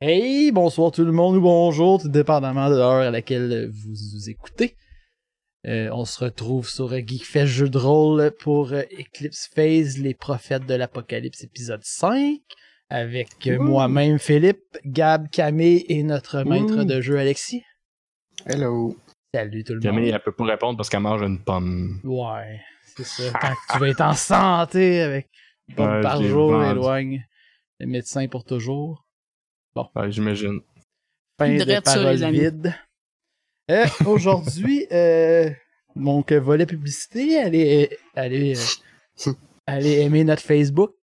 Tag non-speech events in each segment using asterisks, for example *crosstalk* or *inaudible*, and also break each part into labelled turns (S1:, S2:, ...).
S1: Hey, bonsoir tout le monde ou bonjour, tout dépendamment de l'heure à laquelle vous, vous écoutez. Euh, on se retrouve sur euh, Geekfest Jeu de rôle pour euh, Eclipse Phase, les prophètes de l'apocalypse, épisode 5, avec euh,
S2: Ouh.
S1: moi-même Philippe, Gab, Camille et notre maître
S2: Ouh.
S1: de jeu Alexis.
S2: Hello.
S1: Salut tout le
S3: Camille, elle peut pas répondre parce qu'elle mange une pomme.
S1: monde. Ouais, c'est ça. Tant que tu vas être en santé avec une bombe
S3: Ouais,
S1: par
S3: je l'ai
S1: jour,
S3: vendu.
S1: éloigne le médecin pour toujours.
S3: Ouais, J'imagine.
S1: Fin
S4: Drette
S1: de
S4: ça, les
S1: paroles
S4: amis.
S1: vides. Euh,
S4: *laughs*
S1: Aujourd'hui, euh, donc euh, volet publicité, allez, euh, allez, euh, allez aimer notre Facebook.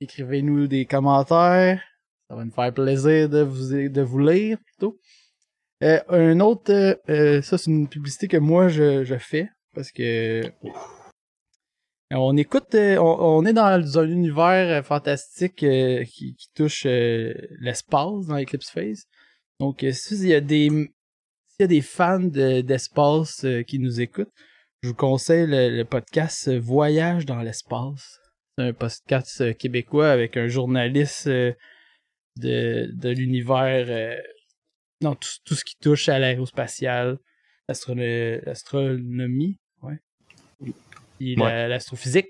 S1: Écrivez-nous des commentaires. Ça va nous faire plaisir de vous, de vous lire plutôt. Euh, un autre, euh, euh, ça c'est une publicité que moi je, je fais parce que euh, on écoute, euh, on, on est dans un univers euh, fantastique euh, qui, qui touche euh, l'espace dans Eclipse Phase. Donc, euh, s'il y a des, s'il y a des fans de- d'espace euh, qui nous écoutent, je vous conseille le, le podcast euh, Voyage dans l'espace. C'est un podcast euh, québécois avec un journaliste euh, de, de l'univers, euh, non, tout, tout ce qui touche à l'aérospatiale, l'astrono- l'astronomie, ouais. Puis la- l'astrophysique.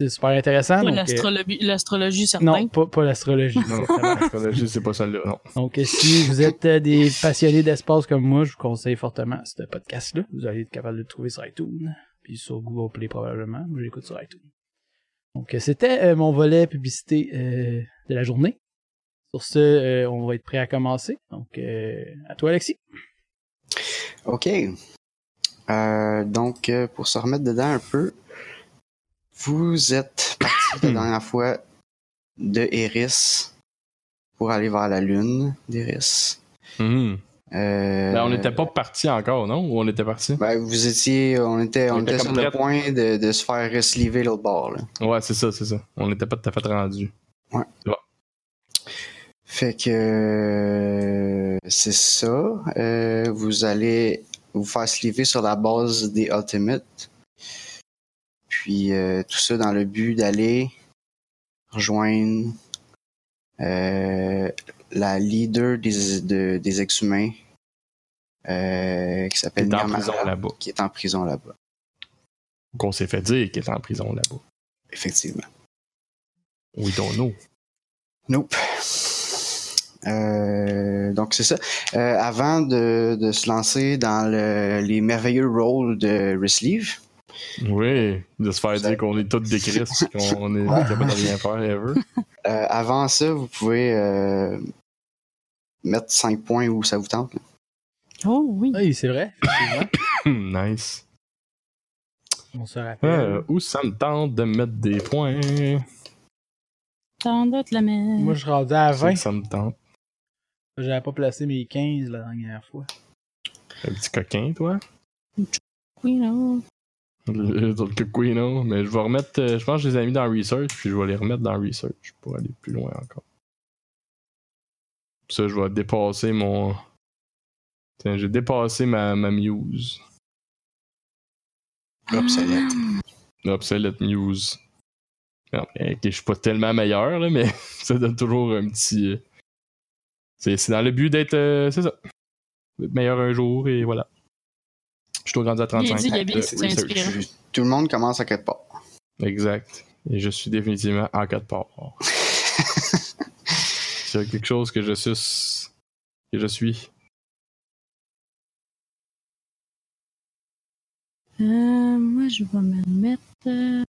S1: C'est super intéressant.
S4: Pas
S1: donc, euh,
S4: l'astrologie- L'astrologie, certain.
S1: non, pas, pas l'astrologie.
S3: Non, l'astrologie, c'est pas celle-là. Non.
S1: Donc, euh, si vous êtes euh, des passionnés d'espace comme moi, je vous conseille fortement ce podcast-là. Vous allez être capable de le trouver sur iTunes, puis sur Google Play probablement. Moi, j'écoute sur iTunes. Donc, euh, c'était euh, mon volet publicité euh, de la journée. Sur ce, euh, on va être prêt à commencer. Donc, euh, à toi, Alexis.
S2: OK. Euh, donc, euh, pour se remettre dedans un peu, vous êtes *coughs* parti la dernière fois de Eris pour aller vers la lune d'Eris.
S3: Mhm.
S2: Euh,
S3: Ben, on n'était pas parti encore, non? Ou on était parti?
S2: ben, vous étiez, on était, on
S3: On était
S2: était sur
S3: comme
S2: le
S3: prêt.
S2: point de, de se faire sliver l'autre bord. là.
S3: Ouais, c'est ça, c'est ça. On n'était pas tout à fait rendu.
S2: Fait que euh, c'est ça. Euh, vous allez vous faire sliver sur la base des Ultimates. Puis euh, tout ça dans le but d'aller rejoindre euh, la leader des, de- des ex-humains euh, qui
S3: Il
S2: s'appelle
S3: est en
S2: Niamara,
S3: prison là-bas.
S2: qui est en prison là-bas,
S3: Qu'on s'est fait dire qu'il est en prison là-bas.
S2: effectivement.
S3: Oui, don't know.
S2: Nope. Euh, donc c'est ça. Euh, avant de, de se lancer dans le- les merveilleux rôles de Risleeve,
S3: Oui, de se faire dire qu'on est tous des Christ, *laughs* qu'on est capable de rien faire, ever.
S2: euh, avant ça, vous pouvez euh, mettre 5 points où ça vous tente. là.
S4: Oh oui.
S1: Oui, c'est vrai. effectivement.
S3: Hmm, nice.
S1: on se rappelle.
S3: Euh, où ça me tente de mettre des points?
S4: Tant d'autres la mer.
S1: Moi, je suis rendu à
S3: Où c'est
S1: 20.
S3: que Ça me tente.
S1: J'avais pas placé mes 15 la dernière fois.
S3: Un petit coquin, toi?
S4: Oui, non.
S3: Le- D'autres que oui, non. Mais je vais remettre. euh, Je pense que je les ai mis dans Research, puis je vais les remettre dans Research pour aller plus loin encore. Ça, je vais dépasser mon. Tiens, j'ai dépassé ma, ma muse.
S4: Ah,
S2: Obsolète.
S3: L'obsolète muse. Non, mais, ok, je suis pas tellement meilleur, là, mais *laughs* ça donne toujours un petit. euh, C'est c'est dans le but d'être. euh, C'est ça. D'être meilleur un jour, et voilà. Je suis au grandi à 35.
S4: dit, Gabi,
S3: de
S4: c'est
S3: research.
S4: inspirant.
S2: Euh, Tout le monde commence à quelque part.
S3: Exact. Et je suis définitivement en
S2: *laughs*
S3: quatre parts. C'est quelque chose que je suce. Que je suis.
S4: Euh, moi, je vais me mettre euh,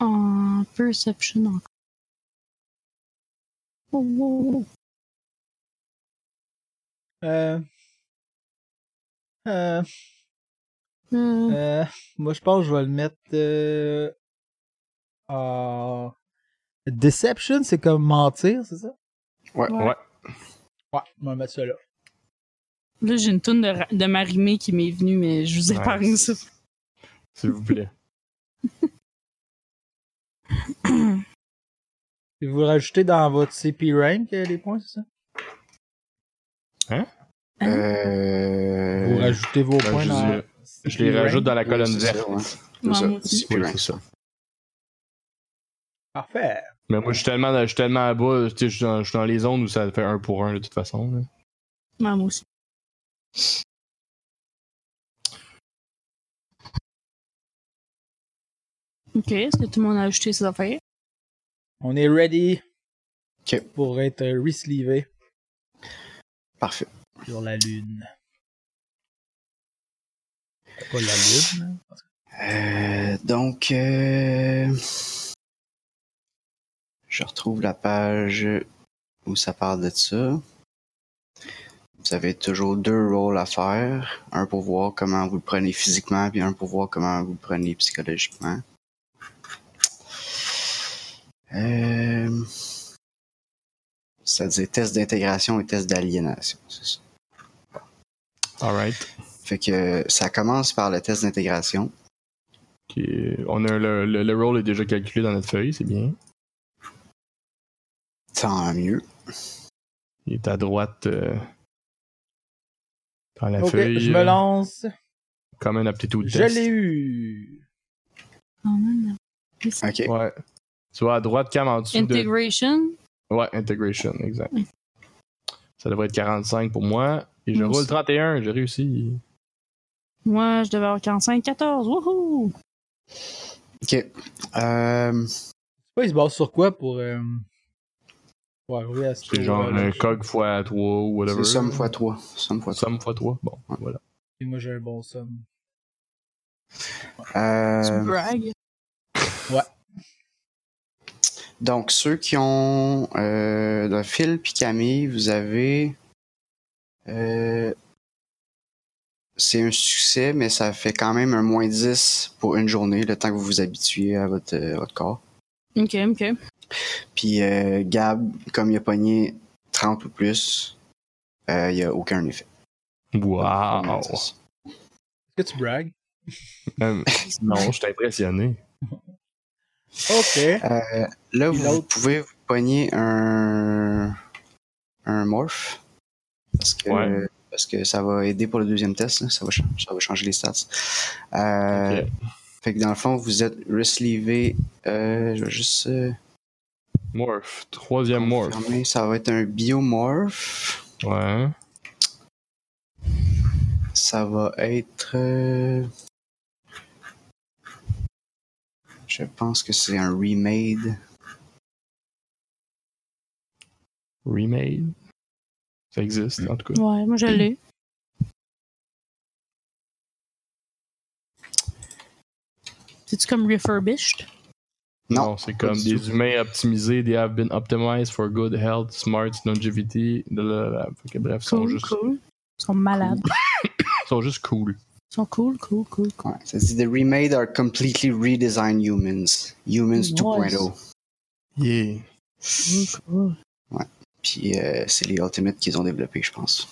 S4: en perception encore. Oh, oh, oh.
S1: Euh... Euh...
S4: Euh,
S1: Euh, moi, je pense que je vais le mettre euh, en- Deception, c'est comme mentir, c'est ça?
S4: Ouais.
S3: Ouais.
S1: Ouais, je vais mettre ça là.
S4: Là, j'ai une toune de, ra- de Marimé qui m'est venue, mais je vous épargne
S3: Nice.
S4: ça.
S3: S'il vous plaît.
S1: Et vous rajoutez dans votre CP rank euh, les points, c'est ça?
S2: Euh,
S1: vous rajoutez vos
S3: ben,
S1: points
S3: je
S1: dans.
S3: les- Je
S2: *laughs*
S3: les rajoute dans la colonne
S2: c'est ça,
S3: verte.
S2: ouais.
S4: Moi,
S2: ça.
S4: moi aussi.
S2: C'est
S3: Oui,
S2: rank,
S3: c'est ça.
S1: Parfait.
S3: Mais moi, je suis tellement, je suis tellement à bas, tu sais, je suis dans, je suis dans les zones où ça fait un pour un de toute façon. là.
S4: Ouais, Ah, moi aussi. Ok, est-ce que tout le monde a ajouté ses affaires?
S1: On est ready
S2: Ok.
S1: pour être resleevé
S2: Parfait.
S1: sur la lune. Pas la lune.
S2: Euh, donc, euh, je retrouve la page où ça parle de ça. Vous avez toujours deux rôles à faire. Un pour voir comment vous le prenez physiquement, puis un pour voir comment vous le prenez psychologiquement. Euh, C'est-à-dire test d'intégration et test d'aliénation, c'est ça.
S3: Alright.
S2: Fait que ça commence par le test d'intégration.
S3: Ok, On a le, le, le roll est déjà calculé dans notre feuille, c'est bien.
S2: Tant mieux.
S3: Il est à droite euh, dans la
S1: Ok,
S3: feuille.
S1: je me
S3: euh,
S1: lance.
S3: Comme un aptitude
S1: Je
S3: test.
S1: l'ai eu.
S4: Non, non, non.
S2: Ok.
S3: Ouais. Tu vois, à droite, comme en dessous de
S4: Integration?
S3: Ouais, integration, exact.
S4: Oui.
S3: Ça devrait être 45 pour moi. Et je
S4: Moi
S3: roule
S4: aussi.
S3: 31, j'ai réussi.
S4: Moi, je devais avoir 45, 14. Wouhou!
S2: Ok. Euh,
S1: Je sais pas, il se base sur quoi pour. Euh... Pour arriver à ce
S3: C'est genre
S1: tour-là,
S3: un
S1: là.
S3: cog x3 ou whatever.
S2: c'est somme fois 3. Somme fois 3.
S3: Somme x 3. Bon,
S2: Ouais.
S3: voilà.
S1: Et moi j'ai un bon somme.
S4: Tu
S2: Euh,
S4: bragues.
S2: donc, ceux qui ont euh, le fil puis Camille, vous avez. Euh, c'est un succès, mais ça fait quand même un moins 10 pour une journée, le temps que vous vous habituez à votre, euh, votre corps.
S4: Ok, ok.
S2: Puis euh, Gab, comme il a pogné 30 ou plus, euh, il n'y a aucun effet.
S3: Wow!
S1: Est-ce que tu bragues?
S3: Euh, *laughs* non, je suis impressionné.
S1: Ok.
S2: Euh, là,
S1: Puis
S2: vous
S1: l'autre.
S2: pouvez vous pogner un, un morph. Parce que,
S3: Ouais.
S2: parce que ça va aider pour le deuxième test. là. Ça, va, cha- ça va changer les stats. Euh,
S3: Ok.
S2: Fait que dans le fond, vous êtes resleevé. Euh, je vais juste euh,
S3: Morph. Troisième morph.
S2: confirmer. Ça va être un biomorph.
S3: Ouais.
S2: Ça va être. euh, Je pense que c'est un remade.
S3: Remade. Ça existe, en tout cas.
S4: Ouais, moi, je l'ai. C'est-tu comme refurbished?
S2: Non,
S3: c'est
S2: pas
S3: comme
S2: du
S3: des humains optimisés. They have been optimized for good health, smart, longevity. blablabla. Fait que bref, ils sont,
S4: Cool,
S3: juste,
S4: cool. Ils sont malades.
S3: ils sont juste cool.
S4: Ils sont cool, cool, cool, cool.
S2: Ouais, ça dit The Remade are completely redesigned humans. Humans oh.
S4: Nice.
S2: 2.0.
S3: Yeah.
S4: cool.
S2: Puis euh, c'est les Ultimate qu'ils ont développés, je pense.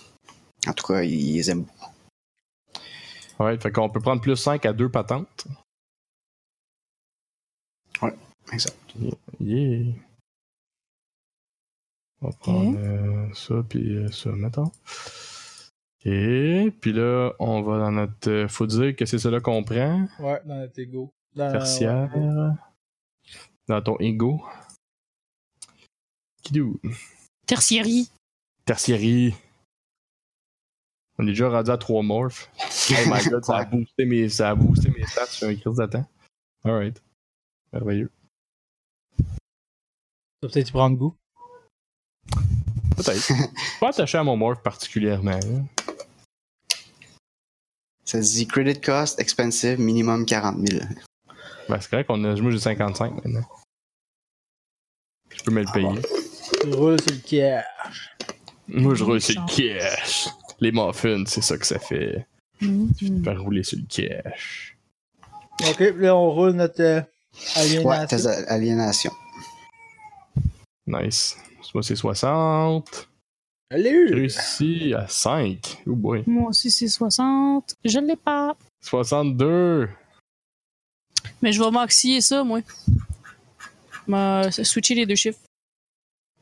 S2: En tout cas, ils, ils aiment beaucoup.
S3: Ouais, fait qu'on peut prendre plus 5 à deux patentes.
S2: Ouais, exact.
S3: Yeah. On va prendre euh, ça, puis euh, ça, mettons. Et puis là, on va dans notre... euh, faut dire que c'est cela qu'on prend.
S1: Ouais, dans notre ego. Dans...
S3: Tertiaire. Dans ton ego. Kidou.
S4: Tertiary.
S3: Tertiary. On est déjà rendu à 3 morphs. Oh
S2: *laughs*
S3: my god, ça a boosté mes, ça a boosté mes stats sur un crise d'attente. Alright. Merveilleux.
S1: Tu vas peut-être y prendre goût.
S3: Peut-être. Je suis pas attaché à mon morph particulièrement. hein.
S2: Ça dit Credit cost expensive, minimum 40 000.
S3: Ben, c'est correct, on a, moi j'ai 55 maintenant. Je peux me le payer.
S1: Tu roules sur le quai.
S3: Moi je roule sur le cash. Les muffins, c'est ça que ça fait. Faire rouler sur le cash.
S1: Ok, puis là on roule notre euh,
S2: Ouais,
S1: aliénation.
S2: test d'a- aliénation.
S3: Nice. Moi c'est 60.
S1: Je l'ai
S3: J'ai
S1: eu!
S3: réussi à 5. Oh boy.
S4: Moi aussi, c'est 60. Je l'ai pas.
S3: 62.
S4: Mais je vais maxier ça, moi. Ma- Switcher les deux chiffres.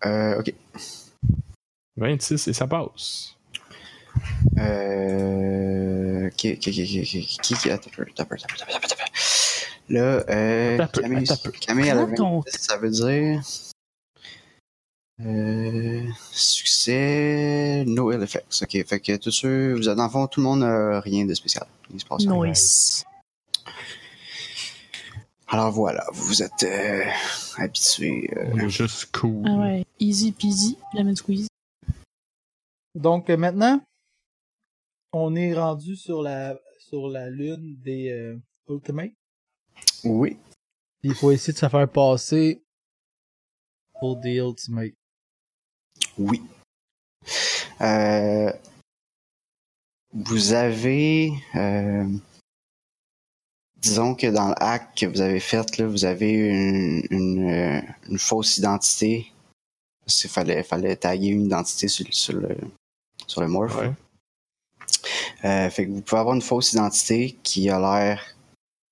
S2: Euh, ok.
S3: 26 et ça passe.
S2: Euh, ok, ok, ok, ok, ok, ok, attends, un peu, attends, un peu, attends, un peu, attends, un peu, attends. un peu. Là, euh,
S3: Attends un peu,
S2: Camille,
S3: attends un peu.
S2: Camille, elle a
S4: Prends ton
S2: 26, ça veut dire. Euh, succès, no ill effects. Ok, fait que tous ceux, vous êtes dans le fond, tout le monde n'a rien de spécial. Il se passe rien.
S4: Nice.
S2: Alors voilà, vous êtes euh, habitués. euh,
S3: On est juste cool.
S4: Ah ouais, easy peasy, lemon squeeze.
S1: Donc euh, maintenant, on est rendu sur la sur la lune des euh, Ultimates.
S2: Oui.
S1: Il faut essayer de se faire passer pour des Ultimates.
S2: Oui. Euh, vous avez, euh, disons que dans l'acte que vous avez fait, là, vous avez une, une, euh, une fausse identité. Parce qu'il fallait, fallait taguer une identité sur, le- sur le, sur le morph.
S3: Ouais.
S2: Euh, fait que vous pouvez avoir une fausse identité qui a l'air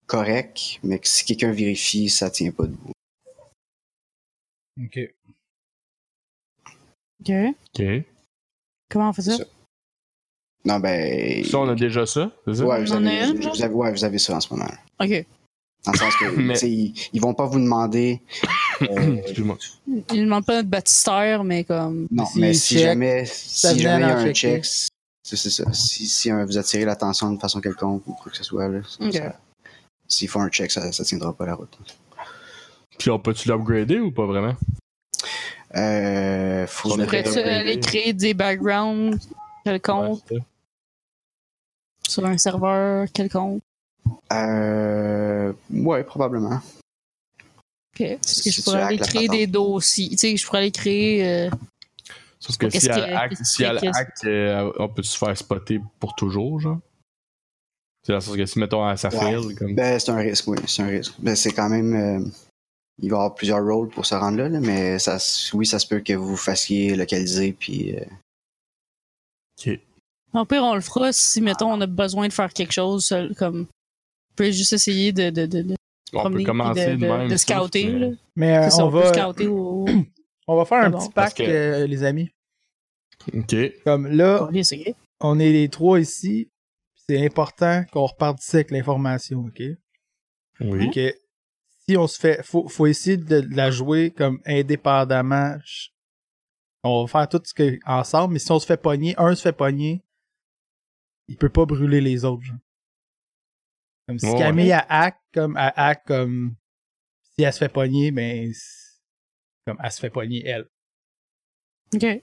S2: correcte, mais que si quelqu'un vérifie, ça tient pas debout.
S1: Ok.
S4: Ok.
S3: Ok.
S4: Comment on fait ça?
S2: C'est Non, ben.
S3: Ça, on a déjà ça, c'est ça?
S2: ouais, vous
S4: On en a
S2: avez-
S4: une, genre?
S2: vous avez- ouais, vous avez ça en ce moment.
S4: Ok.
S2: Dans le sens que,
S3: Mais-
S2: tu sais, ils, ils vont pas vous demander. euh,
S3: *coughs* Excuse-moi.
S4: Il demande pas notre baptistère, mais comme.
S2: non,
S1: Si
S2: mais si
S1: check,
S2: jamais, si
S1: vient
S2: jamais il y a
S1: d'en
S2: un
S1: checker.
S2: check, c'est c'est ça. Si, si euh, vous attirez l'attention de façon quelconque ou quoi que ce soit, là, ça-
S4: Ok.
S2: ça- s'ils font un check, ça, ça tiendra pas la route.
S3: Puis on peut-tu l'upgrader ou pas vraiment?
S2: Euh, faut
S3: On
S2: que je
S3: devrait
S2: me-
S4: Pourrais-tu
S3: upgrader.
S4: aller créer des backgrounds quelconques
S3: Ouais,
S4: sur un serveur quelconque?
S2: Euh, ouais, probablement.
S4: Ok. Parce que
S2: Si
S4: je
S2: tu
S4: pourrais aller
S2: hackes la
S4: créer
S2: patente.
S4: des dossiers. Tu sais, je pourrais aller créer. euh,
S3: Sauf que
S4: Qu'est-ce
S3: si
S4: que-
S3: elle hack, si elle
S4: qu'est-ce-
S3: hack, euh, on peut se faire spotter pour toujours, genre? C'est la sorte que si, mettons, elle s'affaire, comme.
S2: Ben, c'est un risque, oui, c'est un risque. Ben, c'est quand même. euh, il va y avoir plusieurs rôles pour se rendre là, là, mais ça, s- oui, ça se peut que vous vous fassiez localiser, puis. euh,
S3: Ok.
S4: Au pire, on le fera si, mettons, on a besoin de faire quelque chose seul, comme. On peut juste essayer de, de, de, de
S3: On peut
S4: promener puis
S3: commencer
S4: de,
S3: de,
S4: de-
S3: même.
S4: de
S3: sauf
S4: scouter.
S3: que-
S4: là.
S1: Mais euh,
S4: C'est ça,
S1: on,
S4: on, peut
S1: va,
S4: scouter au.
S1: on va faire
S4: Ah
S1: un
S4: bon.
S1: petit
S3: Parce
S1: pack,
S3: que-
S1: euh, les amis.
S3: Ok.
S1: Comme là,
S4: au- au- c'est ok.
S1: on est les trois ici. C'est important qu'on reparte d'ici avec l'information, ok?
S3: Oui.
S1: que si on se fait. Faut, faut essayer de, de la jouer comme indépendamment. Ch- On va faire tout ce que ensemble, mais si on se fait pogner, un se fait pogner, il peut pas brûler les autres. genre. Comme si
S3: Ouais, ouais.
S1: Camille a hack, comme elle hack, comme si elle se fait pogner, ben c'est- comme elle se fait pogner elle.
S4: Ok.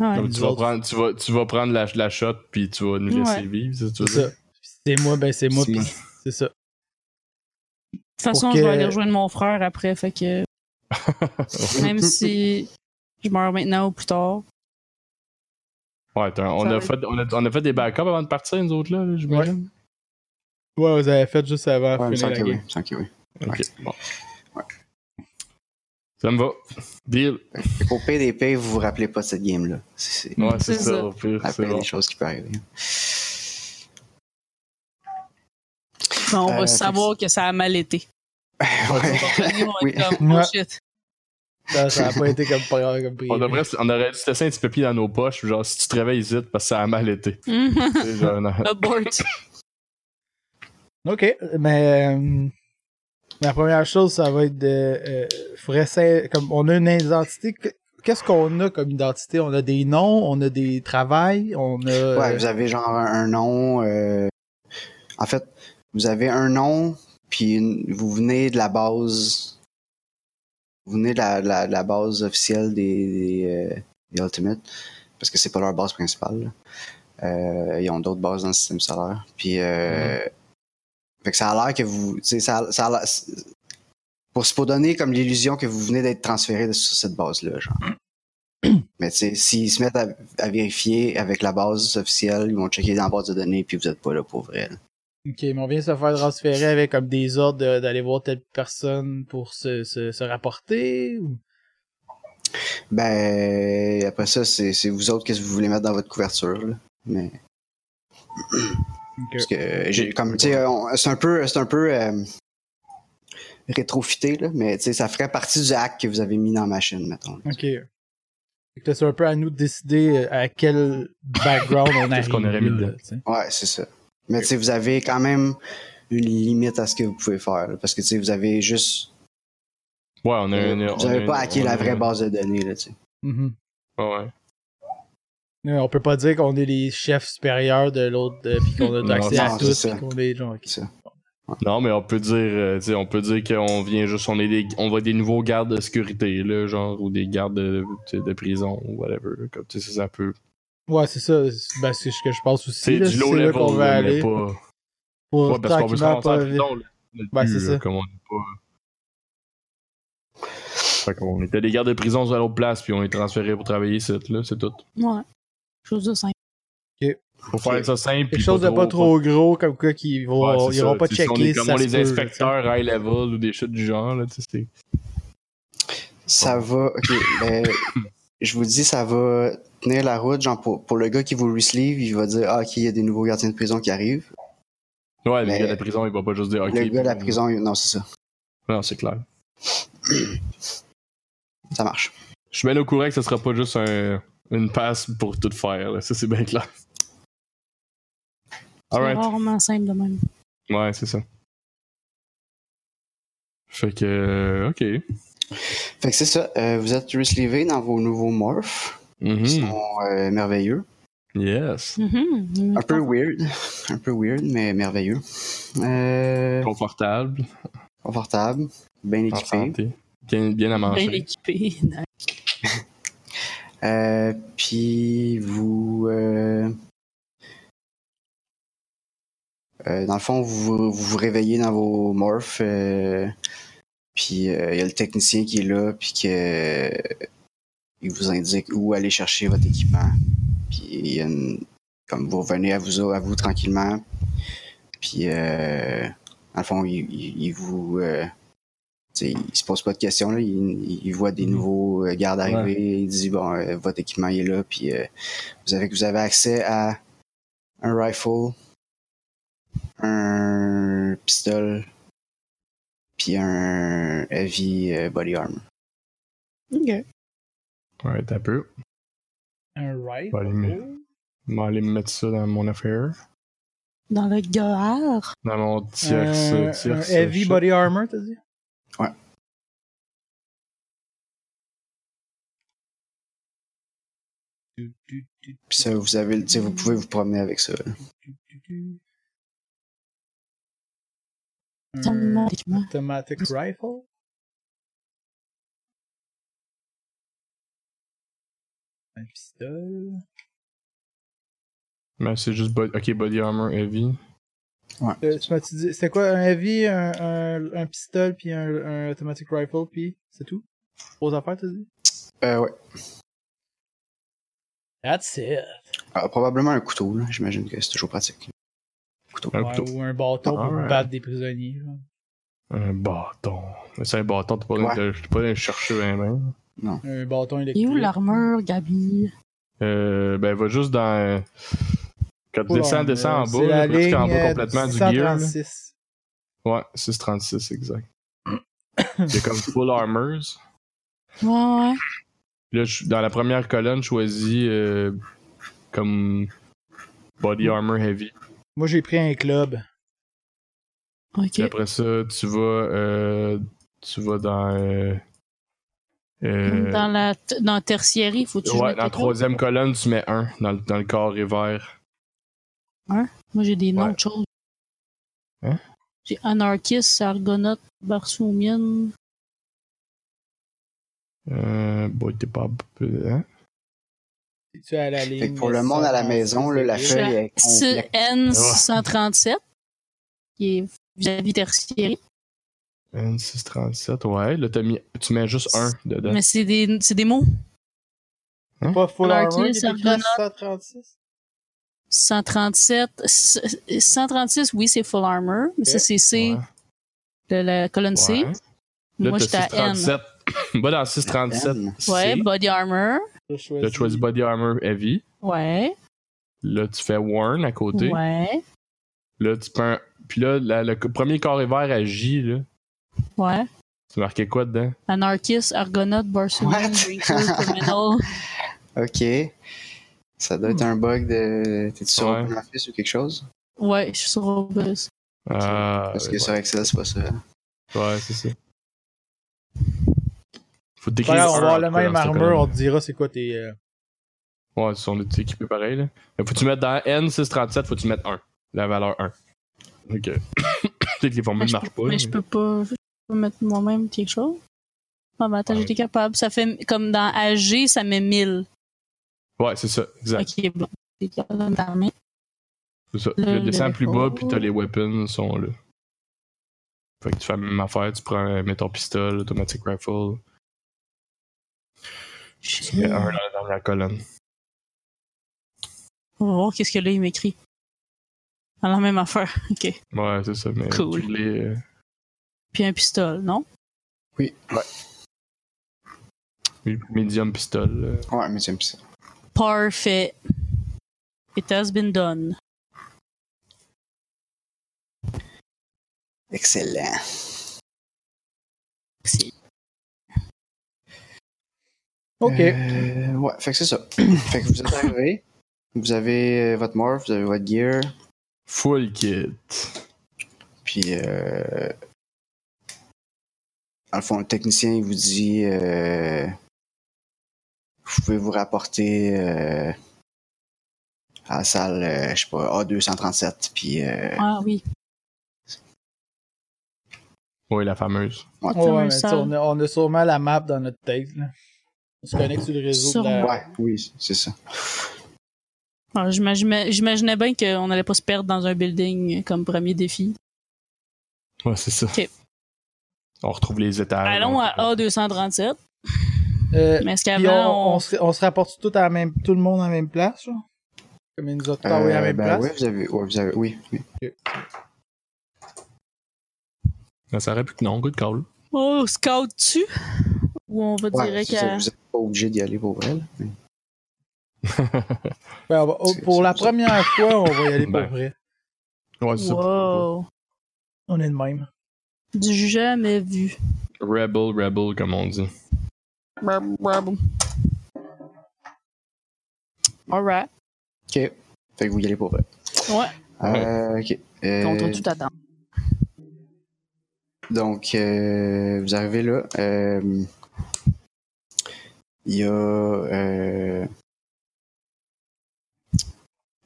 S4: Ah Ouais.
S3: Comme tu
S1: nous
S3: vas,
S1: autres.
S3: prendre, tu, vas, tu vas prendre la, la shot puis tu vas nous laisser
S4: Ouais.
S3: vivre, c'est
S1: C'est ça. Si C'est moi, ben c'est moi,
S2: C'est
S1: pis
S2: moi.
S1: c'est ça.
S4: De toute façon,
S1: Pour
S4: je
S1: que-
S4: vais aller rejoindre mon frère après, fait que même si je meurs maintenant ou plus tard.
S3: *laughs* Ouais, attends, on,
S4: Ça
S3: a
S4: va
S3: fait, on, a, on a fait des backups avant de partir, nous autres, là, là, j'imagine.
S1: Ouais, vous avez fait juste avant
S2: ouais,
S1: de
S2: il me
S1: finir
S2: semble
S1: la
S2: que oui,
S1: game.
S2: il me semble que oui.
S3: Ok, bon.
S2: Ouais.
S3: Ça me va. Deal.
S2: Fait qu'au PDP, vous vous rappelez pas de cette game-là. C'est c'est-
S3: Ouais,
S4: C'est
S3: c'est ça,
S4: ça.
S3: au pire,
S2: la
S3: c'est
S2: pire
S3: bon.
S2: des choses qui peut arriver.
S4: Ben, on
S2: Euh,
S4: va savoir que ça a
S3: *laughs*
S4: mal été.
S2: Ouais.
S4: Ils vont être
S2: Oui.
S4: comme, oh
S1: Ouais.
S4: shit.
S1: Ça, ça a pas été comme, comme prévu.
S3: On, devrait, on aurait dû se laisser un petit papier dans nos poches, genre si tu te réveilles vite parce que ça a mal été.
S4: Mhm.
S3: Tu sais, genre, non.
S4: Abort.
S1: OK, mais euh, la première chose, ça va être de... Euh, faudrait sa- comme on a une identité. que- Qu'est-ce qu'on a comme identité? On a des noms, on a des travails, on a... euh,
S2: Ouais, vous avez genre un, un nom. euh, En fait, vous avez un nom, puis une- vous venez de la base. Vous venez de la, la- la base officielle des, des, euh, des Ultimate, parce que c'est pas leur base principale. là. Euh, ils ont d'autres bases dans le système solaire. Puis, euh, fait que ça a l'air que vous. tu sais, Ça, ça a l'air- pour se pour donner comme l'illusion que vous venez d'être transféré de- sur cette base-là, genre. Mais tu sais, s'ils se mettent à, à vérifier avec la base officielle, ils vont checker dans la base de données, puis vous êtes pas là pour vrai. là.
S1: OK, mais on vient se faire transférer avec comme des ordres de- d'aller voir telle personne pour se, se, se rapporter. ou-
S2: Ben, après ça, c'est c'est vous autres qu'est-ce que vous voulez mettre dans votre couverture, là. Mais,
S1: Ok.
S2: parce que, j'ai- comme, tu sais, on- c'est un peu, c'est un peu euh, rétrofité, là, mais tu sais, ça ferait partie du hack que vous avez mis dans la machine, mettons.
S1: OK. Fait que là, C'est un peu à nous de décider euh, à quel background on arrive.
S3: qu'on aurait mis
S1: là,
S3: dedans?
S1: là, tu sais.
S2: Ouais, c'est ça. Mais tu sais, vous avez quand même une limite à ce que vous pouvez faire. là, parce que, tu sais, vous avez juste.
S3: Ouais, on a une.
S2: vous
S3: on a
S2: n'avez
S3: une-
S2: pas hacké
S3: on a
S2: la vraie
S3: une-
S2: base de données, là, tu sais.
S1: Mhm.
S3: Ouais.
S1: Non, on peut pas dire qu'on est les chefs supérieurs de l'autre, euh, pis qu'on a
S3: Non,
S1: accès à
S2: non,
S1: tout,
S2: c'est ça.
S1: pis qu'on est genre. ok.
S3: Non, mais on peut dire, euh, tu sais, on peut dire qu'on vient juste, on est des, on va être des nouveaux gardes de sécurité, là, genre, ou des gardes de, tu sais, de prison, ou whatever. Comme, tu sais, ça peut.
S1: Ouais, c'est ça. c'est- Ben, c'est ce que je pense aussi.
S3: C'est
S1: là,
S3: du low
S1: là
S3: level,
S1: qu'on va
S3: là, mais
S1: aller.
S3: pas.
S1: Pour
S3: Ouais, parce qu'on veut se
S1: tranquillement
S3: ramasser en
S1: pas-
S3: prison, là. Le
S1: Ben,
S3: but,
S1: c'est
S3: là,
S1: ça.
S3: Comme on est pas. Fait qu'on était des gardes de prison à l'autre place, puis on est transférés pour travailler, c'est là, c'est tout.
S4: Ouais. Chose de simple.
S3: Faut faire ça simple.
S1: Quelque
S3: puis
S1: chose de pas trop gros, comme quoi, qu'ils
S3: Ouais,
S1: vont,
S3: c'est
S1: ils vont
S3: ça,
S1: pas
S3: tu sais, si on
S1: checker
S3: est Comme
S1: ça
S3: on
S1: se
S3: les
S1: peut, là,
S3: inspecteurs high level ou des shit du genre, là, tu sais, c'est.
S2: Ça va. Ok,
S3: *coughs*
S2: ben, je vous dis, ça va tenir la route. Genre, pour, pour le gars qui vous resleeve, il va dire Ah, ok, il y a des nouveaux gardiens de prison qui arrivent.
S3: Ouais,
S2: Mais-
S3: le gars de la prison, il va pas juste dire OK.
S2: le gars de la
S3: puis-
S2: prison, il- non, c'est ça.
S3: Non, c'est clair.
S2: Ça marche.
S3: Je suis bien au courant que ce sera pas juste un- une passe pour tout faire, là. Ça, c'est bien clair.
S4: C'est
S3: Alright.
S4: rarement simple de même.
S3: Ouais, c'est ça. Fait que. euh, Ok.
S2: Fait que c'est ça. euh, vous êtes resleevé dans vos nouveaux morphs,
S3: Mhm.
S2: qui sont euh, merveilleux.
S3: Yes.
S4: Mhm.
S2: Un peu weird. *laughs* Un peu weird, mais merveilleux. Euh,
S3: Confortable,
S2: confortable, bien
S3: en
S2: équipé.
S3: santé, bien, bien à manger.
S4: Bien équipé. nice.
S2: Euh, puis vous. euh, euh, dans le fond, vous vous, vous réveillez dans vos morphs. euh, puis euh, il y a le technicien qui est là, puis que. Il vous indique où aller chercher votre équipement. Puis il y a une- Comme vous revenez à vous, à vous tranquillement. Puis, euh, dans le fond, il, il- il vous. euh, tu sais, il se pose pas de questions, là. Il, il voit des
S3: Mhm.
S2: nouveaux euh, gardes arriver. Il dit, bon, euh, votre équipement il est là. Puis, euh, vous, avez, vous avez accès à un rifle, un pistolet, puis un heavy euh, body armor.
S4: Ok.
S3: Ouais, t'as peu.
S1: Un right.
S3: Pas allumé. Je vais aller me mettre ça dans mon affaire.
S4: Dans le gare.
S3: Dans mon tierce.
S1: Euh, Un, un
S3: tierce
S1: heavy
S3: shit.
S1: body armor, t'as dit?
S2: Ouais.
S1: Du, du, du,
S2: Puis ça, vous avez, le- tu sais, vous pouvez vous promener avec ça. là.
S1: du, du, du.
S4: Dans le
S1: Un
S4: monde d'équipement.
S1: automatic
S4: Mm.
S1: rifle? Un pistolet?
S3: Mais c'est juste body... Ok, body armor heavy.
S1: Euh, tu m'as-tu dit, c'était quoi, un heavy, un, un, un pistolet, puis un, un automatic rifle, puis c'est tout? Trois affaires, t'as dit?
S2: Euh, ouais.
S1: That's it!
S2: Ah, probablement un couteau, là. J'imagine que c'est toujours pratique.
S3: Un
S1: Ouais,
S3: couteau.
S1: ou un bâton pour
S3: Alright.
S1: battre des prisonniers. genre.
S3: Un bâton. Mais c'est un bâton, t'es pas
S2: Ouais.
S3: allé pas allé le chercher ben ben.
S1: Un bâton
S4: Et
S1: électrique.
S4: où l'armure, Gabi?
S3: Euh, ben, va juste dans. Quand tu descends, descends en
S1: euh, C'est
S3: bas,
S1: la
S3: là, presque en
S1: ligne,
S3: bas
S1: euh,
S3: complètement du gear. là.
S1: 636.
S3: Ouais,
S1: *coughs*
S3: 636, exact. Il y a comme full armors.
S4: Ouais, ouais.
S3: Là, je- dans la première colonne, je choisis euh, comme body armor heavy.
S1: Moi, j'ai pris un club.
S4: Ok.
S3: Puis après ça, tu vas, euh, tu vas dans. euh, euh,
S4: Dans la t- dans la tertiaire, faut-tu que je
S3: ouais,
S4: mette
S3: dans la
S4: quelque
S3: troisième colonne, tu mets un dans le, dans le corps et vert.
S4: chose? Moi, j'ai des noms
S3: Ouais.
S4: de choses.
S3: Hein?
S4: J'ai Anarchist, Argonaut, Barsoumian.
S3: Euh, boy, t'es pas. hein?
S1: Tu es à la
S2: Fait
S1: ligne.
S2: que pour le monde à la maison, là, la
S4: Je suis
S2: feuille est complète.
S3: Ah
S4: CN637, qui est vis-à-vis tertiaire.
S3: N637, ouais. Là, t'as mis, tu mets juste un dedans.
S4: Mais c'est des, c'est des mots.
S1: Pas full
S4: Anarchist,
S1: armor, il est écrit
S4: Argonaut.
S1: 136.
S4: 137, c- 136, oui, c'est full armor, mais ça,
S1: Ok.
S4: c'est C
S3: Ouais,
S4: de la colonne C.
S3: ouais.
S4: Moi,
S3: Là,
S4: j'étais
S3: t'as
S4: à N.
S3: 637. *coughs* Va dans 637.
S2: N.
S3: C.
S4: Ouais, body armor.
S1: Je
S3: Là, tu choisis body armor heavy.
S4: Ouais.
S3: Là, tu fais worn à côté.
S4: Ouais.
S3: Là, tu prends. Puis là, la- le premier corps et vert à J, là.
S4: Ouais.
S3: Tu marquais quoi dedans?
S4: Anarchist, Argonaut, Barcelona,
S2: What?
S4: Drinker,
S2: *laughs*
S4: Criminal.
S2: Ok. Ça doit être un bug de. T'es-tu sur
S3: Ouais.
S2: OpenOffice ou quelque chose?
S4: Ouais, je suis sur Opus.
S3: Ah,
S2: Parce que
S3: ouais,
S2: sur Excel, c'est pas ça.
S3: ouais, c'est ça. Faut
S1: Ouais,
S3: décrire.
S1: on va avoir
S3: un
S1: la
S3: peu
S1: même
S3: dans cette
S1: armure, on te dira c'est quoi tes. euh,
S3: colonne. Ouais, ils sont tous équipés pareil. Là. Mais faut-tu mettre dans N637, faut-tu mettre 1. La valeur 1. Ok. *coughs* Peut-être que les formules
S4: Mais je
S3: marchent pas.
S4: Mais je peux pas, je peux pas mettre moi-même quelque chose. Ah, mais attends,
S3: Ouais.
S4: j'étais capable. Ça fait comme dans AG, ça met 1000.
S3: Ouais, c'est ça. Exact.
S4: Ok, bon. C'est capable dans ta main.
S3: C'est ça.
S4: Le-
S3: Le descends
S4: le-
S3: plus bas, puis t'as les weapons sont là. Fait que tu fais la même affaire, tu prends, euh, mets ton pistolet, automatic rifle, tu mets un dans la dernière colonne.
S4: On va voir qu'est-ce que là, il m'écrit. Dans la même affaire. *laughs* Ok.
S3: Ouais, c'est ça, mais
S4: Cool.
S3: tu l'es, euh,
S4: Puis un pistolet, non?
S2: Oui, ouais.
S3: oui, medium pistolet. euh.
S2: Ouais, mais j'aime ça.
S4: Parfait. It has been done.
S2: Excellent.
S4: Merci.
S1: Ok.
S2: Euh, ouais, fait que c'est ça. *clears throat* fait que vous êtes arrivés. Vous avez euh, votre morph, vous avez votre gear.
S3: Full kit.
S2: Puis, euh, dans le fond, le technicien, il vous dit euh, vous pouvez vous rapporter euh, à la salle, euh, je sais pas, A237. Puis, euh,
S4: Ah oui.
S3: Ouais, la fameuse.
S1: Ouais,
S4: Attends,
S1: ouais, mais
S4: ça-
S1: tu sais, on, a, on a sûrement la map dans notre tête. Là. On se connecte sur le réseau. De la...
S4: Sûrement.
S2: ouais, oui, c'est ça.
S4: Alors, J'imaginais Ah, j'imaginais bien qu'on n'allait pas se perdre dans un building comme premier défi.
S3: Ouais, c'est ça.
S4: Ok.
S3: On retrouve les étages.
S4: Allons
S3: on-
S4: à A237.
S1: Euh,
S4: Mais est-ce
S1: puis on,
S4: qu'avant,
S1: on se, on se rapporte tout, à la même, tout le monde à la même place, genre? Comme ils nous ont tout envoyé Ah à la
S2: Euh,
S1: même
S2: ben,
S1: place.
S2: ouais, vous avez, ouais, vous avez, oui, oui.
S3: Ben, ça aurait pu que non, good call.
S4: Oh, on scout tu Ou on va
S2: Ouais,
S4: direct
S2: c'est ça,
S4: à.
S2: Vous n'êtes pas obligé d'y aller pour elle.
S1: Ben, on va- oh,
S2: C'est-
S1: pour
S2: c'est-
S1: la
S2: c'est-
S1: première fois, on va y aller pour
S3: Ben.
S1: vrai.
S3: Ouais, c'est ça.
S4: Wow!
S1: On est de même.
S4: Du jamais vu.
S3: Rebel, rebel, comme on dit.
S4: Alright.
S2: Ok. Fait que vous y allez pour elle.
S4: Ouais,
S2: Euh, ok. Euh,
S4: contre tout attend.
S2: Donc, euh, vous arrivez là. euh, Il y a euh,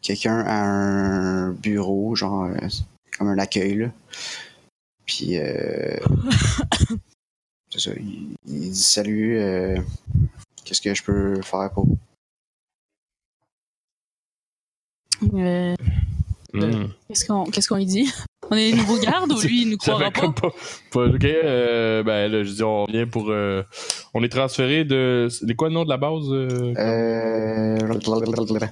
S2: quelqu'un à un bureau, genre euh, comme un accueil. Là. Puis, euh, c'est ça, il, il dit Salut, euh, qu'est-ce que je peux faire pour vous
S4: Euh,
S3: Hmm.
S4: Qu'est-ce qu'on qu'est-ce qu'on lui dit? On est les nouveaux gardes ou lui, il
S3: *laughs*
S4: nous
S3: Ça
S4: croira
S3: fait
S4: pas?
S3: comme pas. pas- ok, euh, ben là, je dis, on vient pour. euh, on est transféré de. C'est quoi le nom de la base euh,
S2: Euh,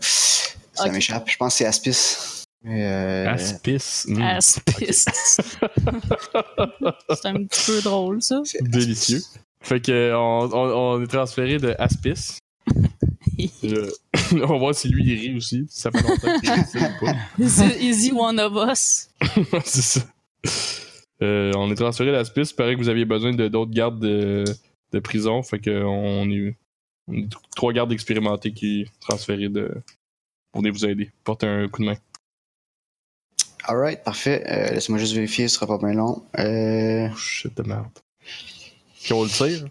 S2: Ça
S4: Ok.
S2: m'échappe, je pense que c'est Aspis. Mais, euh,
S3: Aspis. Hmm.
S4: Ah, Aspiste. C'est un petit peu drôle, ça.
S2: c'est Aspis.
S3: Délicieux. Fait que euh, on, on- on est transféré de
S4: *laughs*
S3: Aspis. Euh, *laughs* on va voir si lui il rit aussi. si Ça fait longtemps qu'il rit ou pas.
S4: C'est Easy One of Us.
S3: *laughs* C'est ça. Euh, on est transféré d'Aspis. Il paraît que vous aviez besoin de d'autres gardes de, de prison. Fait que on est, on est t- trois gardes expérimentés qui sont transférés de. Pour venir vous aider. Portez un coup de main.
S2: Alright, parfait. Euh, Laisse-moi juste vérifier, ce sera pas bien long. Euh...
S3: Oh, shit de merde. Puis on le tire.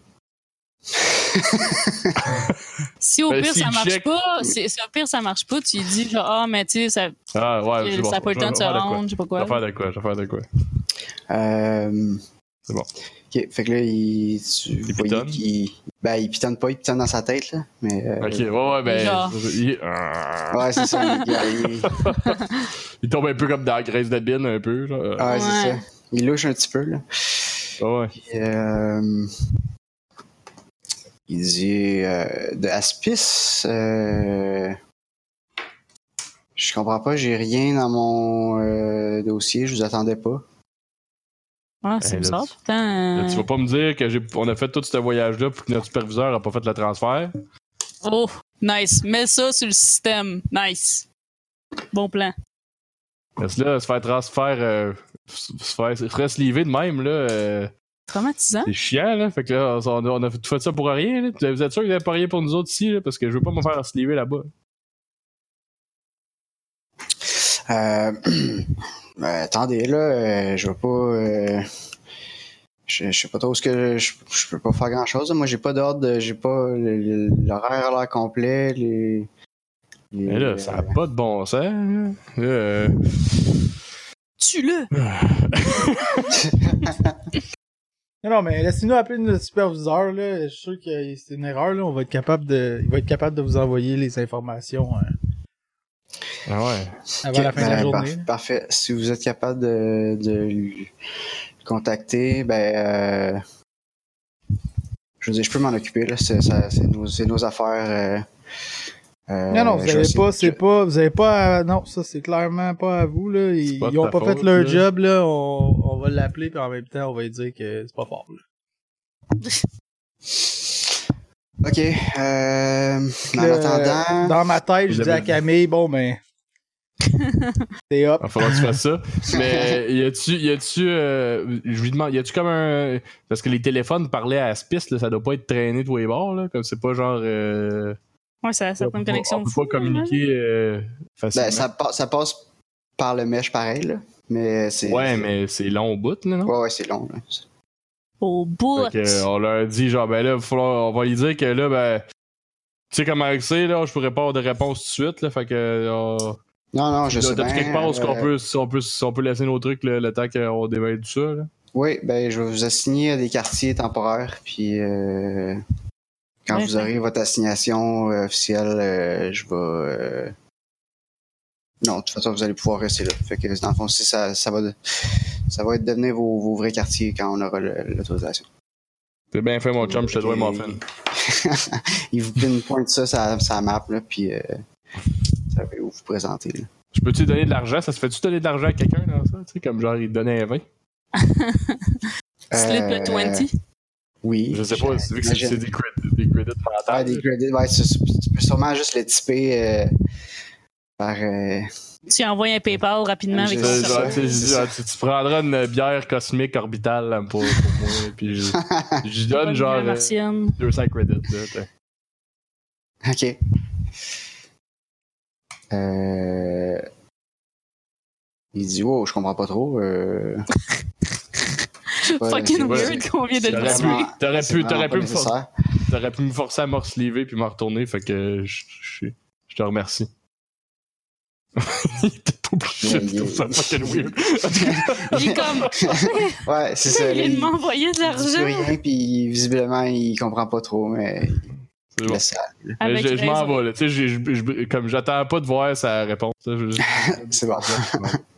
S4: Si au
S3: Ben,
S4: pire
S3: s'il
S4: ça marche
S3: check-
S4: pas, c'est- si au pire ça marche pas, tu lui dis genre, ah, mais tu sais, ça
S3: Ah ouais, c'est
S4: Euh, ça
S3: bon.
S4: a pas le
S3: Je vais- je vais
S4: temps de se
S3: faire de quoi.
S4: rendre, je sais pas
S3: Je
S4: quoi.
S3: vais faire de quoi, je vais faire de quoi.
S2: euh,
S3: C'est bon.
S2: Ok, fait que là, il. Tu
S3: Il
S2: voyais
S3: pitonne?
S2: qu'il. Ben, il pitonne pas, il pitonne dans sa tête, là. Mais. euh,
S3: Ok, ouais, ouais, ben.
S4: Genre.
S3: Il, Ah.
S2: Ouais, c'est ça. il-
S3: *laughs*
S2: il- il-
S3: Il tombe un peu comme dans la graisse de bine, un peu. Genre. Euh,
S2: Ouais, c'est
S4: Ouais.
S2: ça. Il louche un petit peu, là.
S3: Ah, ouais.
S2: Puis, euh, Il dit. euh, de Aspis. Euh... Je comprends pas, j'ai rien dans mon euh, dossier, je vous attendais pas.
S4: Ah, c'est
S3: Ben, là,
S4: bizarre.
S3: tu-
S4: Putain.
S3: Là, tu vas pas me dire que j'ai, on a fait tout ce voyage-là puis que notre superviseur a pas fait le transfert.
S4: Oh, nice. Mets ça sur le système. Nice. Bon plan.
S3: Parce que là, se faire transfert, euh, se se faire, se faire se lever de même, là, euh,
S4: Traumatisant.
S3: c'est chiant, là. Fait que là, on, on a tout fait ça pour rien, là. Vous êtes sûr que vous avez pas rien pour nous autres ici, là? Parce que je veux pas me faire se lever là-bas.
S2: Euh, *clears throat* euh, attendez, là, euh, je veux pas. euh, je, je sais pas trop ce que je, je peux pas faire grand chose. Moi, j'ai pas d'ordre, j'ai pas le- le- l'horaire à l'heure complet. Les, les-
S3: Mais là, ça a pas de bon sens. là. Euh,
S4: Tue-le! *laughs*
S1: Non, non, mais laissez-nous appeler notre superviseur, là. Je suis sûr que c'est une erreur, là. On va être capable de, il va être capable de vous envoyer les informations euh,
S3: Ah ouais.
S1: avant la
S2: Ok,
S1: fin de la
S2: ben,
S1: journée.
S2: par- parfait. Si vous êtes capable de, de lui contacter, ben. euh, je veux dire, je peux m'en occuper, là. C'est ça- c'est nos, c'est nos affaires. euh, euh,
S1: non, non, vous
S2: je
S1: avez
S2: sais-
S1: pas, c'est
S2: je-
S1: pas, vous avez pas, à- non, ça c'est clairement pas à vous, là. Ils,
S3: C'est pas de
S1: ils ont
S3: ta
S1: pas fait
S3: faute,
S1: leur
S3: là.
S1: job, là. On, on va l'appeler, puis en même temps, on va lui dire que c'est pas fort, là.
S2: Ok. Euh, en
S1: Le-
S2: attendant. *laughs*
S1: Dans ma tête, je
S3: Vous
S1: dis à
S3: avez-
S1: Camille, bon, ben. c'est hop.
S3: Il va falloir que tu
S2: *laughs*
S3: fasses ça. Mais euh, y a-tu. Y a-tu. euh, je lui demande. Y a-tu comme un. Parce que les téléphones parlaient à Spice, là, ça doit pas être traîné de tous les bords, là. Comme c'est pas genre. euh,
S4: Ouais, ça a
S3: on peut
S4: certaines
S3: pas-
S4: connexions.
S3: On peut
S4: fous,
S3: pas communiquer euh, facilement.
S2: Ben, ça, pa- ça passe par le mèche pareil, là. Mais c'est.
S3: ouais, mais c'est long au bout, là, non?
S2: Ouais, ouais, c'est long, là.
S4: hein. Au bout!
S3: Fait que, euh, on leur dit, genre, ben là, va falloir- on va lui dire que là, ben. Tu sais comment c'est, là, je pourrais pas avoir de réponse tout de suite, là. Fait que. euh,
S2: Non, non, je
S3: t'as-
S2: sais
S3: t'as-tu
S2: bien.
S3: quelque part où est-ce qu'on
S2: euh,
S3: peut, si on peut, si on peut laisser nos trucs là, le temps qu'on déveille tout ça, là?
S2: Oui, ben, je vais vous assigner à des quartiers temporaires, puis euh, quand
S4: Ouais,
S2: vous
S4: ouais.
S2: aurez votre assignation euh, officielle, euh, je vais. euh, Non, de toute façon, vous allez pouvoir rester là. Fait que, dans le fond, si ça, ça va, de- ça va être devenir vos, vos vrais quartiers quand on aura le- l'autorisation.
S3: T'es bien fait, mon chum, je te dois mon fan.
S2: *laughs* Il vous pine pointe ça, ça, ça map, là, puis euh, vous savez où vous présenter. Là.
S3: Je peux-tu donner de l'argent? Ça se fait-tu donner de l'argent à quelqu'un dans ça? Tu sais, comme genre, il te donnait un 20.
S4: Slip
S2: Euh,
S4: le 20.
S2: Oui.
S3: Je sais pas, c'est vu que c'est-
S2: j'imagine.
S3: c'est des crédits, des crédits
S2: Ouais,
S3: mentales.
S2: des credits, ouais, c'est- c'est- tu peux sûrement juste le typer euh, par. euh, *laughs*
S4: Tu envoies un PayPal rapidement avec
S2: C'est
S3: C'est
S4: ça.
S2: ça.
S3: genre, tu sais, je dis, ah, tu, tu prendras une bière cosmique orbitale là, pour, pour moi,
S2: *laughs*
S3: puis je, je lui donne genre euh,
S4: Martienne.
S3: 200 crédits. là,
S2: ok.
S3: t'sais.
S2: Euh, Il dit, wow, je comprends pas trop. Euh... c'est pas-
S4: *laughs* Fucking
S2: c'est-
S3: ouais.
S4: weird qu'on vient de
S2: c'est
S4: le
S3: J'aurais
S4: dire.
S2: vraiment-
S3: pu- t'aurais
S2: c'est
S3: pu-
S2: vraiment
S3: t'aurais
S2: pas
S3: pu me
S2: nécessaire.
S3: T'aurais pu me forcer à me lever puis me retourner, fait que je, je, je te remercie. *laughs* il était pas obligé, je trouve ça fucking weird.
S4: Il est comme,
S2: Ouais, c'est ça.
S4: il
S2: là,
S4: vient de
S2: il-
S4: m'envoyer de
S2: il dit
S4: l'argent
S2: rien, puis visiblement, il comprend pas trop, mais
S3: C'est
S2: il
S3: bon.
S2: laisse ça.
S3: Mais
S4: avec
S3: je je m'en
S4: raison.
S3: vais, là. Tu sais, j'ai- je- je- comme j'attends pas de voir sa réponse. là, je- je-
S2: C'est bon.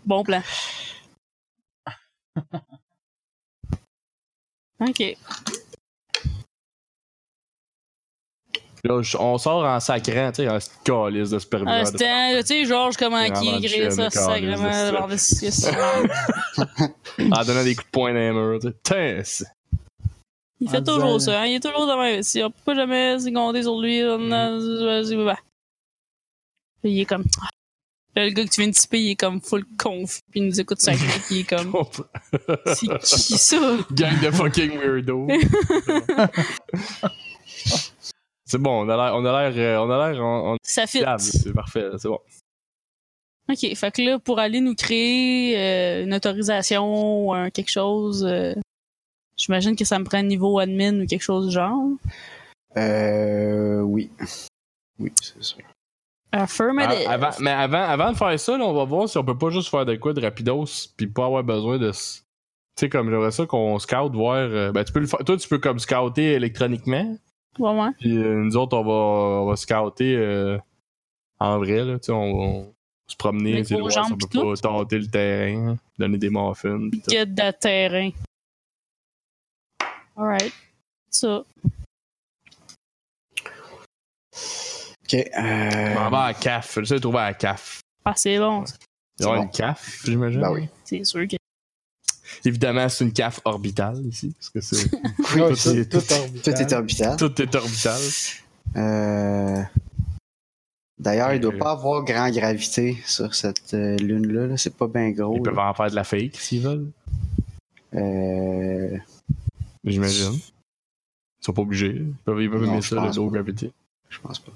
S4: Bon plan. ok.
S3: Là, je- on sort en sacrant, tu sais, en petite calice de
S4: Ah,
S3: superviseur.
S4: c'était, tu sais, Georges, comment
S3: C'est
S4: qui
S3: vraiment
S4: écrit
S3: chill,
S4: ça, c'est
S3: Carlis,
S4: sacrément.
S3: c'est
S4: alors, là, c'est- c'est-
S3: en donnant des coups de poing dans les murs, tu sais. Tain, c'est-
S4: Il
S3: Ah,
S4: fait
S1: En
S4: toujours
S1: disant-
S4: ça, hein, il est toujours de même. Si on peut pas jamais seconder sur lui,
S3: Mm.
S4: on a- vas-y, va. Bah. Puis il est comme. ah. Là, le gars que tu viens de typer, il est comme full conf, puis il nous écoute ça, puis il est comme.
S3: *laughs*
S4: C'est qui ça?
S3: Gang de fucking
S4: *laughs*
S3: weirdo. c'est bon, on a l'air, on a l'air, euh, on a l'air, on, on est
S4: Ça fit.
S3: fiable, Ah, c'est parfait, c'est bon.
S4: OK, fait que là, pour aller nous créer euh, une autorisation ou un quelque chose, euh, j'imagine que ça me prend un niveau admin ou quelque chose du genre.
S2: Euh, oui. Oui, c'est ça.
S4: Affirmative.
S3: Ah, avant, mais avant, avant de faire ça, là, on va voir si on peut pas juste faire de quoi de rapidos, puis pas avoir besoin de. s- Tu sais, comme j'aimerais ça qu'on scout, voir. euh, ben, tu peux le faire. Toi, tu peux comme scouter électroniquement.
S4: Ouais, ouais.
S3: Puis euh, nous autres, on va, on va scouter euh, en vrai. Là, tu sais, on, on va se promener,
S4: Avec
S3: essayer de
S4: vos
S3: voir si on
S4: jambes
S3: peut
S4: pis tout.
S3: pas tenter le terrain, hein, donner des muffins. pis tout.
S4: Get de terrain. Alright. Ça.
S2: Ok. euh,
S3: On m'en va à la CAF. J'essaie de trouver à la CAF.
S4: Ah, c'est bon. ça.
S3: Il y aura
S2: bon.
S3: une CAF, j'imagine.
S2: Ben oui.
S4: C'est sûr que.
S3: Évidemment, c'est une CAF orbitale ici, parce que
S4: *laughs*
S3: c'est
S1: Ouais,
S3: tout est- *laughs* tout est-
S2: Tout
S1: orbital.
S2: est orbital.
S3: tout est orbital.
S2: Euh, D'ailleurs, il doit
S3: Euh,
S2: pas avoir grand gravité sur cette euh, lune-là. là. C'est pas bien gros.
S3: Ils peuvent
S2: là.
S3: en faire de la fake s'ils veulent,
S2: Euh,
S3: j'imagine. Ils sont pas obligés. Ils peuvent, ils peuvent
S2: Non,
S3: aimer
S2: je
S3: ça, le
S2: pense
S3: low
S2: pas.
S3: gravity.
S2: je pense pas.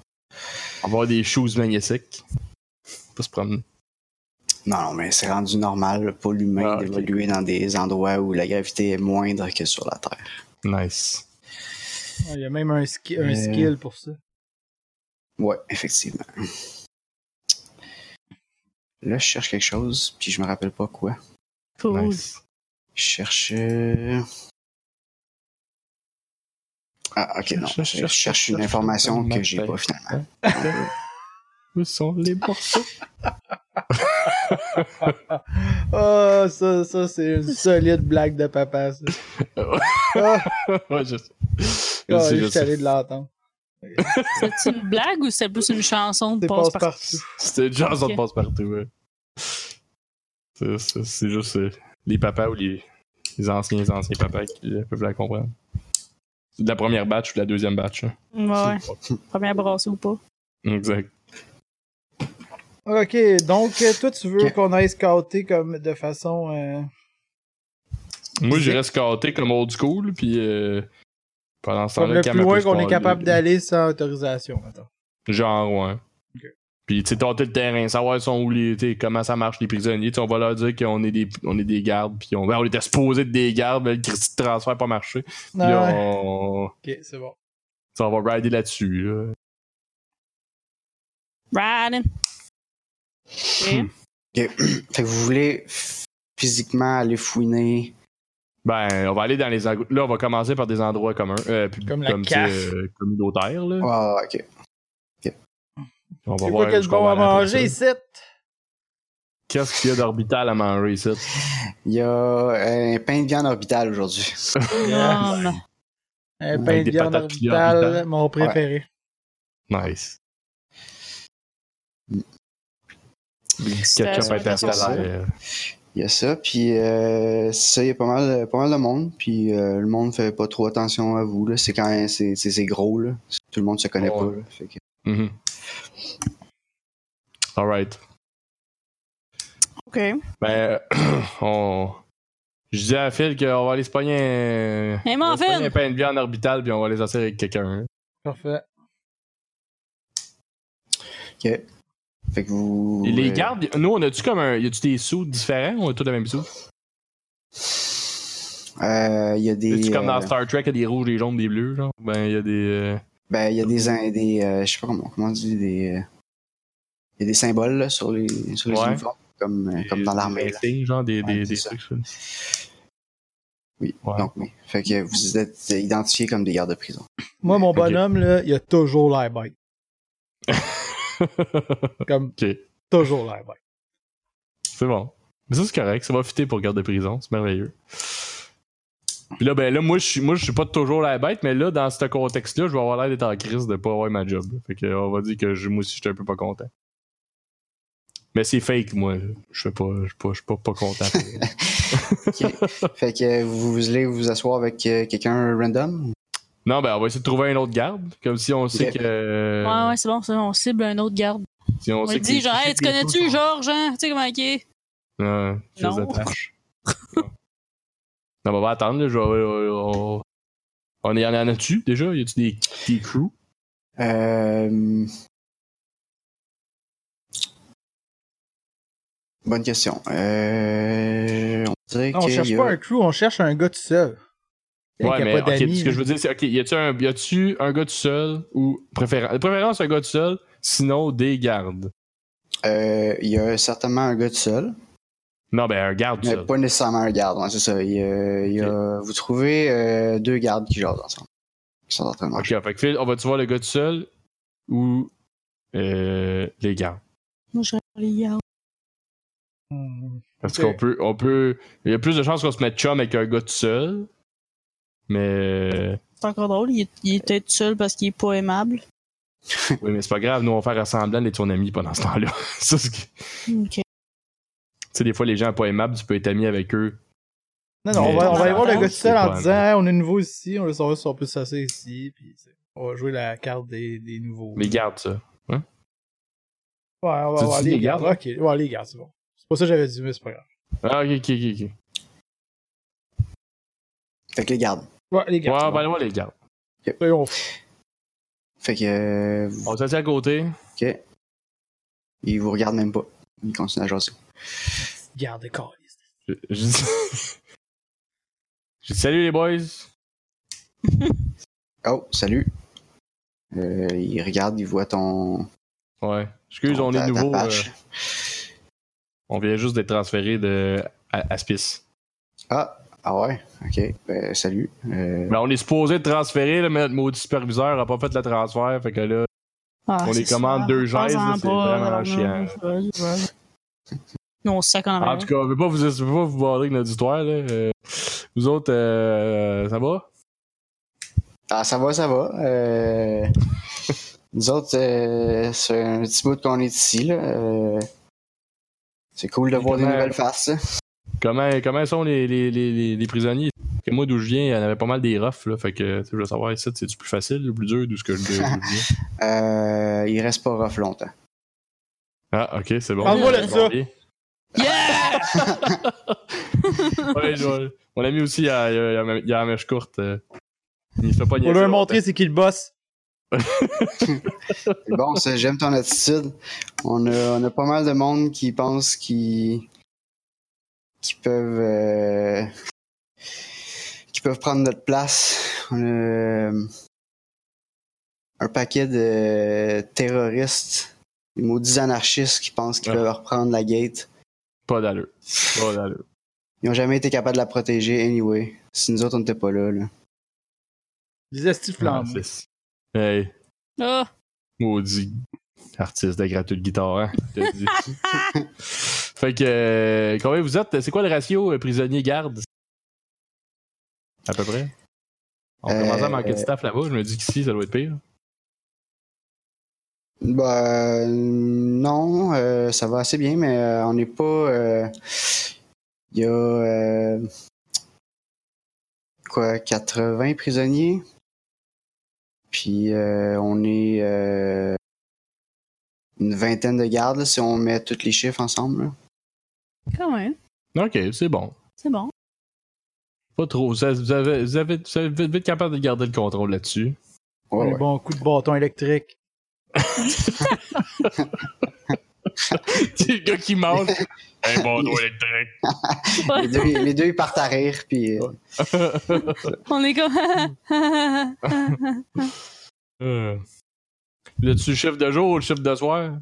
S3: Avoir des shoes magnétiques. Pas se promener.
S2: Non, non, mais c'est rendu normal pour l'humain
S3: Ah, ok.
S2: d'évoluer dans des endroits où la gravité est moindre que sur la Terre.
S3: Nice.
S1: Il y a même un, ski- un
S2: Euh.
S1: skill pour ça.
S2: Ouais, effectivement. Là, je cherche quelque chose, puis je me rappelle pas quoi.
S4: Cool.
S3: Nice.
S2: Je euh, cherchais. Ah, ok, non. Je
S3: Cherche,
S2: cherche,
S3: cherche, cherche,
S2: une information
S3: cherche,
S2: que j'ai
S3: matin.
S2: pas finalement.
S3: *laughs* Où sont les morceaux?
S1: Oh, ça, ça c'est une solide blague de papa,
S3: *laughs*
S1: ça. Ah,
S3: *laughs* ouais, je sais. Je
S1: ah,
S3: sais,
S1: je
S3: je
S1: suis
S3: sais.
S1: allé de l'entendre.
S4: C'est une blague ou c'est plus une chanson de
S1: Des
S4: passe
S1: passe
S4: par
S1: partout.
S3: C'était une chanson
S4: Ok.
S3: de passe-partout, ouais. C'est- C'est c'est juste euh, les papas ou les, les anciens, anciens papas qui euh, peuvent la comprendre. C'est de la première batch ou de la deuxième batch. hein.
S4: Ouais, *laughs* première brassée ou pas.
S3: Exact.
S1: Ok, donc euh, toi tu veux
S2: Ok.
S1: qu'on aille scouter comme de façon. euh,
S3: Moi, j'irais scotter comme old school, puis euh, pendant ce
S1: comme
S3: temps-là,
S1: le
S3: Cam,
S1: plus
S3: elle peut
S1: loin
S3: se
S1: qu'on est
S3: promener.
S1: capable d'aller sans autorisation, mettons.
S3: Genre, ouais. Puis, tu sais, tâter le terrain, savoir sont où les, tu sais, comment ça marche les prisonniers. Tu sais, on va leur dire qu'on est des, on est des gardes, puis on, ben, on était supposé être des gardes, mais le Christy de transfert n'a pas marché. Puis
S1: Ah,
S3: là,
S1: ouais.
S3: on,
S1: Ok, c'est bon.
S3: tu sais, on va rider là-dessus. là.
S4: Riding.
S3: Hmm.
S4: Ok.
S2: Ok. fait que vous voulez physiquement aller fouiner.
S3: Ben, on va aller dans les. ang- Là, on va commencer par des endroits communs. euh, pub-
S1: Comme la
S3: comme, tu sais,
S1: CAF.
S3: euh, communautaires, là.
S2: Ah, ok.
S3: On va
S1: C'est
S3: voir
S1: quoi qu'il y a
S3: où
S1: de
S3: qu'on
S1: bon
S3: va
S1: à
S3: aller après
S1: manger
S3: ça.
S1: ici?
S3: Qu'est-ce qu'il y a d'orbital à manger, ça?
S2: Il y a euh, un pain de viande orbital aujourd'hui.
S4: Yum.
S1: Un pain
S3: Avec
S1: de
S3: des
S1: viande
S3: patates pilées
S1: orbitale,
S3: orbitales.
S1: mon préféré.
S3: Nice. Le
S4: C'était
S3: Ketchup euh,
S4: sur la façon
S3: interstellaire.
S2: Il y a ça, puis euh, c'est ça, il y a pas mal, pas mal de monde, puis euh, le monde fait pas trop attention à vous, là. C'est quand même, c'est c'est- c'est gros, là. Tout le monde se connaît
S3: Ouais.
S2: pas, là. Fait que-
S3: Mhm. Alright.
S4: Ok.
S3: Ben, *clears throat* on. Je dis à Phil qu'on va aller se pogner un.
S4: Hey,
S3: on va
S4: mon
S3: se pogner un
S4: Phil!
S3: pain de viande orbital, puis on va les asseoir avec quelqu'un.
S1: Parfait.
S2: Ok. Fait que vous.
S3: Et Les
S2: euh,
S3: gardes, nous, on a-tu comme un. Y a-tu des sous différents ou on a tous le même sous?
S2: Euh, Il y a
S3: C'est
S2: des.
S3: comme dans
S2: euh,
S3: Star Trek, il y a des rouges, des jaunes, des bleus, genre. Ben, il y a des. euh,
S2: ben, il y a des. in- des euh, je sais pas comment, comment on dit, des. euh, Il y a des symboles, là, sur les, sur les
S3: Ouais.
S2: uniformes, comme, euh, comme dans
S3: des-
S2: l'armée,
S3: des
S2: là.
S3: signes, genre des, des,
S2: Ouais,
S3: des
S2: c'est
S3: trucs. ça.
S2: Oui.
S3: Ouais.
S2: Donc, oui. Fait que vous êtes identifiés comme des gardes de prison.
S1: Moi, mon
S3: Ok.
S1: bonhomme, là, il a toujours l'air
S3: *laughs*
S1: bête. Comme,
S3: Ok.
S1: toujours l'air bête.
S3: c'est bon. Mais ça, c'est correct. Ça va fitter pour garde de prison. C'est merveilleux. Puis là, ben là, moi, je suis, moi, je suis pas toujours la bête, mais là, dans ce contexte-là, je vais avoir l'air d'être en crise de pas avoir ma job. là. Fait que, euh, on va dire que je, moi aussi, je suis un peu pas content. Mais c'est fake, moi. Je fais pas, je suis pas, je suis pas, pas content.
S2: Ok. fait que vous voulez vous asseoir avec euh, quelqu'un random?
S3: non, ben, on va essayer de trouver un autre garde. Comme si on sait
S2: Ok.
S3: que. euh,
S4: Ouais, ouais, c'est bon, c'est bon, on cible un autre garde.
S3: si on
S4: On
S3: sait
S4: lui
S3: que
S4: dit
S3: les-
S4: genre, hey, tu connais-tu Georges, hein? Tu sais comment il est?
S3: Euh, je
S4: Non.
S3: les attache. non, mais on va attendre. Là, je vais- euh, on... on est en en a-tu déjà Y a-tu des, des crews
S2: Euh... Bonne question. Euh... On dirait
S1: Non, on
S2: qu'il
S1: cherche
S2: y a-
S1: pas un crew, on cherche un gars tout seul. Quelqu'un qui a
S3: Ouais, mais
S1: pas
S3: ok,
S1: d'amis,
S3: ce que je
S1: là.
S3: veux dire, c'est ok, y a-tu un, y a-tu un gars tout seul ou préférence, préférence un gars tout seul, sinon des gardes
S2: Euh, il y a certainement un gars tout seul,
S3: Non, ben un garde tout
S2: mais
S3: seul.
S2: pas nécessairement un garde. ouais, c'est ça. Il y a- il y a- Vous trouvez euh, deux gardes qui jasent ensemble. Qui sont en train de
S3: Ok,
S2: manger.
S3: fait que Phil, on va-tu voir le gars tout seul ou euh, les gardes
S4: Moi, je les gardes.
S1: Hmm.
S3: Parce
S1: Ok.
S3: qu'on peut, on peut. Il y a plus de chances qu'on se mette chum avec un gars tout seul. Mais.
S4: C'est encore drôle, il, est- il était tout seul parce qu'il est pas aimable.
S3: Oui, mais c'est pas grave, nous on va faire semblant d'être ton ami pendant ce temps-là. *laughs* Ça, c'est que- tu *laughs*
S4: Ok.
S3: sais, des fois, les gens pas aimables, tu peux être ami avec eux.
S1: Non, non, on
S3: Mais-
S1: va, on va aller voir le
S4: Non,
S1: gars tout seul
S3: c'est
S1: en
S3: pas
S1: disant
S3: un-
S1: Hey, on est nouveau ici, on veut savoir si on peut s'asseoir ici, puis c'est- on va jouer la carte des, des nouveaux.
S3: Les gardes, ça.
S1: Ouais, on va
S3: Tu
S1: voir les
S3: dis les
S1: gardes.
S3: gardes,
S1: Ok, ouais, les gardes, c'est bon. C'est pas ça que j'avais dit, mais c'est pas grave.
S3: Ah, ok, ok, ok. ok.
S2: Fait que les gardes.
S1: Ouais, les
S3: Ouais,
S1: gardes.
S3: on va aller voir les gardes.
S1: Soyons fous.
S2: Fait que. euh, vous-
S3: On s'assied à côté.
S2: Ok. Ils vous regardent même pas. Il continue à jaser.
S1: Garde corps.
S3: Je, je dis... *laughs* je dis salut les boys.
S2: Oh, salut. Euh, il regarde, il voit ton.
S3: Ouais. Excuse,
S2: ton-
S3: on
S2: ta- ta
S3: est nouveau.
S2: patch.
S3: euh, on vient juste d'être transféré de à- Aspis.
S2: Ah, ah ouais, ok. Ben, salut. Euh,
S3: Ben, on est supposé être transféré, là, mais notre maudit superviseur a pas fait le transfert. Fait que là,
S4: Ah,
S3: On les
S4: c'est
S3: commande
S4: ça.
S3: deux chaises, là,
S4: Parle-en
S3: c'est
S4: pas,
S3: vraiment
S4: là,
S3: chiant.
S4: ouais, ouais. Nous, on se sac en arrière.
S3: En tout cas, on veut pas vous, je veux pas vous barrer avec notre histoire. Là. Euh, vous autres, euh, ça va?
S2: Ah, ça va, ça va. Euh, *laughs* Nous autres, euh, c'est un petit bout qu'on est ici. là. Euh, C'est cool de
S3: Et
S2: voir des
S3: comment-
S2: nouvelles faces. là.
S3: Comment, comment sont les, les, les, les, les prisonniers? Parce que moi, d'où je viens, il y en avait pas mal des roughs. Là, fait que tu sais, je veux savoir, ici, c'est-tu plus facile ou plus dur d'où ce que je, d'où je viens?
S2: Euh, il reste pas rough longtemps.
S3: Ah, ok, c'est bon.
S1: Envoie-le
S3: C'est
S1: ça.
S3: bon, bien.
S4: Yeah! Ah!
S3: Ouais, je vois. Mon ami aussi, il a, il a- il a la mèche courte. euh, Il se fait pas
S1: Pour
S3: niaiser
S1: leur
S3: longtemps.
S1: montrer c'est qui le boss.
S2: C'est bon, ça, j'aime ton attitude. On a, on a pas mal de monde qui pense qu'ils qui peuvent euh, qui peuvent prendre notre place. On a euh, un paquet de terroristes, des maudits anarchistes qui pensent qu'ils
S3: Ouais.
S2: peuvent reprendre la gate.
S3: Pas d'allure. Pas d'allure.
S2: Ils ont jamais été capables de la protéger anyway. Si nous autres on n'était pas là, là.
S1: Des estis
S3: Ah,
S1: flammes.
S3: c'est- hey,
S4: Ah,
S3: maudit artiste de gratuit de guitare, hein, je te dis. fait que, euh, combien vous êtes? C'est quoi le ratio prisonnier-garde? À peu près? On
S2: Euh,
S3: commence à manquer de staff là-bas. Je me dis qu'ici, ça doit être pire.
S2: Ben non, euh, ça va assez bien, mais euh, on n'est pas. euh, Il y a euh, quoi, 80 prisonniers. Puis euh, on est euh, une vingtaine de gardes là, si on met tous les chiffres ensemble. là.
S4: quand même.
S3: Ok, c'est bon.
S4: C'est bon.
S3: Pas trop. Ça- Vous avez, vous avez, vous avez- vous êtes capable de garder le contrôle là-dessus. *laughs*
S2: Ouais,
S1: Un
S2: ouais.
S1: bon coup de bâton électrique.
S3: C'est le gars qui mange. Un bon doigt électrique. *laughs* Eh
S2: Les,
S3: ben.
S2: deux, les deux, ils partent à rire. Puis, euh,
S4: On est
S3: *laughs*
S4: comme.
S3: Euh. Là-dessus, chiffre de jour ou le chiffre de soir?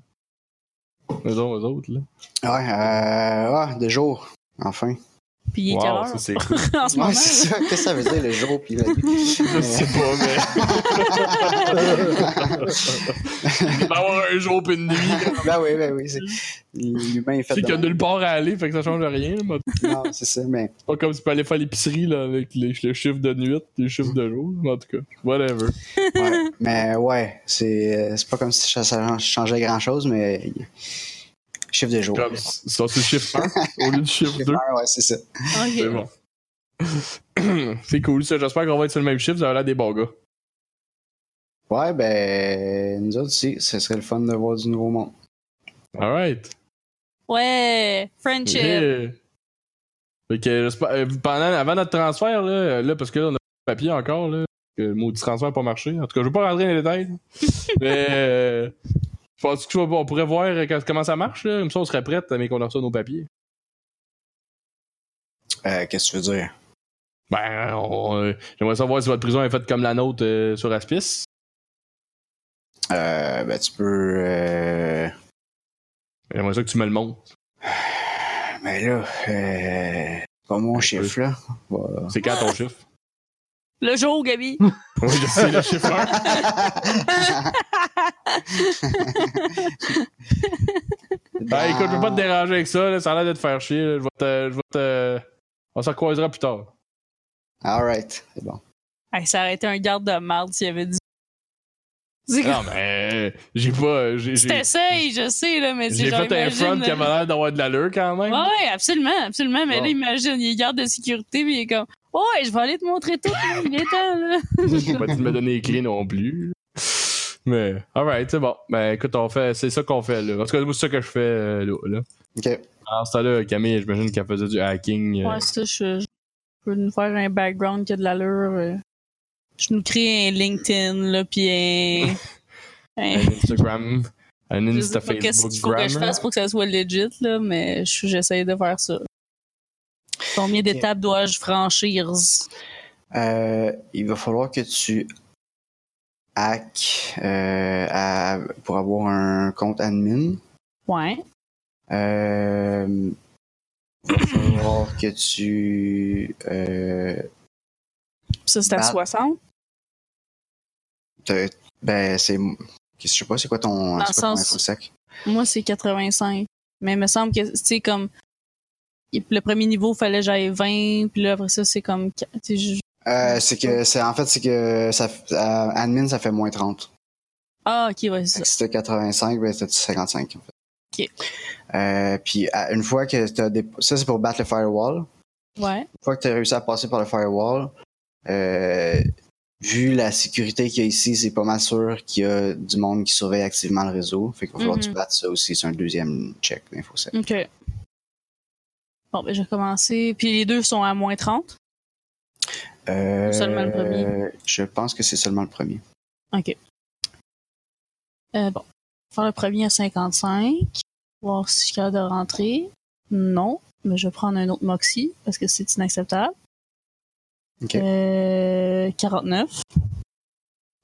S3: Les autres, eux autres, là.
S2: ouais, euh, ah, de jour, enfin.
S4: Puis il est
S3: Wow,
S4: quelle heure
S3: ça, *laughs* c'est cool.
S4: en ce moment?
S2: Ouais, c'est ça. Qu'est-ce que ça veut dire le jour?
S4: *laughs*
S2: Puis la nuit?
S3: Je sais pas, *laughs* mais.
S2: *laughs*
S3: Il va y avoir un jour puis une nuit.
S2: Ben oui, ben oui. c'est- L'humain est
S3: Tu
S2: fait
S3: sais qu'il y a
S2: de-
S3: nulle part à aller, fait que ça change rien. là, mais
S2: Non, c'est ça, mais
S3: C'est pas comme si tu peux aller faire l'épicerie là, avec les, le chiffre de nuit, les chiffres de jour, mais en tout cas. Whatever.
S2: ouais, mais ouais c'est euh, c'est pas comme si ça, ça changeait grand chose, mais euh, chiffre de jour.
S3: Comme si c'est le chiffre 1 au lieu du chiffre 2.
S2: Ouais, ouais, c'est ça.
S4: Ok.
S3: C'est bon. *clears throat* C'est cool ça, j'espère qu'on va être sur le même chiffre, vous avez l'air des bons gars.
S2: Ouais, ben nous autres aussi, ce serait le fun de voir du nouveau monde.
S3: Alright.
S4: Ouais, euh, friendship.
S3: Yeah. Fait que j'espère- euh, pendant, avant notre transfert, là, euh, là, parce que là, on a pas de papier encore, là, que le maudit transfert n'a pas marché. En tout cas, je veux pas rentrer dans les détails. là. mais euh, je pense qu'on pourrait voir euh, quand- comment ça marche. Là. Comme ça, on serait prête, mais qu'on a reçoit nos papiers.
S2: Euh, Qu'est-ce que tu veux dire?
S3: Ben, on, euh, j'aimerais savoir si votre prison est faite comme la nôtre euh, sur Aspis.
S2: Euh, ben tu peux. Euh...
S3: J'aimerais ça que tu me le montres.
S2: Mais ben là, euh... pas mon chiffre là. Bah,
S3: C'est quand ton chiffre?
S4: Le jour, Gabi.
S3: *laughs* Oui, je sais le chiffre 1. *laughs* Ben, écoute, je veux pas te déranger avec ça. là. Ça a l'air de te faire chier. là. Je vais te... euh, Je vais te... On se recroisera plus tard.
S2: Alright, c'est bon.
S4: Hey, ça aurait été un garde de marde s'il avait dit. C'est *laughs*
S3: Non, mais euh, j'ai pas. J'ai, Ah, j'ai,
S4: T'essayes, je sais, là, mais c'est
S3: j'ai
S4: genre,
S3: fait un
S4: imagine,
S3: front
S4: là.
S3: qui avait l'air d'avoir de l'allure quand même.
S4: Ouais, ouais, absolument, absolument. Mais
S3: Bon.
S4: là, imagine, il est garde de sécurité, puis il est comme, ouais, je vais aller te montrer tout, là, il est temps, là.
S3: *laughs* J'ai pas dit de me donner les clés non plus. Mais, alright, c'est bon. Ben, écoute, on fait, c'est ça qu'on fait là. En tout cas, moi, c'est ça que je fais euh, là, là.
S2: Ok.
S3: Alors, ce temps-là, Camille, j'imagine qu'elle faisait du hacking. euh,
S4: Ouais, ça, je, je peux nous faire un background qui a de l'allure. euh.
S3: *laughs*
S4: Je nous crée un LinkedIn, là, puis un.
S3: un
S4: un-
S3: Instagram, Un
S4: Je
S3: Insta
S4: sais pas qu'est-ce
S3: Facebook
S4: qu'il faut que je
S3: grammar.
S4: fasse pour que ça soit legit, là, mais je- j'essaie de faire ça. Combien d'étapes dois-je franchir?
S2: Euh, il va falloir que tu hack euh, à- pour avoir un compte admin.
S4: Ouais.
S2: Euh, il va falloir que tu euh,
S4: Ça, c'est à
S2: Bah,
S4: 60.
S2: te- ben c'est je sais pas c'est quoi ton
S4: Dans
S2: c'est quoi
S4: le
S2: ton
S4: sens-
S2: infosec.
S4: Moi, c'est 85. Mais il me semble que, tu sais, comme, il- le premier niveau, fallait que j'aille 20, puis là, après ça, c'est comme, tu sais, je-
S2: Euh, c'est que c'est en fait c'est que ça f- euh, admin ça fait moins 30.
S4: ah, ok, ouais, c'est
S2: Fait
S4: ça.
S2: que si t'as 85 ben t'as 55 en fait.
S4: Ok.
S2: Euh, puis à- une fois que t'as des ça c'est pour battre le firewall.
S4: Ouais.
S2: une fois que tu as réussi à passer par le firewall, euh, vu la sécurité qu'il y a ici, c'est pas mal sûr qu'il y a du monde qui surveille activement le réseau. Fait qu'il va falloir que tu
S4: Mhm.
S2: battes ça aussi. C'est un deuxième check d'infosec.
S4: Ok. Bon, ben, j'ai commencé. Puis les deux sont à moins 30.
S2: Euh,
S4: Seulement le premier.
S2: Je pense que c'est seulement le premier.
S4: OK. Euh, bon. Faire le premier à 55. Voir si je suis capable de rentrer. Non. Mais je vais prendre un autre Moxie parce que c'est inacceptable.
S2: Ok.
S4: Euh, 49.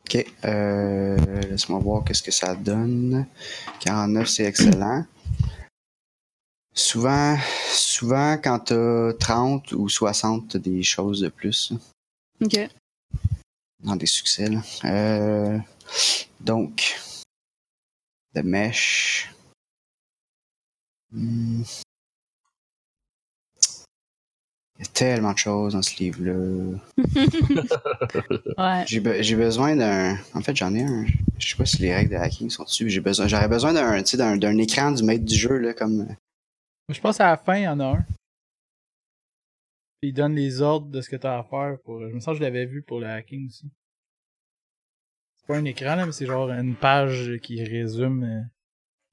S2: Ok. Euh, Laisse-moi voir qu'est-ce que ça donne. 49, c'est excellent. Souvent, souvent quand t'as 30 ou 60, t'as des choses de plus.
S4: OK.
S2: dans des succès. Là. Euh, donc, The Mesh. Hmm. Il y a tellement de choses dans ce livre-là.
S4: Ouais.
S2: J'ai be- j'ai besoin d'un. En fait, j'en ai un. Je sais pas si les règles de hacking sont dessus. J'ai besoin. J'aurais besoin d'un, tu sais, d'un, d'un écran du maître du jeu là, comme.
S1: Je pense à la fin, il y en a un. Puis il donne les ordres de ce que t'as à faire pour. Je me sens que je l'avais vu pour le hacking aussi. C'est pas un écran là, mais c'est genre une page qui résume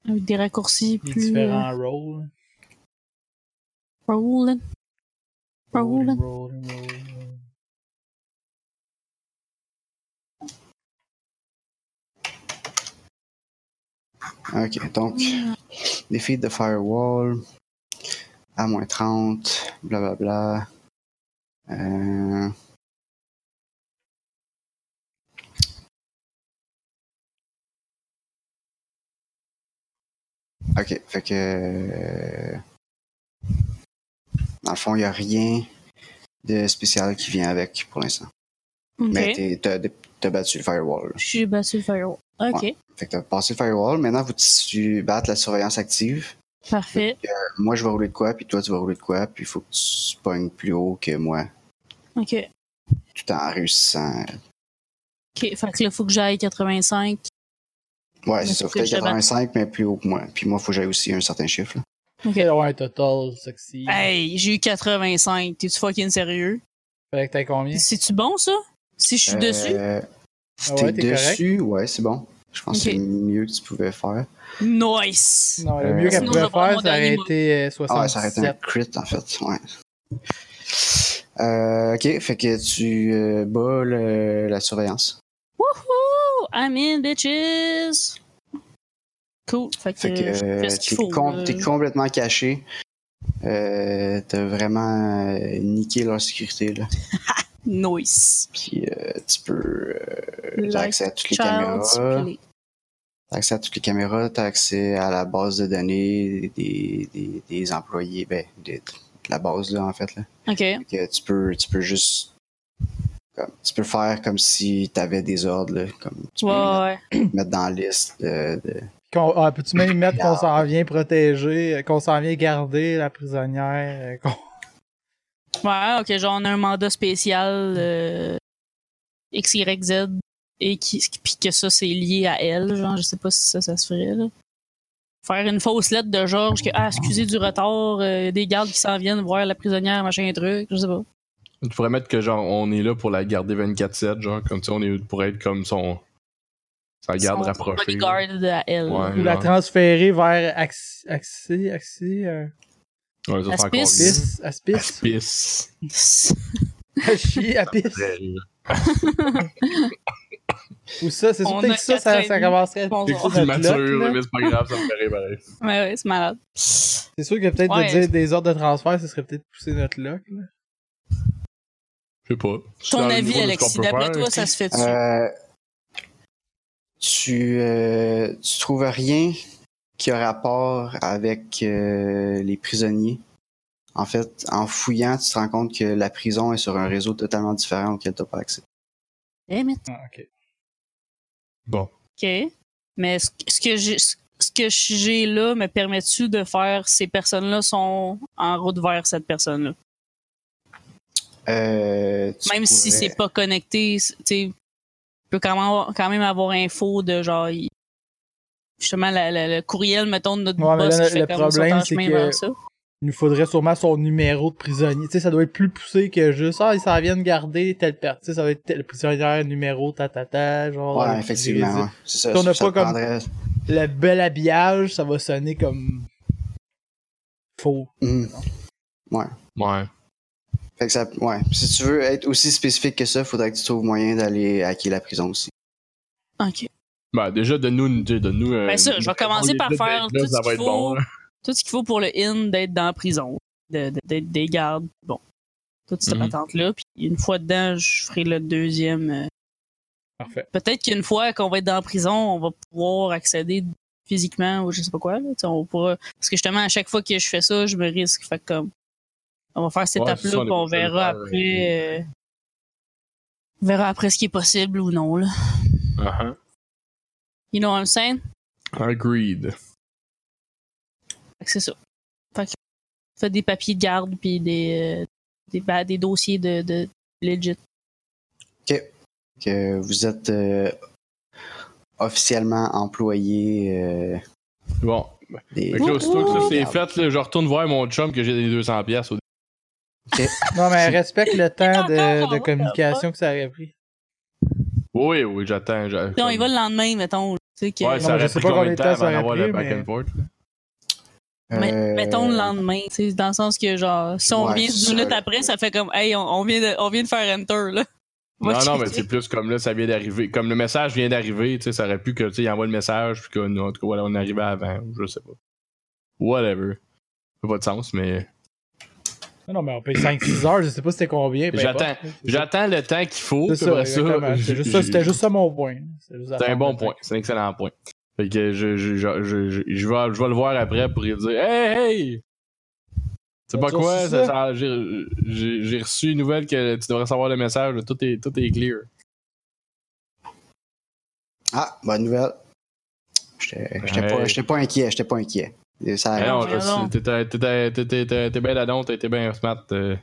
S1: euh,
S4: Avec des raccourcis
S1: les
S4: plus. euh,
S1: différents rôles.
S4: roll. Roll.
S1: Rolling, rolling, rolling, rolling.
S2: Ok, donc, défi de firewall. À moins 30, blablabla. Euh. Ok, fait que. euh, Dans le fond, il n'y a rien de spécial qui vient avec pour l'instant.
S4: OK.
S2: Mais t'es- t'as t'as battu le firewall. là.
S4: J'ai battu le firewall. OK.
S2: Fait que t'as passé le firewall. Maintenant, faut que tu battes la surveillance active.
S4: Parfait.
S2: Moi, je vais rouler de quoi, puis toi, tu vas rouler de quoi, puis il faut que tu pognes plus haut que moi,
S4: OK.
S2: tout en réussissant.
S4: OK. Fait que là, faut que j'aille 85.
S2: Ouais, c'est
S4: Mais
S2: ça.
S4: faut
S2: Faut que
S4: que je te batte.
S2: 85, mais plus haut que moi. Puis moi, faut que j'aille aussi un certain chiffre. là.
S1: Ok, d'avoir un total sexy.
S4: Hey, j'ai eu 85. T'es-tu fucking sérieux?
S1: Fallait que t'aies combien?
S4: C'est-tu bon, ça? Si je suis dessus?
S2: Euh,
S1: Ah
S2: T'es
S1: ouais, t'es correct?
S2: dessus, ouais, c'est bon. Je pense
S4: Ok.
S2: que c'est le mieux que tu pouvais faire.
S4: Nice!
S1: Non, le
S2: Euh,
S1: mieux qu'elle
S2: sinon,
S1: pouvait
S4: je vais prendre
S1: faire,
S4: mon
S1: ça aurait
S4: dernier mot.
S1: été euh,
S2: Ah ouais, ça aurait été un
S1: 77.
S2: crit, en fait. Ouais. Euh, ok, fait que tu euh, bats le- la surveillance.
S4: Wouhou! I'm in, bitches! Cool. Fait que,
S2: Fait que
S4: je fais ce
S2: euh,
S4: qu'il
S2: t'es
S4: faut.
S2: com-
S4: là.
S2: t'es complètement caché. Euh, T'as vraiment euh, niqué leur sécurité, là.
S4: Nice!
S2: Puis euh, tu peux. Euh, t'as
S4: Like
S2: accès à toutes les
S4: Child's
S2: caméras.
S4: play.
S2: T'as accès à toutes les caméras, t'as accès à la base de données des, des, des employés, ben, des- de la base, là, en fait, là.
S4: OK.
S2: Fait que tu peux, tu peux juste. comme- tu peux faire comme si t'avais des ordres, là. Comme, tu peux
S4: Ouais, ouais.
S2: mettre dans la liste de. de-
S1: Qu'on- ah, Peux-tu même y mettre qu'on
S2: Garde.
S1: s'en vient protéger, euh, qu'on s'en vient garder la prisonnière? euh, qu'on-
S4: Ouais, OK. Genre, on a un mandat spécial euh, X, Y, Z. Et qui, puis que ça, c'est lié à elle. Genre, je sais pas si ça, ça se ferait, là. Faire une fausse lettre de Georges que, ah, excusez du retard, euh, des gardes qui s'en viennent voir la prisonnière, machin, truc, je sais pas.
S3: Tu pourrais mettre que genre on est là pour la garder 24-7, genre comme ça on est pour être comme son. Sa garde
S4: Son
S3: rapprochée. là.
S4: Bodyguard à elle.
S2: Ah,
S3: Ouais,
S1: Ou la
S3: genre.
S1: transférer vers Axi, Axi, Axi, euh,
S3: Ouais, ça, c'est encore
S4: Aspice.
S1: Aspis, Aspis,
S3: Aspice.
S1: *laughs* Achi, Apis.
S3: Très rire.
S1: Ou ça, c'est
S4: On
S1: sûr
S4: a
S1: peut-être que ça,
S4: quatre
S1: ça,
S4: et
S1: ça
S4: demi.
S1: commencerait à
S4: Bonjour.
S3: C'est
S4: Sur
S1: notre
S3: c'est mature,
S1: lot, là.
S3: mais c'est pas grave, ça me paraît pareil.
S4: Ouais, ouais, c'est malade.
S1: C'est sûr que peut-être
S4: Ouais.
S1: de dire des ordres de transfert, ça serait peut-être pousser notre luck. là.
S3: Je sais pas. C'est dans
S4: Ton
S3: le
S4: avis,
S3: niveau de ce qu'on
S4: Alexis,
S3: peut
S4: d'après
S3: faire.
S4: toi, ça se fait-tu?
S2: Euh, tu, euh, tu trouves rien qui a rapport avec euh, les prisonniers. En fait, en fouillant, tu te rends compte que la prison est sur un réseau totalement différent auquel tu pas accès.
S4: Damn it.
S1: Ah, ok.
S3: Bon.
S4: OK. Mais ce ce que j'ai ce que j'ai là me permet-tu de faire ces personnes-là sont en route vers cette personne-là?
S2: Euh, tu
S4: Même si
S2: pourrais-
S4: c'est pas connecté, c'est- tu sais, peut quand même, avoir- quand même avoir info de genre il- justement la- la- le courriel mettons de notre
S1: Ouais, mais
S4: boss
S1: là,
S4: qui fait
S1: le
S4: comme
S1: problème,
S4: ils sont en
S1: c'est
S4: chemin
S1: que-
S4: vers ça.
S1: Il nous faudrait sûrement son numéro de prisonnier. Tu sais, ça doit être plus poussé que juste Ah, ils s'en viennent garder telle partie. Tu sais, ça doit être tel prisonnière, numéro, ta ta ta, genre.
S2: Ouais,
S1: le
S2: effectivement.
S1: petit-
S2: ouais. C'est ça.
S1: Si on n'a
S2: ça
S1: pas comme-
S2: prendrait-
S1: Le bel habillage, ça va sonner comme. faux.
S2: Mhm.
S3: Ouais.
S2: Fait que ça, ouais. Si tu veux être aussi spécifique que ça, faudrait que tu trouves moyen d'aller hacker la prison aussi.
S4: OK.
S3: Bah, déjà, donne-nous. euh, Donne -nous,
S4: Ben ça, je vais commencer par faire tout ce qu'il faut. Tout ce qu'il faut pour le in d'être dans la prison, de- de- d'être des gardes, bon. Toute cette
S3: Mhm.
S4: patente-là. Puis une fois dedans, je ferai le deuxième. euh,
S1: Parfait.
S4: peut-être qu'une fois qu'on va être dans la prison, on va pouvoir accéder physiquement ou je sais pas quoi. là. Tu sais, on pourra... Parce que justement, à chaque fois que je fais ça, je me risque. Fait que comme. On va faire cette
S3: Ouais, c'est
S4: étape-là,
S3: ça, on est
S4: puis on
S3: obligé de
S4: verra
S3: le faire,
S4: après. euh, On verra après ce qui est possible ou non, là.
S3: Uh -huh.
S4: You know what I'm saying?
S3: Uh-huh. Agreed.
S4: Fait que c'est ça. Fait que fais des papiers de garde, puis des, euh, des, ba- des dossiers de, de legit.
S2: Que vous êtes euh, officiellement employé euh,
S3: Bon.
S2: des.
S3: Fait que là, aussitôt que ça c'est
S2: Garde.
S3: fait, là, je retourne voir mon chum que j'ai des 200$ piastres au
S1: Non,
S3: *laughs*
S1: mais respecte le temps de,
S4: encore
S1: de
S4: en
S1: communication que ça aurait pris.
S3: Oui, oui, j'attends. j'a-
S4: Puis on y va le lendemain, mettons. là. Tu sais que,
S3: Ouais, ça
S1: Non, mais
S3: aurait
S1: je sais
S3: pris
S1: pas
S3: combien
S1: combien
S3: de
S1: de
S3: temps
S1: temps ça
S3: avant
S1: aurait
S3: d'avoir
S1: pris,
S3: le back
S1: mais-
S3: and forth? là?
S4: Mais-
S2: Euh,
S4: Mettons le lendemain, tu sais, dans le sens que genre, si on
S2: Ouais,
S4: revient
S2: c'est
S4: 10
S2: ça.
S4: minutes après, ça fait comme, hey, on, on vient, de, on vient de faire enter, là. Va
S3: non, non,
S4: checker.
S3: mais c'est plus comme là, ça vient d'arriver. Comme le message vient d'arriver, tu sais, ça aurait pu que, tu sais, il envoie le message, puis que, nous, en tout cas, voilà, on arrivait avant, ou je sais pas. Whatever. Ça n'a pas de sens, mais.
S1: Non, non, mais on paye 5-6 heures, je sais pas c'était combien. peu importe.
S3: J'attends. J'attends le temps qu'il faut,
S1: C'est
S3: puis
S1: ça,
S3: après ça,
S1: exactement. C'est juste ça,
S3: j'ai-
S1: C'était juste ça mon point. C'est juste
S3: C'est un
S1: attendre
S3: bon
S1: le
S3: point, c'est un excellent point. Fait que je, je, je, je, je, je vais, je vais le voir après pour lui dire Hey, hey! C'est
S1: Bonjour,
S3: pas quoi,
S1: c'est
S3: ça-
S1: ça?
S3: ça- j'ai- j'ai j'ai reçu une nouvelle que tu devrais savoir le message, tout est, tout est clear.
S2: Ah, bonne nouvelle. J'étais j'étais
S3: Ouais.
S2: pas, j'étais pas inquiet, j'étais pas inquiet. Et Ça
S3: Ah
S2: arrive.
S3: non,
S4: voyons
S3: t'as-
S4: donc.
S3: t'étais- t'étais t'étais- t'étais- t'étais bien là-dedans, t'étais bien smart. euh,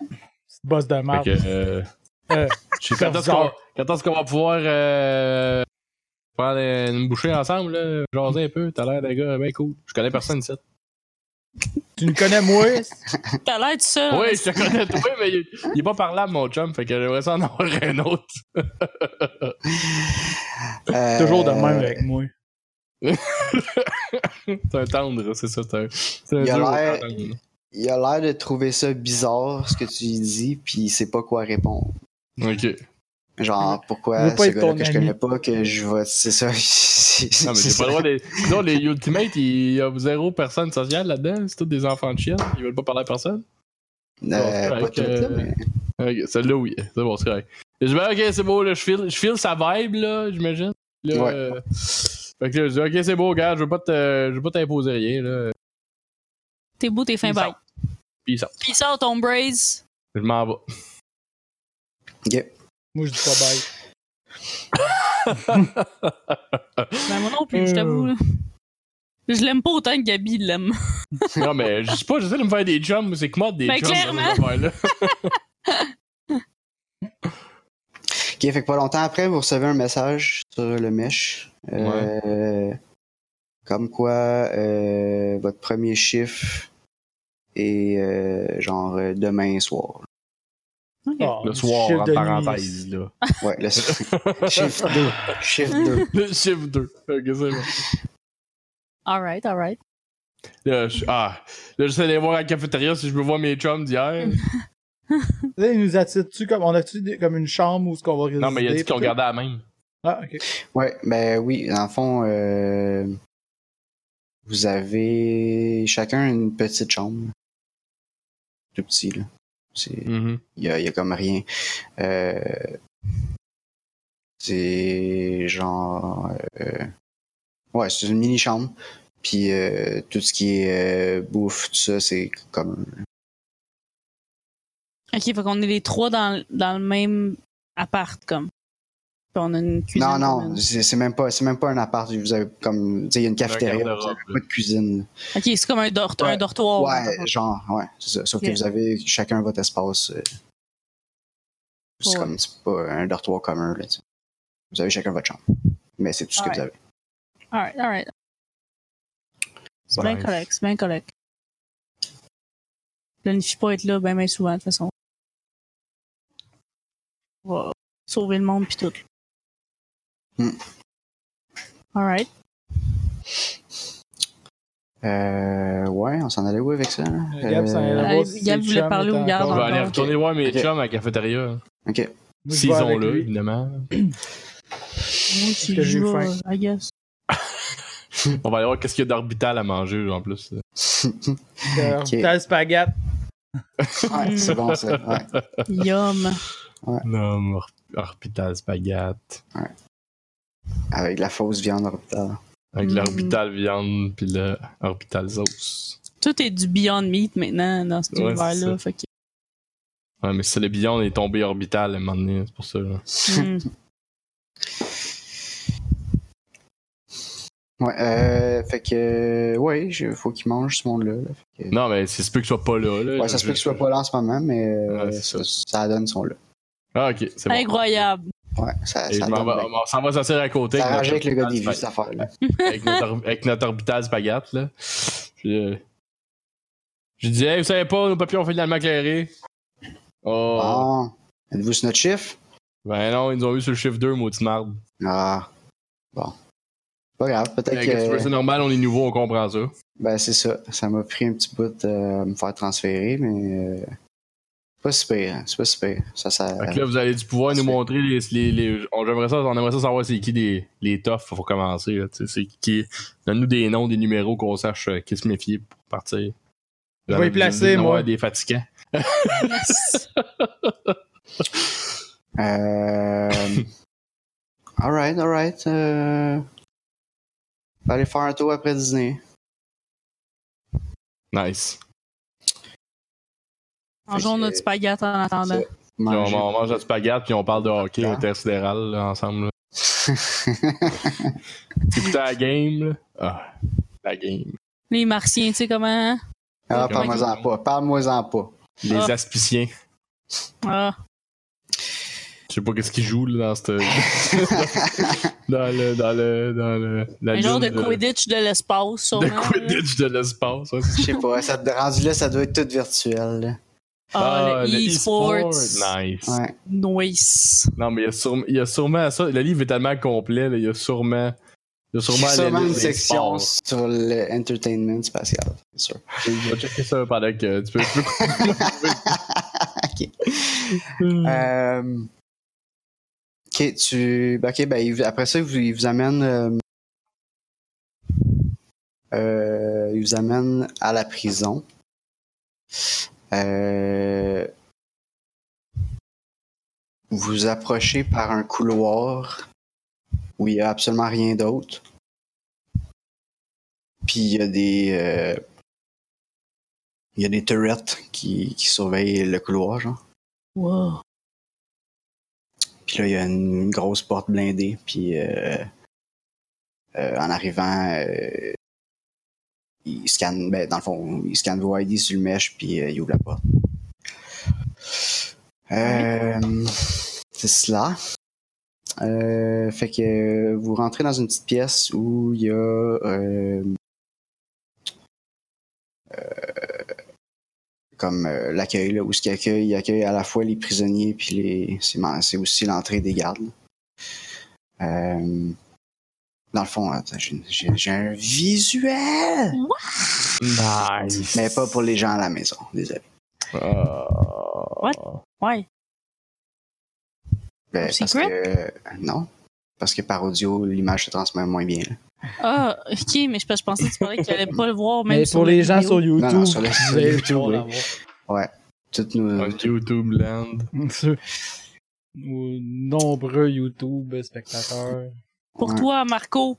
S1: Petite bosse de
S3: fait
S1: marde.
S3: que, euh,
S1: Euh,
S3: je sais quand est-ce qu'on quand est-ce qu'on va pouvoir euh, prendre une bouchée ensemble, là, jaser un peu, t'as l'air d'un gars bien cool. Je connais personne ici.
S1: Tu me connais
S3: *laughs*
S1: moi?
S4: *laughs* T'as l'air tout seul.
S3: Oui, je te connais toi, mais il, il est pas parlable, mon chum, fait que j'aimerais ça en avoir un autre.
S2: Euh,
S1: Toujours de même avec moi.
S3: C'est un tendre, c'est ça, c'est un. C'est un
S2: Il a
S3: dur au
S2: l'air-
S3: tendre.
S2: Il a l'air de trouver ça bizarre ce que tu lui dis, puis il sait pas quoi répondre.
S3: Ok.
S2: Genre,
S1: Il
S2: pourquoi
S1: veut pas
S2: ce
S1: être
S2: gars-là
S1: ton
S2: que je
S1: ami.
S2: connais pas, que je vais. C'est ça.
S3: Non, mais j'ai pas le droit de. Sinon, les Ultimate, il y a zéro personne sociale là-dedans. C'est tous des enfants de chiens. Ils veulent pas parler à personne.
S2: Euh,
S3: Bon,
S2: pas
S3: c'est
S2: tout,
S3: correct,
S2: là,
S3: euh,
S2: mais.
S3: Ok, celle-là, oui. C'est bon, c'est correct. Et Je dis, ben, ok, c'est beau, là, je file, je file sa vibe, là, j'imagine. Là,
S2: Ouais.
S3: euh, Fait que là, je dis, ok, c'est beau, gars, je veux pas te- je veux pas t'imposer rien, là.
S4: T'es beau, t'es fin,
S3: Peace
S4: bye.
S3: out. Peace out.
S4: Peace out, on braise.
S3: Je m'en vais. *laughs*
S1: Moi, je dis pas bye.
S4: Ben, moi non plus, je t'avoue, là. *laughs* Je l'aime pas autant que Gabi l'aime.
S3: Non, mais je sais pas, j'essaie de me faire des jumps, c'est que moi, des
S4: Ben,
S3: jumps
S4: clairement.
S3: là.
S2: Ok, fait que pas longtemps après, vous recevez un message sur le mesh. Euh, Comme quoi, euh, votre premier chiffre est euh, genre euh, demain soir.
S4: Ok. *laughs*
S1: Oh,
S3: Le
S1: du
S3: soir,
S1: chiffre
S3: en
S1: de nuit.
S3: parenthèse, là.
S2: Ouais, le chiffre 2. Chiffre 2.
S3: *laughs* Le chiffre 2. Ok, c'est bon.
S4: Alright, alright.
S3: Là, je, ah, là, j'essaie d'aller voir à la cafétéria si je peux voir mes chums
S4: Mhm.
S3: d'hier.
S1: Là, ils nous attirent-tu comme. On a-tu des- comme une chambre où ce qu'on va résider?
S3: Non, mais il a dit qu'on gardait la même.
S1: Ah, ok.
S2: Ouais, ben oui, dans le fond, euh, vous avez chacun une petite chambre. Tout petit, là. C'est-
S3: Mhm.
S2: Il y a, il y a comme rien. Euh, c'est genre. euh, ouais, c'est une mini-chambre. Puis euh, tout ce qui est euh, bouffe, tout ça, c'est comme.
S4: Ok, fait qu'on est les trois dans, dans le même appart, comme. Puis on a une cuisine.
S2: Non, non,
S4: commune.
S2: c'est c'est même pas, c'est même pas un appart. Vous avez comme, tu sais, il y a une cafétéria, vous
S3: garde-robe,
S2: avez pas
S3: là.
S2: de cuisine.
S4: Ok, c'est comme un, dort-
S2: Ouais.
S4: un dortoir.
S2: ouais, genre, ouais, c'est ça. Sauf
S4: Oh, Ok.
S2: que vous avez chacun votre espace. euh, c'est
S4: Ouais.
S2: comme, c'est pas un dortoir commun là. tu sais. Vous avez chacun votre chambre, mais c'est tout ce que
S4: Ouais.
S2: vous avez.
S4: Alright, alright. C'est
S3: Nice.
S4: bien correct, c'est bien correct. Planifie pas être là bien, bien souvent, de toute façon. On va sauver le monde pis tout.
S2: Hmm.
S4: Alright.
S2: Euh, ouais, on s'en allait où avec ça là?
S1: Euh, Gab, ça a l'air
S2: Euh,
S1: voir
S4: Allez,
S1: si
S4: Gab
S1: les
S4: voulait
S1: chums
S4: parler
S1: étaient
S4: au garde
S3: On
S1: encore-
S3: va
S4: encore.
S3: aller retourner voir mes
S2: Ok.
S3: chums à la cafétéria.
S2: Ok.
S1: Moi, je
S3: S'ils
S1: vais
S3: ont
S1: avec
S3: là,
S1: lui.
S2: *laughs*
S3: évidemment.
S4: Moi, si
S1: que j'ai
S4: je
S1: eu
S4: vois,
S1: faim.
S4: I guess.
S3: On va aller voir qu'est-ce qu'il y a d'orbital à manger, en plus.
S1: Euh,
S2: Ok.
S1: T'as le spaghette.
S2: Ouais, c'est bon ça. Ouais.
S1: *laughs*
S4: Yum.
S3: Non, mais or- orbital spaghetti.
S2: Avec la fausse viande orbitale.
S3: Avec
S4: Mm.
S3: l'orbital viande, puis le orbital sauce.
S4: Tout est du Beyond Meat maintenant dans cet
S3: Ouais,
S4: univers-là. Fait que.
S3: Ouais, mais c'est le billon est tombé orbital à un moment donné, c'est pour ça. là.
S4: Hmm.
S2: Ouais, euh, fait que, euh, ouais, je- faut qu'il mange ce monde-là. là. Fait que-
S3: Non, mais c'est se peut qu'il soit pas là. là.
S2: Ouais, ça se peut
S3: Je-
S2: que je sois pas là en ce moment, mais euh,
S3: Ouais,
S2: ça.
S3: c'est
S2: ça donne son là.
S3: Ah, ok, c'est bon.
S4: Incroyable.
S2: Ouais, ça, ça
S3: Et je
S2: donne.
S3: m'en vais-
S2: la-
S3: on s'en va s'asseoir à côté.
S2: Ça arrange avec
S3: notre
S2: le gars des
S3: orbital
S2: vues,
S3: spag-
S2: cette affaire-là.
S3: avec, notre, or- avec notre orbital spaghette, là. Puis, euh, je dis, hey, vous savez pas, nos papiers ont finalement éclairé. Oh.
S2: Bon. Êtes-vous sur notre chiffre?
S3: Ben non, ils nous ont eu sur le chiffre 2, maudite marde.
S2: Ah. Bon. Pas grave, peut-être
S3: Hey, qu'est-ce que tu veux,
S2: que.
S3: C'est normal, on est nouveau, on comprend ça.
S2: Ben, c'est ça. Ça m'a pris un petit bout euh, à me faire transférer, mais. euh, c'est Pas si pire, hein, c'est pas si pire. Ça, ça.
S3: Fait que là, vous allez du pouvoir nous
S2: Parfait.
S3: montrer les. les, les- on, aimerait ça, on aimerait ça savoir c'est qui les, les toughs, faut commencer. là, tu sais, c'est qui. Donne-nous des noms, des numéros qu'on sache euh, qui se méfier pour partir.
S1: Je vais y placer,
S3: Des- des-
S1: moi.
S3: Des fatigants.
S4: Yes.
S2: *laughs* Euh... alright, alright. Euh... on va Aller faire un tour après dîner.
S3: Nice.
S4: Mangeons notre spaghette en attendant.
S2: Ça,
S3: Puis on,
S2: manger.
S3: on mange la spaghette, puis on parle de hockey
S2: Ah.
S3: intersidéral là, ensemble. là. Écoutez la game. là. Ah, la game.
S4: Les martiens, tu sais comment? hein?
S2: *laughs* ah, parle-moi-en pas. Parle-moi-en pas.
S3: Les
S4: Ah.
S3: aspiciens.
S4: Ah.
S3: Je sais pas qu'est-ce qu'ils jouent là, dans
S2: *laughs*
S3: cette. *laughs* dans le. Dans le. Dans le. la
S4: Un genre de
S3: ligne
S4: Quidditch de l'espace,
S3: de
S4: sûrement. là.
S3: Quidditch de l'espace. ouais, c'est-
S2: Je sais pas, ça te rendu là, ça doit être tout virtuel. là.
S4: Ah, le e-sports.
S3: e-sport. Nice.
S2: Ouais.
S4: Nice.
S3: Non, mais il y, a sûrement- il y a sûrement ça. Le livre est tellement complet, là, il y a sûrement. Il y a sûrement, la
S2: Sûrement
S3: liste
S2: une
S3: des
S2: section
S3: sports.
S2: sur l'entertainment spatial, c'est sûr.
S3: Je vais checker ça pendant que tu peux. tu
S2: *laughs*
S3: peux-
S2: ok.
S4: Hmm.
S2: Euh, ok, tu. ben, Ok, ben, il- après ça, il vous, il vous amène. euh, euh, il vous amène à la prison. Euh, vous approchez par un couloir où il n'y a absolument rien d'autre. Puis il y a des. euh, il y a des turrets qui, qui surveillent le couloir, genre.
S4: Wow.
S2: Puis là, il y a une, une grosse porte blindée. Puis euh, euh, en arrivant, euh, il scanne, ben, dans le fond, il scanne vos ID sur le mèche, puis euh, il ouvre la porte. Euh, C'est cela. Euh, fait que euh, vous rentrez dans une petite pièce où il y a euh, euh, comme euh, l'accueil là, où ce qu'il accueille, il accueille à la fois les prisonniers puis les c'est man- c'est aussi l'entrée des gardes. Euh, dans le fond, attends, j'ai- j'ai j'ai un visuel,
S3: nice.
S2: mais pas pour les gens à la maison, désolé.
S3: Ah.
S4: Ouais.
S2: Ben,
S4: Top
S2: parce
S4: secret?
S2: Ben, que non, Parce que par audio, l'image se transmet moins bien. là.
S4: Ah, ok, mais je, je pensais que tu parlais que tu allais pas le voir même
S1: Mais
S4: sur
S1: pour
S4: la
S1: les gens
S4: vidéo.
S1: sur YouTube,
S2: Non, non, sur le-
S1: qui
S2: sur
S1: veulent
S2: YouTube,
S1: pouvoir
S2: Toutes nos-
S3: Un YouTube
S4: *laughs*
S3: land.
S1: l'avoir. Ceux- nos nombreux YouTube spectateurs.
S4: Pour
S2: Ouais.
S4: toi, Marco.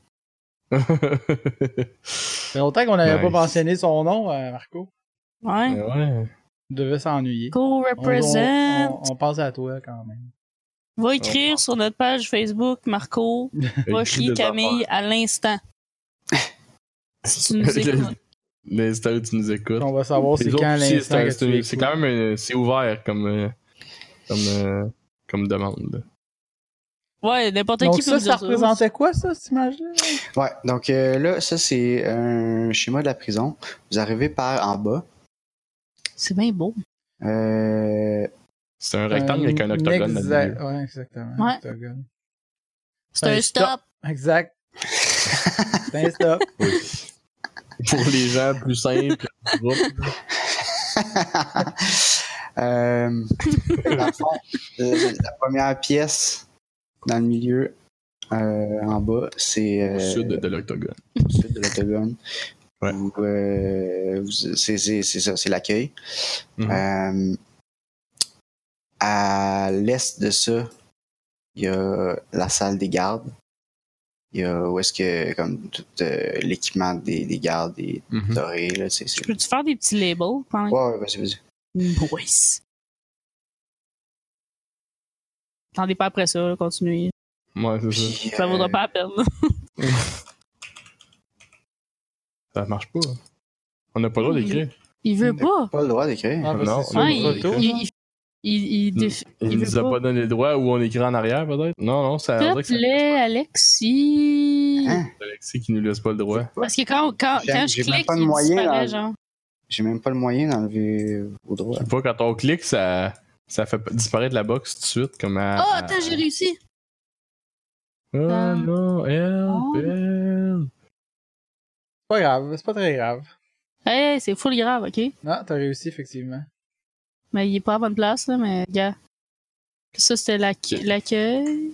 S1: Ça fait longtemps qu'on n'avait
S3: Nice.
S1: pas mentionné son nom, euh, Marco.
S4: Ouais.
S3: Mais ouais.
S1: Il devait s'ennuyer.
S4: Go
S1: On- On,
S4: represent.
S1: on- on pense à toi quand même.
S4: Va écrire sur notre page Facebook, Marco. Va
S3: Écris
S4: chier
S3: des
S4: Camille à l'instant.
S3: *laughs*
S4: si tu nous
S3: affaires.
S4: écoutes.
S3: L'instant où tu nous écoutes.
S1: On va savoir
S3: Les
S1: c'est
S3: autres
S1: quand
S3: aussi,
S1: l'instant
S3: c'est-
S1: que tu
S3: c'est- C'est quand même euh, c'est ouvert comme euh, comme euh, comme demande. là.
S4: Ouais, n'importe qui
S1: Donc
S4: peut
S1: ça,
S4: nous
S1: ça
S4: dire ça.
S1: représentait quoi, ça, cette image-là?
S2: Ouais, donc euh, là, ça, c'est un schéma de la prison. Vous arrivez par en bas.
S4: C'est bien beau.
S2: Euh, *laughs*
S3: C'est un rectangle avec un octogone dans le
S1: exact-
S3: milieu.
S1: Ouais, exactement.
S4: Ouais.
S1: octogone.
S4: C'est
S1: Ben,
S4: un stop. *laughs*
S1: Exact. Ben, C'est Ah, un stop.
S3: *laughs* Pour les gens plus simples. *laughs* du groupe.
S2: euh, dans le fond, euh, la première pièce dans le milieu, euh, en bas, c'est
S3: Au
S2: euh,
S3: sud de l'octogone.
S2: au sud de l'octogone.
S3: Ouais.
S2: Vous, euh, vous- c'est c'est- c'est ça, c'est l'accueil.
S3: Mhm.
S2: Euh, à l'est de ça, il y a la salle des gardes. Il y a où est-ce que comme tout euh, l'équipement des, des gardes est
S3: Mhm.
S2: doré là, c'est c'est-
S4: Je peux-tu faire des petits labels pendant
S2: Ouais, ouais, vas-y, vas-y.
S4: Boys. Attendez pas après ça, là, continuez.
S3: Mhm. Ouais, c'est ça.
S2: Puis,
S4: Ça
S2: euh,
S4: vaudra pas la peine.
S3: Ça marche pas. On n'a pas le droit d'écrire.
S4: Il veut pas.
S2: Pas le droit d'écrire.
S1: Ah, parce que
S3: Non,
S1: c'est
S3: non,
S1: le
S4: Ouais, il,
S1: retour,
S4: il-
S1: hein.
S4: il- il- il déf-
S3: Il,
S4: il veut
S3: nous a
S4: pas.
S3: pas donné le droit où on écrit en arrière, peut-être? Non, non, ça
S4: S'il
S3: on
S4: te
S3: dirait que ça-
S4: plaît, Alexis.
S2: Hein?
S3: c'est Alexis qui nous laisse pas le droit.
S4: Parce que quand, quand,
S2: J'ai-
S4: quand je
S2: j'ai même
S4: clique,
S2: pas de
S4: il
S2: moyen,
S4: disparaît,
S2: là.
S4: genre.
S2: J'ai même pas le moyen d'enlever au droit.
S3: Je sais pas, quand on clique, ça, ça fait disparaître la box tout de suite, comme à...
S4: Oh, attends, j'ai réussi.
S3: Oh non,
S4: Oh.
S3: help, help.
S1: C'est pas grave, c'est pas très grave.
S4: Hey, c'est full grave, ok?
S1: Non, t'as réussi, effectivement.
S4: Mais il est pas à bonne place, là, mais gars. Ça, c'était l'acc- l'accueil.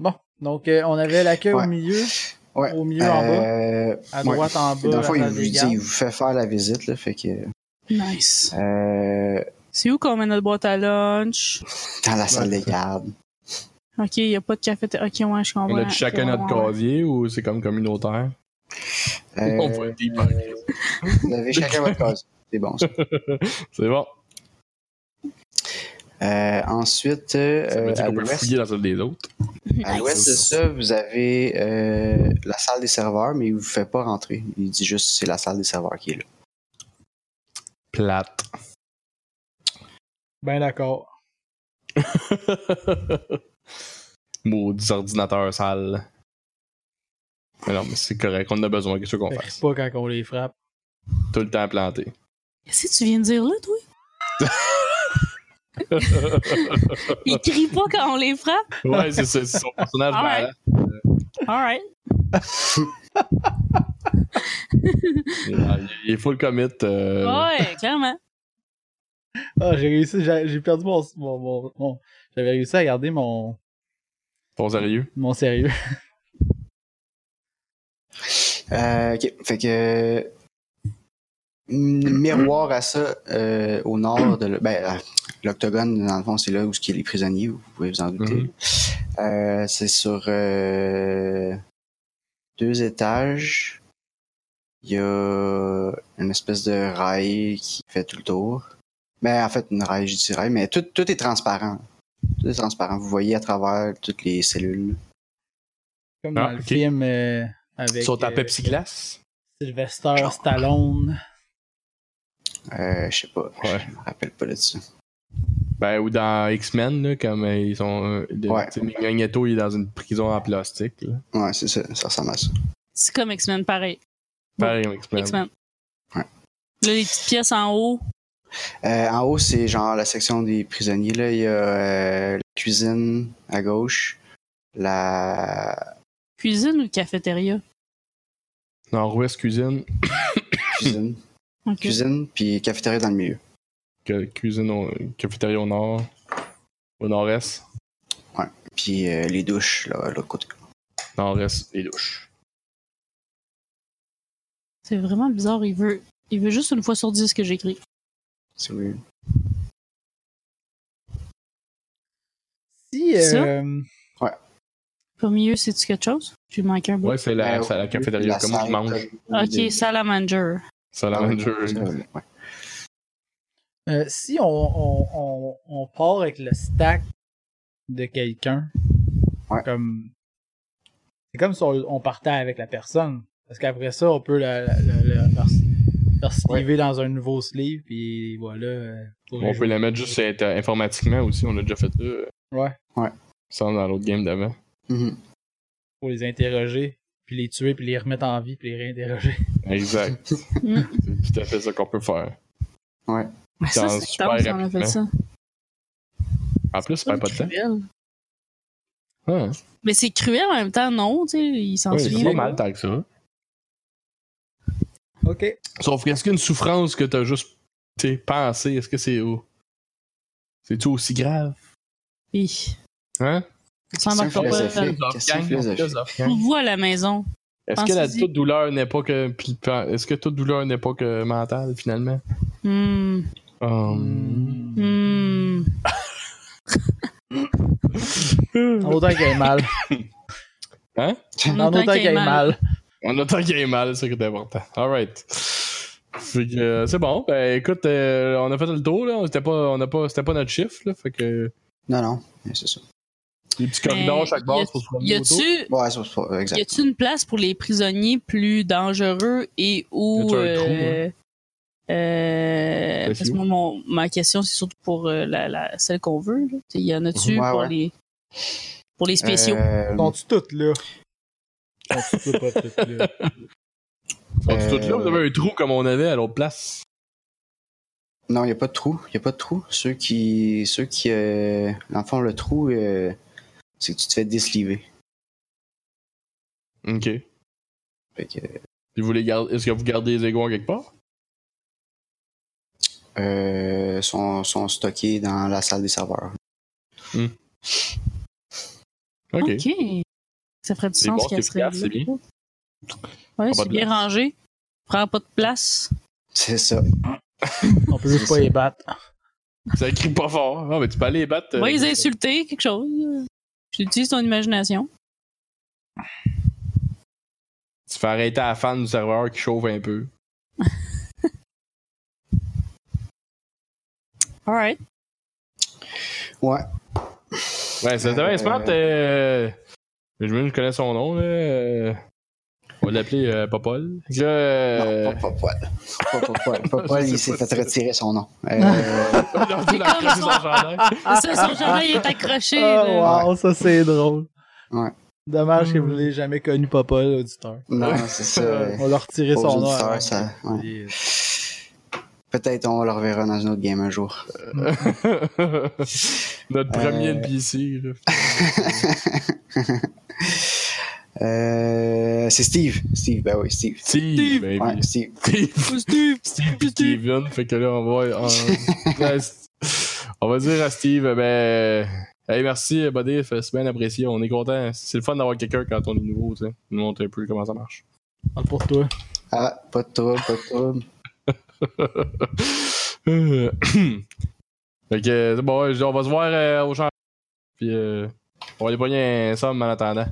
S1: Bon, donc euh, on avait l'accueil
S2: Ouais.
S1: au milieu,
S2: Ouais.
S1: au milieu en bas,
S2: Euh,
S1: à
S2: ouais.
S1: droite en bas,
S2: Dans
S1: la
S2: le fond, il
S1: salle
S2: vous,
S1: des
S2: dit-
S1: gardes.
S2: il vous fait faire la visite, là, fait que
S4: Nice.
S2: euh,
S4: C'est où qu'on met notre boîte à lunch?
S2: dans la salle des gardes.
S4: Ok, il n'y a pas de café. Ok, ouais, je comprends.
S3: On a-tu chacun
S4: Ok,
S3: notre
S4: ouais, ouais.
S3: casier ou c'est comme communautaire?
S2: Euh,
S3: *laughs* On va débarquer.
S2: vous avez chacun votre case. C'est bon. ça.
S3: C'est bon.
S2: Euh, ensuite,
S3: Ça
S2: euh,
S3: veut dire
S2: à
S3: qu'on peut
S2: l'ouest,
S3: fouiller dans celle des autres.
S2: à l'ouest de
S3: Nice.
S2: ça, vous avez euh, la salle des serveurs, mais il vous fait pas rentrer. Il dit juste c'est la salle des serveurs qui est là.
S3: Plate.
S1: Ben d'accord.
S3: *laughs* Maudits ordinateurs sales. Mais non, mais c'est correct, on en a besoin, qu'est-ce qu'on
S1: Fait
S3: fasse?
S1: que pas quand on les frappe.
S3: Tout le temps planté.
S4: Qu'est-ce que tu viens de dire là,
S3: *laughs*
S4: toi? Ils crient pas quand on les frappe?
S3: Ouais, c'est ça, c'est son personnage
S4: Ah ouais.
S3: badass.
S4: Alright.
S3: Ouais, Il est full commit. euh,
S4: Ouais, clairement.
S1: Ah, j'ai réussi, j'ai j'ai perdu mon... mon, mon- mon- J'avais réussi à garder mon,
S3: Ton sérieux.
S1: mon sérieux. *laughs*
S2: Euh, ok. Fait que mm, miroir à ça, euh, au nord de le- ben, euh, l'octogone, dans le fond, c'est là où ce qui est les prisonniers, vous pouvez vous en douter.
S3: Mhm.
S2: Euh, c'est sur euh, deux étages. Il y a une espèce de rail qui fait tout le tour. Mais en fait, une rail, je dis rail, mais tout, tout est transparent. Tout est transparent. Vous voyez à travers toutes les cellules.
S1: Comme
S3: Ah,
S1: dans le
S3: ok.
S1: film euh, avec
S3: Sur ta
S1: euh,
S3: Pepsi Glass.
S1: Sylvester Stallone.
S2: Euh, je sais pas.
S3: Ouais.
S2: Je me rappelle pas de ça.
S3: Ben, ou dans X-Men, là, comme euh, ils sont. euh, de-
S2: Ouais.
S3: tu sais, Magneto, il est dans une prison en plastique. Là.
S2: Ouais, c'est ça. Ça ressemble à ça.
S4: C'est comme X-Men, pareil.
S3: Pareil, en X-Men.
S4: X-Men.
S2: Ouais.
S4: Là, les petites pièces en haut.
S2: Euh, en haut, c'est genre la section des prisonniers. Là, il y a euh, la cuisine à gauche. La
S4: Cuisine ou cafétéria?
S3: Nord-Ouest Cuisine. *coughs*
S2: cuisine.
S4: Ok.
S2: cuisine, puis cafétéria dans le milieu.
S3: que- cuisine au, cafétéria au Nord. Au Nord-Est.
S2: Puis euh, les douches, là, à l'autre côté.
S3: Non, reste les douches.
S4: C'est vraiment bizarre. Il veut, il veut juste une fois sur dix que j'écris.
S2: C'est weird.
S1: Si,
S4: Ça?
S1: euh,
S4: Pour mieux, c'est-tu quelque chose? J'ai manqué un bout.
S3: Ouais, c'est la,
S2: Euh,
S3: c'est la cafétéria.
S2: la
S3: Comment tu
S2: salle,
S3: manges
S2: comme-
S4: ok, salamander.
S3: Ça la
S2: Ouais,
S3: même chose.
S2: ouais, ouais.
S1: euh, si on, on, on, on part avec le stack de quelqu'un,
S2: Ouais.
S1: comme c'est comme si on, on partait avec la personne. Parce qu'après ça, on peut la, la, la- la- leur, leur sliver dans un nouveau sleeve, puis voilà. euh, pour les
S3: On peut la mettre juste inter- informatiquement aussi, on l'a déjà fait là.
S1: Ouais.
S2: Ouais.
S3: Ça, dans l'autre game d'avant.
S2: Mhm.
S1: pour les interroger, puis les tuer, puis les remettre en vie, puis les réinterroger.
S3: Exact.
S2: *laughs*
S4: Mm.
S3: c'est tout à fait ça qu'on peut faire.
S4: Mais ça,
S3: Dans
S4: c'est
S3: super
S4: tard, ça, on a fait
S3: rapidement.
S4: ça.
S3: En plus, tu perds pas de temps.
S4: Cruel.
S3: Ah,
S4: Mais c'est cruel en même temps, non, tu sais, il s'en
S3: ouais, c'est
S4: souvient.
S3: pas mal tant que ça.
S1: *laughs* Ok.
S3: Sauf qu'est-ce qu'une souffrance que t'as juste t'es pensé, est-ce que c'est oh, c'est tout aussi grave?
S4: Oui.
S3: Hein?
S4: On s'en va
S2: Question
S4: pas.
S2: philosophique. Question philosophique.
S4: On voit à la maison.
S3: Est-ce que la,
S4: Pensez-y.
S3: toute douleur n'est pas que puis pa- est-ce que toute douleur n'est pas que mentale finalement?
S4: Hmm.
S3: Hum.
S4: Hmm.
S1: En autant qu'il y ait mal.
S4: En
S1: En
S4: autant
S1: autant qu'il y ait mal.
S3: On entend qu'il y ait mal, c'est ce qui est important. Alright. Fait que euh, c'est bon. Ben écoute, euh, on a fait le tour là. On était pas, on a pas, c'était pas notre chiffre là. Fait que
S2: Non, non, mais c'est ça.
S3: les petits
S4: Mais
S3: corridors chaque bord
S4: Ben, y a-
S3: pour se
S4: Y
S3: promener autour.
S4: a-tu
S2: Ouais, c'est pas euh,
S4: Y
S2: exact.
S4: a-t-il une place pour les prisonniers plus dangereux et où.
S3: Y a-t-il un
S4: euh,
S3: trou, hein?
S4: euh,
S3: Parce
S4: parce
S3: que-
S4: que moi, mon- ma question, c'est surtout pour euh, la, la- celle qu'on veut. là. T'sais, Y en a-tu
S2: Ouais,
S4: pour
S2: ouais.
S4: les. Pour les spéciaux?
S2: Euh,
S1: Sont-tu toutes là? Sont-tu toutes pas toutes
S3: *laughs*
S1: là?
S3: Sont-ils
S2: Euh,
S3: tous là, vous avez un trou comme on avait à l'autre place.
S2: Non, il n'y a pas de trou. Il a pas de trou. Ceux qui. Ceux qui. Euh... Dans le fond, le trou, euh, c'est que tu te fais désliver.
S3: Ok.
S2: Fait que,
S3: Puis vous les gardez, est-ce que vous gardez les égouts en quelque part?
S2: euh, sont, sont stockés dans la salle des serveurs.
S3: Ok.
S4: Ok. Ça ferait du
S3: C'est
S4: sens
S3: bon,
S4: qu'elle
S3: c'est
S4: serait.
S3: efficace, c'est bien.
S4: Ouais,
S3: de
S4: c'est bien
S3: place.
S4: rangé. Prends pas de place.
S2: C'est ça.
S1: On peut juste
S2: C'est
S1: pas
S2: ça.
S1: les battre.
S3: Ça crie pas fort. Ah, mais tu peux aller les battre. euh,
S4: Va les insulter, quelque chose. Tu utilises ton imagination.
S3: Tu fais arrêter à la fan du serveur qui chauffe un peu.
S4: Alright.
S2: Ouais.
S3: Ouais, c'était bien
S2: Euh,
S3: smart. Euh... Je me je connais son nom. Là. euh, On va l'appeler euh, Popol. Là, euh,
S2: Non, pas Popol. Pas Popol. Popol,
S3: Je
S2: il s'est
S3: sais pas
S2: fait
S3: si-
S2: retirer son nom. Euh,
S3: il a reçu la
S4: comme
S3: crosser
S4: son-
S3: dans le
S4: *laughs*
S3: jardin.
S4: ça, son
S3: ah,
S4: jardin il est accroché.
S1: Oh
S4: là.
S1: wow, ça c'est drôle.
S2: Ouais.
S1: Dommage que vous
S3: Hmm.
S1: l'ayez jamais connu Papa, l'auditeur.
S2: non, c'est ça.
S1: On leur retirait
S2: Aux
S1: son nom.
S2: auditeurs,
S1: avant. euh,
S2: ça- ouais.
S1: Et-
S2: Peut-être on le reverra dans une autre game un jour.
S3: Notre premier NPC. là.
S2: Euh, c'est Steve. Steve, ben oui, Steve.
S3: Steve, baby.
S2: Ouais, Steve.
S3: Steve.
S4: Steve,
S3: Puis Steven, fait que là, on va. on- Ouais, c'est- on va dire à Steve, ben. Hey, merci, eh, Buddy, c'est bien apprécié. On est content. C'est le fun d'avoir quelqu'un quand on est nouveau, tu sais. Nous montre un peu comment ça marche. *laughs*
S1: Parle pour toi.
S2: Ah, pas de trouble, pas de trouble.
S3: Euh, fait que, c'est bon, ouais, je dis, on va se voir euh, au champ. Puis, euh, on va aller pogner un somme en attendant.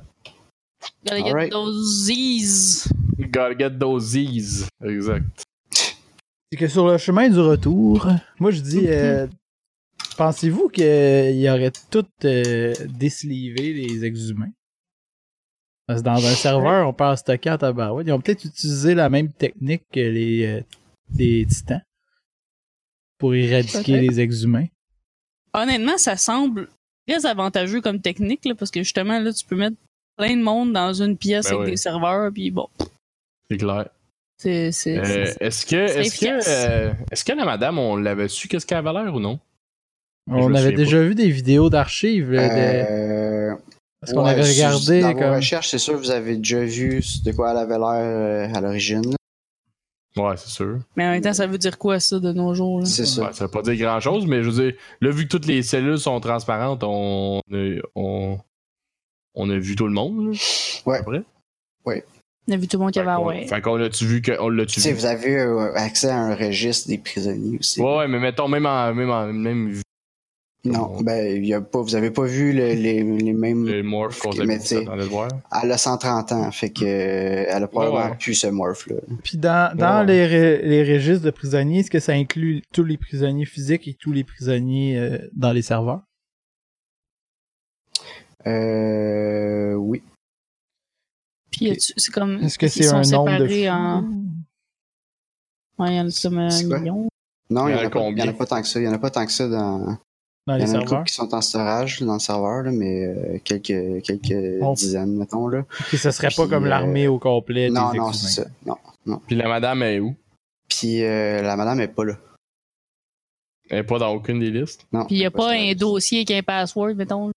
S4: Gotta get
S2: Alright.
S4: those Z's.
S3: Gotta get those Z's. Exact.
S1: C'est que sur le chemin du retour, moi je dis, euh, pensez-vous qu'ils auraient tout euh, déslivé les exhumés? Parce que dans un serveur, on peut en stocker en tabarouette. Ils ont peut-être utilisé la même technique que les, euh, les titans pour éradiquer
S4: Peut-être.
S1: les exhumés.
S4: Honnêtement, ça semble très avantageux comme technique, là, parce que justement, là, tu peux mettre plein de monde dans une pièce
S3: Ben
S4: avec
S3: oui.
S4: des serveurs, puis bon,
S3: C'est clair.
S4: c'est. c'est-
S3: Euh,
S4: c'est-
S3: est-ce que,
S4: c'est
S3: est-ce
S4: efficace.
S3: que, euh, est-ce que la madame, on l'avait su qu'est-ce qu'elle avait l'air ou non? Je
S1: On
S3: me
S1: avait
S3: souviens
S1: déjà vu des vidéos d'archives là, de...
S2: Euh,
S1: parce qu'on
S2: ouais,
S1: avait
S2: sur-
S1: regardé
S2: Dans vos
S1: comme
S2: recherches, c'est sûr que vous avez déjà vu de quoi elle avait l'air euh, à l'origine.
S3: Ouais, c'est sûr.
S4: Mais en même temps, ça veut dire quoi, ça, de nos jours? Là?
S2: C'est
S3: Ouais,
S2: ça.
S3: ça veut pas dire grand-chose, mais je veux dire, là, vu que toutes les cellules sont transparentes, on, on, on a vu tout le monde. là,
S2: Ouais.
S3: Après.
S4: On a vu tout le monde qui
S3: Fait
S4: avait
S3: qu'on-
S4: Hawaii.
S3: Fait qu'on l'a-tu vu que- on l'a-tu
S2: Tu sais,
S3: vu?
S2: vous avez euh, accès à un registre des prisonniers aussi.
S3: Ouais, ouais, mais mettons, même en, même en, même vu
S2: Non, ben, il y a pas, vous avez pas vu le- les, les mêmes.
S3: le morph qu'on
S2: Ok,
S3: avait
S2: mais
S3: vu,
S2: t'sais-
S3: s'attendait de voir.
S2: Elle a 130 ans, fait que euh, elle a probablement
S3: ouais.
S2: pu ce morph-là.
S1: Puis dans, dans les,
S3: Ouais.
S1: re- les registres de prisonniers, est-ce que ça inclut tous les prisonniers physiques et tous les prisonniers euh, dans les serveurs?
S2: Euh, oui.
S4: Puis y a-tu- c'est comme.
S1: Est-ce que
S4: ils
S1: c'est
S4: sont
S1: un nombre de...
S4: séparés
S1: fous?
S4: en- Ouais, il y en a comme un
S2: C'est quoi?
S4: million.
S2: Non,
S3: Il
S2: il n'y
S3: y en a
S2: en, a pas- il y en
S3: combien?
S2: a pas tant que ça. Il y en a pas tant que ça dans.
S1: Dans
S2: Il y
S1: les
S2: en a une
S1: serveurs?
S2: couple qui sont en storage dans le serveur, là, mais euh, quelques, quelques
S1: Bon.
S2: dizaines, mettons. Là.
S1: Puis ce serait pas
S2: Puis,
S1: comme
S2: euh,
S1: l'armée au complet
S2: Non,
S1: des
S2: non,
S1: ex-humains.
S2: c'est ça. Non.
S3: Puis la madame est où?
S2: Puis euh, la madame est pas là.
S3: Elle est pas dans aucune des
S2: *laughs*
S3: listes.
S2: Non,
S4: Puis il n'y
S2: elle
S4: a
S2: est
S4: pas
S2: sur la
S4: un
S2: liste.
S4: dossier avec un password, mettons.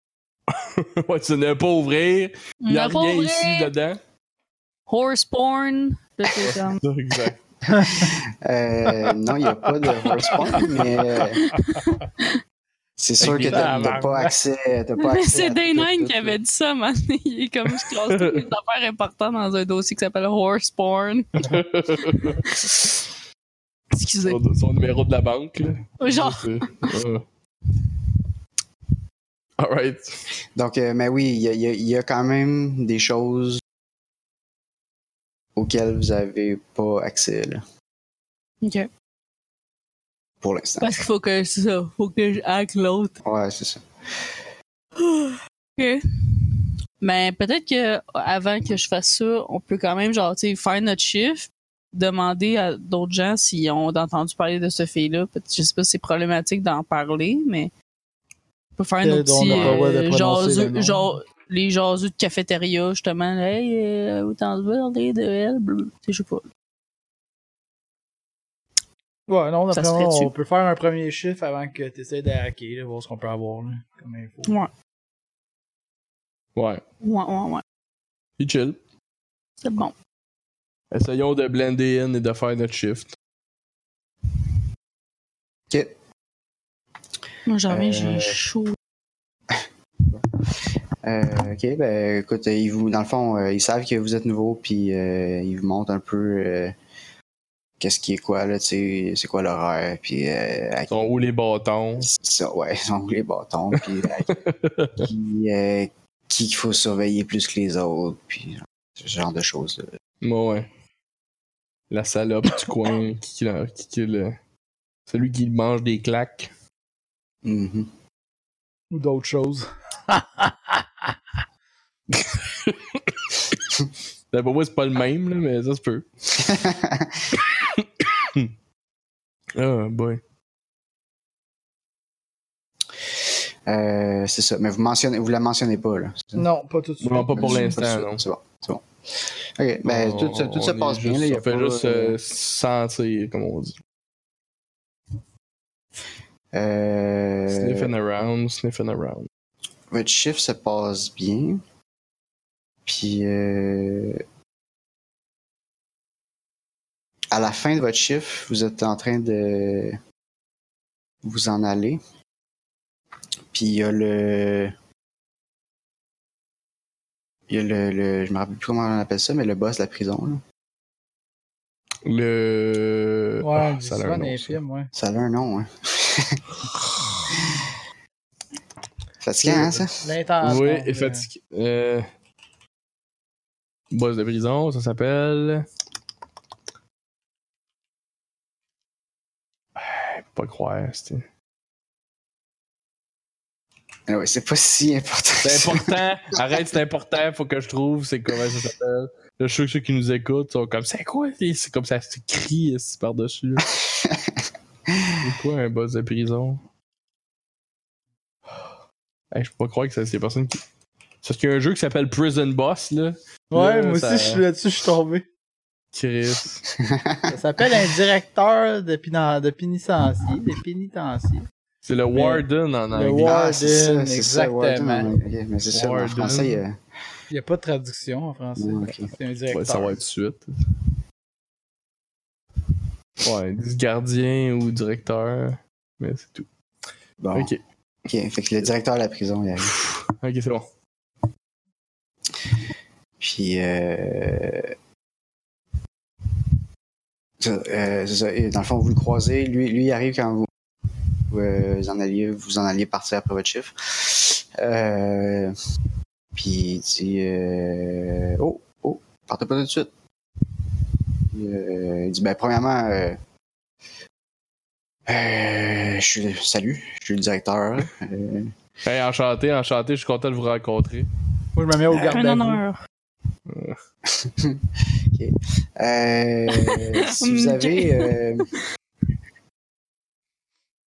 S3: ouais, tu n'as pas ouvrir. Il n'y a,
S4: Non, pas
S3: rien
S4: vrai.
S3: ici dedans.
S4: Horse porn. Là,
S3: *laughs*
S4: c'est comme.
S3: Exact.
S2: Euh, non, il n'y a pas de respawn, mais euh, c'est sûr
S3: Avec
S2: que
S3: des
S2: t'as t'as
S3: tabarnak.
S2: pas accès. t'as pas accès à
S4: C'est Day9
S2: tout,
S4: qui
S2: tout,
S4: avait
S2: tout.
S4: dit ça, man. *laughs* Il est comme, je classe
S2: *laughs*
S4: toutes les affaires importantes dans un dossier qui s'appelle Horse Porn. Excusez.
S3: son, son numéro de la banque. Là.
S4: Genre,
S3: Alright.
S2: Donc, euh, mais oui, il y a, il y a- il y a quand même des choses auxquelles vous avez pas accès là,
S4: OK.
S2: pour l'instant.
S4: Parce qu'il faut que, c'est ça, faut que je hack l'autre.
S2: Ouais, c'est ça.
S4: OK. Mais Ben, peut-être que avant que je fasse ça, on peut quand même, genre, tu sais, faire notre chiffre, demander à d'autres gens s'ils ont entendu parler de ce fait-là. Peut- Je sais pas si c'est problématique d'en parler, mais on peut faire nos
S1: Euh, on
S4: petits,
S1: n'a pas le droit de
S4: euh,
S1: prononcer le
S4: jaseux-
S1: nom.
S4: genre, les jaseux de cafétéria, justement. là, Hey, euh, vous t'en parler de elle? Bleu. Tu sais, je sais pas.
S1: Ouais, non,
S4: Ça
S1: après,
S4: se
S1: on,
S4: ferait-tu?
S1: on peut faire un premier chiffre avant que tu essaies de hacker, là, voir ce qu'on peut avoir là, comme info.
S3: Ouais.
S4: Ouais, ouais, ouais.
S3: Il chill.
S4: C'est bon.
S3: Essayons de blender in et de faire notre shift.
S2: Ok.
S4: Moi, j'en reviens,
S2: Euh,
S4: j'ai chaud.
S2: Euh, ok, ben écoute, euh, ils vous, dans le fond, euh, ils savent que vous êtes nouveau, puis euh, ils vous montrent un peu euh, qu'est-ce qui est quoi, là, tu sais, c'est quoi l'horaire, puis euh, à-
S3: Ils sont où les bâtons?
S2: ça, ouais, *laughs* ils ont les bâtons, puis
S3: *laughs*
S2: à- qui, euh, qui qu'il faut surveiller plus que les autres, puis euh, ce genre de choses. là.
S3: Ouais, ouais. La salope du coin qui, qui, la- qui- qui le- Celui qui mange des claques. Mm-hmm.
S2: Mhm.
S1: Ou d'autres choses.
S3: D'après Ben, moi, c'est pas le même, là, mais ça se peut. Oh boy.
S2: Euh, c'est ça, mais vous mentionnez, vous la mentionnez pas, là. c'est ça?
S1: Non, pas tout de suite.
S3: Non, pas pour
S2: C'est
S3: l'instant,
S2: ça,
S3: non.
S2: C'est bon, c'est bon. Ok, ben
S3: On-
S2: tout, ça- tout
S3: on
S2: se
S3: est
S2: passe bien,
S3: juste-
S2: là, y a
S3: on fait
S2: pas,
S3: juste
S2: euh,
S3: euh, sentir, comme on dit.
S2: euh,
S3: Sniffing around, sniffing around.
S2: votre chiffre se passe bien. Puis euh, à la fin de votre chiffre, vous êtes en train de vous en aller. Puis il y a le il y a le, le- je me rappelle plus comment on appelle ça mais le boss de la prison là.
S3: Le.
S1: Ouais,
S3: Ah,
S1: on dit
S3: ça a
S1: souvent
S3: l'air
S1: dans les
S3: long, ça.
S1: films, ouais.
S2: ça a un nom hein. *laughs* Fatigant, hein,
S1: Ah
S2: ça
S1: L'intention.
S3: Oui,
S1: euh,
S3: et fatigué. Euh... Boss de prison, ça s'appelle. Ah, Pas croire, c'était.
S2: Ah ouais, c'est pas si important que
S3: C'est
S2: ça.
S3: important! Arrête, c'est important, faut que je trouve c'est comment ça s'appelle. Là, je suis sûr que ceux qui nous écoutent sont comme c'est quoi? C'est comme ça s'écrit ici par-dessus. là. c'est quoi un boss de prison? Hey, je peux pas croire que ça, c'est des personnes qui. C'est parce qu'il y a un jeu qui s'appelle Prison Boss, là.
S1: Ouais,
S3: Là,
S1: moi
S3: ça-
S1: aussi, je suis là-dessus, je suis tombé.
S3: Chris.
S1: Ça s'appelle un directeur de, pina- de pénitencier, de pénitencier.
S3: C'est le Warden en
S1: le
S3: anglais.
S1: Warden.
S2: Ah, c'est ça, c'est ça,
S1: exactement.
S2: Warden, ouais, ok, mais c'est ça, en
S3: Warden.
S2: français, euh, il y a-
S1: Il n'y a pas de traduction en français.
S2: Ouais, ok.
S1: C'est un
S3: Ouais, ça
S1: directeur.
S3: va être de suite. Ouais, dis gardien ou directeur. Mais c'est tout.
S2: Bon,
S3: Ok.
S2: ok. Fait que le directeur de la prison, il arrive.
S3: Ok, c'est bon.
S2: Puis, euh, ça, euh, c'est ça. Et dans le fond, vous le croisez. Lui, lui il arrive quand vous, vous, euh, vous en alliez, vous en alliez partir après votre chiffre. Euh, puis il dit euh, Oh, oh, partez pas tout de suite. Puis, euh, il dit Ben, premièrement, euh, euh, je suis, salut, je suis le directeur. Euh,
S3: Hey, enchanté, enchanté, je suis content de vous rencontrer.
S1: Moi, je me mets au garde
S4: Un
S1: à vous.
S4: honneur.
S2: Euh, si vous avez. euh,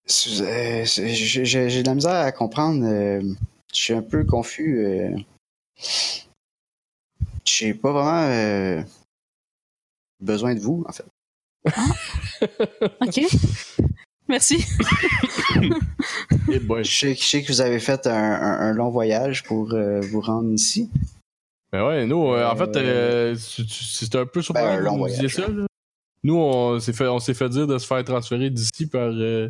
S2: si vous- euh, si- j'ai- J'ai j'ai de la misère à comprendre. euh, je suis un peu confus. euh, je sais pas vraiment euh, besoin de vous, en fait.
S4: Ok. *laughs* Merci.
S3: Eh boy.
S2: Je sais, je sais que vous avez fait un, un- un long voyage pour euh, vous rendre ici.
S3: Mais ouais, nous, euh, en
S2: Euh,
S3: fait, euh, tu- tu- c'était un peu surprenant
S2: ben, un
S3: que
S2: long
S3: vous nous disiez
S2: voyage,
S3: ça. là. Nous, on s'est fait, on s'est fait dire de se faire transférer d'ici par euh,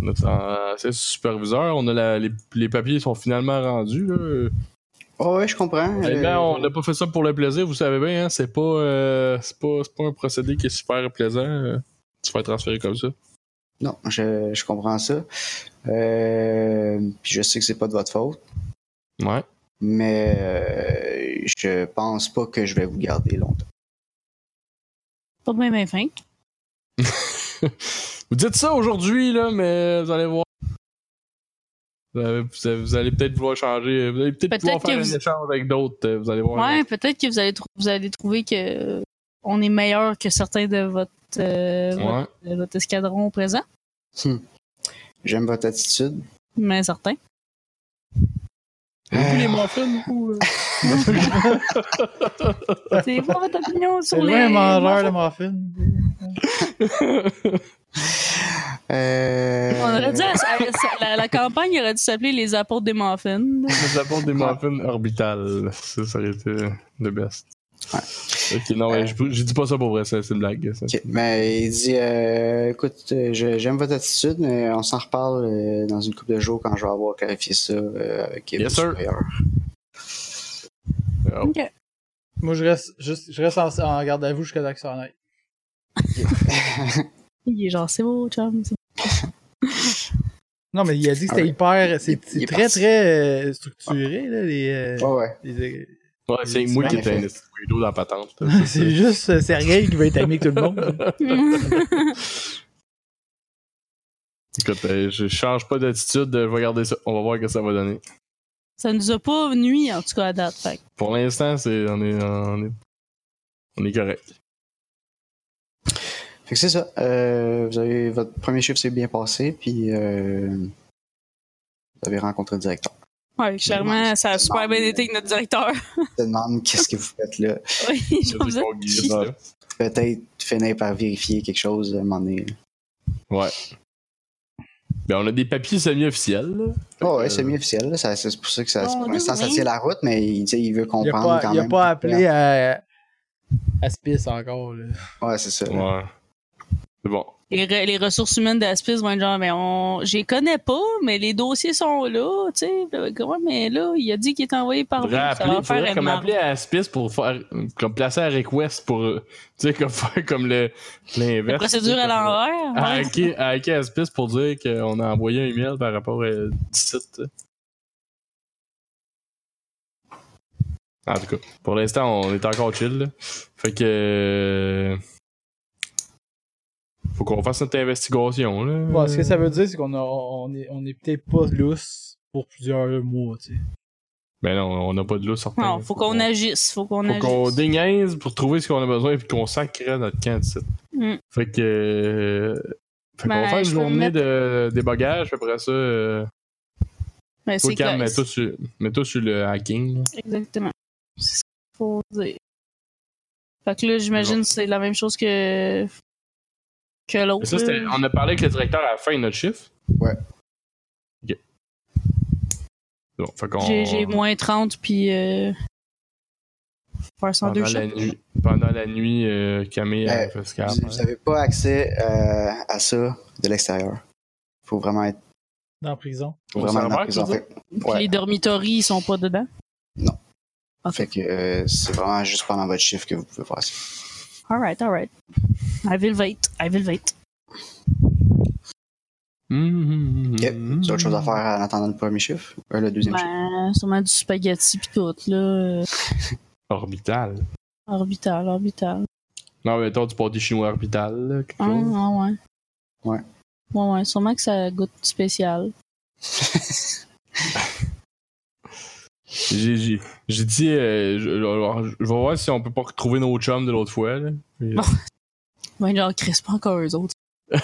S3: notre ancien superviseur. On a la- les, les papiers sont finalement rendus. Là.
S2: Oh, ouais, je comprends.
S3: Honnêtement, Eh ben, on
S2: euh,
S3: n'a pas fait ça pour le plaisir, vous savez bien, hein, c'est pas, euh, c'est pas, c'est pas un procédé qui est super plaisant. euh, de se faire transférer comme ça.
S2: Non, je, je comprends ça. Euh, puis je sais que c'est pas de votre faute.
S3: Ouais.
S2: mais euh, je pense pas que je vais vous garder longtemps.
S4: Pas de même infin.
S3: Vous dites ça aujourd'hui, là, mais vous allez voir. Vous avez- vous avez- vous allez peut-être vouloir changer. Vous allez peut-être
S4: Peut-être
S3: pouvoir
S4: que
S3: faire
S4: vous-
S3: un échange avec d'autres. euh, Vous allez voir.
S4: Ouais, peut-être que vous allez, trou- vous allez trouver que euh, on est meilleur que certains de votre, euh,
S3: Ouais.
S4: votre, votre escadron présent,
S3: Hmm.
S2: J'aime votre attitude.
S4: mais certains.
S3: Vous, les
S2: Euh,
S3: muffins, vous, euh?
S4: *laughs* C'est quoi votre opinion sur
S1: *laughs* C'est
S4: les...
S1: loin un mangeur de muffins.
S2: euh,
S4: On aurait dû... euh, La, la campagne aurait dû s'appeler les apôtres des muffins.
S3: Nous avons des muffins orbitales. Ça, ça aurait été le best. Ok, non, ouais,
S2: Euh.
S3: je, je dis pas ça pour vrai, c'est c'est une blague. ça.
S2: ok, Mais il dit, euh, écoute, euh, je- j'aime votre attitude, mais on s'en reparle euh, dans une couple de jours quand je vais avoir clarifié ça euh, avec
S3: Yes,
S2: vos
S3: sir.
S2: supérieurs.
S3: Oh.
S4: Ok.
S1: Moi, je reste, juste, je reste en, en garde à vous jusqu'à temps que ça en aille.
S4: Il est genre, c'est beau, chum. c'est-
S1: Non, mais il a dit que c'était
S2: Ah ouais.
S1: hyper. C'est
S2: Il- il
S1: c'est
S2: est
S1: très,
S2: parti.
S1: très euh, structuré, là, les. euh,
S2: Ouais, ouais.
S1: les-
S3: Ouais, c'est moi qui étais un
S2: Ouais.
S3: esti de weirdo dans la
S4: *laughs*
S3: patente.
S1: c'est juste euh, *laughs* Sergueï qui veut être ami avec tout le monde.
S3: Écoute, euh, je change pas d'attitude, euh, je vais garder ça. On va voir ce que ça va donner.
S4: ça nous a pas nuit, en tout cas, à date. Fait. que
S3: Pour l'instant, c'est on est, on est on est correct.
S2: Fait que c'est ça. Euh, vous avez votre premier chiffre s'est bien passé, puis euh, vous avez rencontré le directeur.
S4: Ouais, clairement, ça a super bien été avec notre directeur. *laughs*
S2: Il te demande qu'est-ce que vous faites là.
S4: Oui, genre, vous êtes
S3: Bon guide,
S4: qui?
S3: là.
S2: Peut-être finir par vérifier quelque chose à un moment donné.
S3: Ben, on a des papiers semi-officiels. là.
S2: Ouais, Ah Oh, ouais,
S3: Euh,
S2: c'est officiel. Ça, c'est pour ça que ça,
S4: Mon
S2: pour l'instant,
S4: Dieu,
S2: ça
S4: oui.
S2: tient la route, mais il, tu sais, il veut
S1: Il a
S2: comprendre
S1: pas,
S2: quand
S1: il a
S2: même.
S1: pas appelé à. à Spice encore, là.
S2: Ouais, c'est ça.
S3: Ouais. C'est bon.
S4: Les, re- les ressources humaines d'Aspis vont être genre, mais on, j'y connais pas, mais les dossiers sont là, tu sais. Puis, Ouais, mais là, il a dit qu'il est envoyé par vous.
S3: Faudrait
S4: Ah, ben, Ça
S3: appeler,
S4: va faire
S3: faudrait
S4: une
S3: comme
S4: marque.
S3: appeler à Aspis pour faire comme placer un request pour euh, tu sais comme *laughs* faire comme le l'inverse.
S4: La procédure à l'envers. hein.
S3: À
S4: ouais.
S3: hacker, à hacker Aspis pour dire qu'on a envoyé un email par rapport euh, à 17. En tout cas, pour l'instant, on est encore chill. là. Fait que. euh, Faut qu'on fasse notre investigation. Là.
S1: Bon, Bah, ce que ça veut dire, c'est qu'on a, on est, on est peut-être pas lousse pour plusieurs mois, tu sais.
S3: Ben non, on n'a pas de l'eau sortie.
S4: Non, faut qu'on agisse. Faut qu'on
S3: Faut
S4: agisse.
S3: qu'on dégaise pour trouver ce qu'on a besoin et puis qu'on sacre notre camp de site.
S4: Mm.
S3: Fait que. euh, Fait qu'on
S4: Ben,
S3: va faire une
S4: je peux me
S3: journée de débogage, puis après ça, euh,
S4: Mais
S3: toi,
S4: c'est
S3: Cam,
S4: clair.
S3: mets-toi sur, mets-toi sur le hacking. là.
S4: Exactement. C'est ce qu'il faut dire. Fait que là, j'imagine que c'est la même chose que. que
S3: Mais
S4: l'autre.
S3: ça, c'était-
S4: là.
S3: on a parlé avec le directeur à la fin de notre chiffre.
S2: Ouais.
S3: Ok. Bon, fait qu'on.
S4: J'ai j'ai moins 30, puis. Euh...
S3: pendant
S4: Faire 102
S3: la,
S4: shots.
S3: nuit, pendant la nuit, euh, Camille
S2: Ben,
S3: a fait ce qu'elle a
S2: Vous vous
S3: fait.
S2: avez pas accès euh, à ça de l'extérieur. Faut vraiment être.
S1: Dans la prison.
S2: Faut
S3: Au
S2: vraiment être
S3: serveur,
S2: dans la prison.
S3: tu veux
S2: Fait-
S4: Puis
S2: Ouais.
S4: les dormitories, ils sont pas dedans. Ok.
S2: Fait que euh, c'est vraiment juste pendant votre chiffre que vous pouvez faire ça.
S4: Alright, alright. I will wait. I will wait.
S2: Yep. C'est autre chose à faire en attendant le premier chiffre? Euh, le deuxième chiffre.
S4: Ben, sûrement du spaghetti pis tout, là. euh,
S3: Orbital.
S4: Orbital, orbital.
S3: Non, mais mettons du pâté chinois orbital, là, quelque
S4: Ah,
S3: chose.
S4: ah ouais.
S2: Ouais.
S4: Ouais, ouais. Sûrement que ça goûte spécial.
S3: J'ai- J'ai j'ai dit, euh, je, je- je- je vais voir si on peut pas retrouver nos chums de l'autre fois. Là. Puis, euh,
S4: Ben, genre, crispe pas encore eux autres.
S3: ah,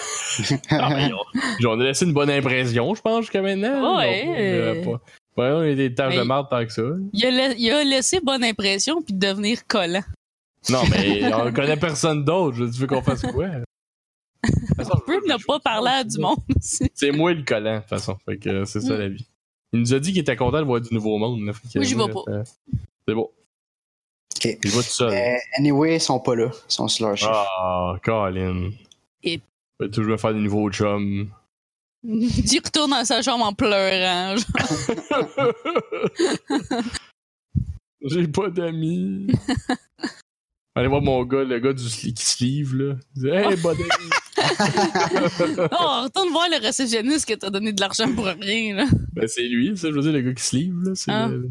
S3: ben, on- j'en ai laissé une bonne impression, je pense, jusqu'à maintenant. là.
S4: Ouais.
S3: Donc, euh, pas- Ouais, on est des tâches
S4: Mais-
S3: de marde tant que ça.
S4: Il a, la- il a laissé bonne impression puis devenir collant.
S2: Ah,
S3: Non, mais on connaît personne d'autre. je- Tu veux qu'on fasse quoi? De toute façon,
S4: *laughs* On peut
S2: ben,
S3: je-
S4: ne
S3: je-
S4: pas parler à du monde
S2: *laughs*
S4: aussi.
S3: C'est moi le collant, de toute façon. Fait que euh, c'est ça
S4: Mm.
S3: la vie. Il nous a dit qu'il était content de voir du nouveau monde. là. Fait que,
S4: Oui, j'y vais
S3: euh,
S4: pas.
S3: euh, C'est bon.
S2: Ok.
S3: Je vais tout
S2: *laughs*
S3: seul.
S2: Euh, anyway, ils sont pas là. Ils sont sur leur chiffre.
S3: Ah, Colin.
S4: Et-
S3: Je vais toujours faire des nouveaux chums.
S4: Il retourne dans sa chambre en
S2: *laughs*
S4: pleurant. genre.
S3: J'ai pas
S4: *laughs*
S3: d'amis. Allez voir mon gars, le gars du sli- qui se livre, là. Il dit,
S4: *laughs*
S3: Hey, bon ami.
S4: Oh, retourne voir le réceptionniste qui t'a donné de l'argent pour rien, là.
S3: Ben, c'est lui, ça, je veux dire, le gars qui se livre, là. C'est
S4: Ah.
S3: le-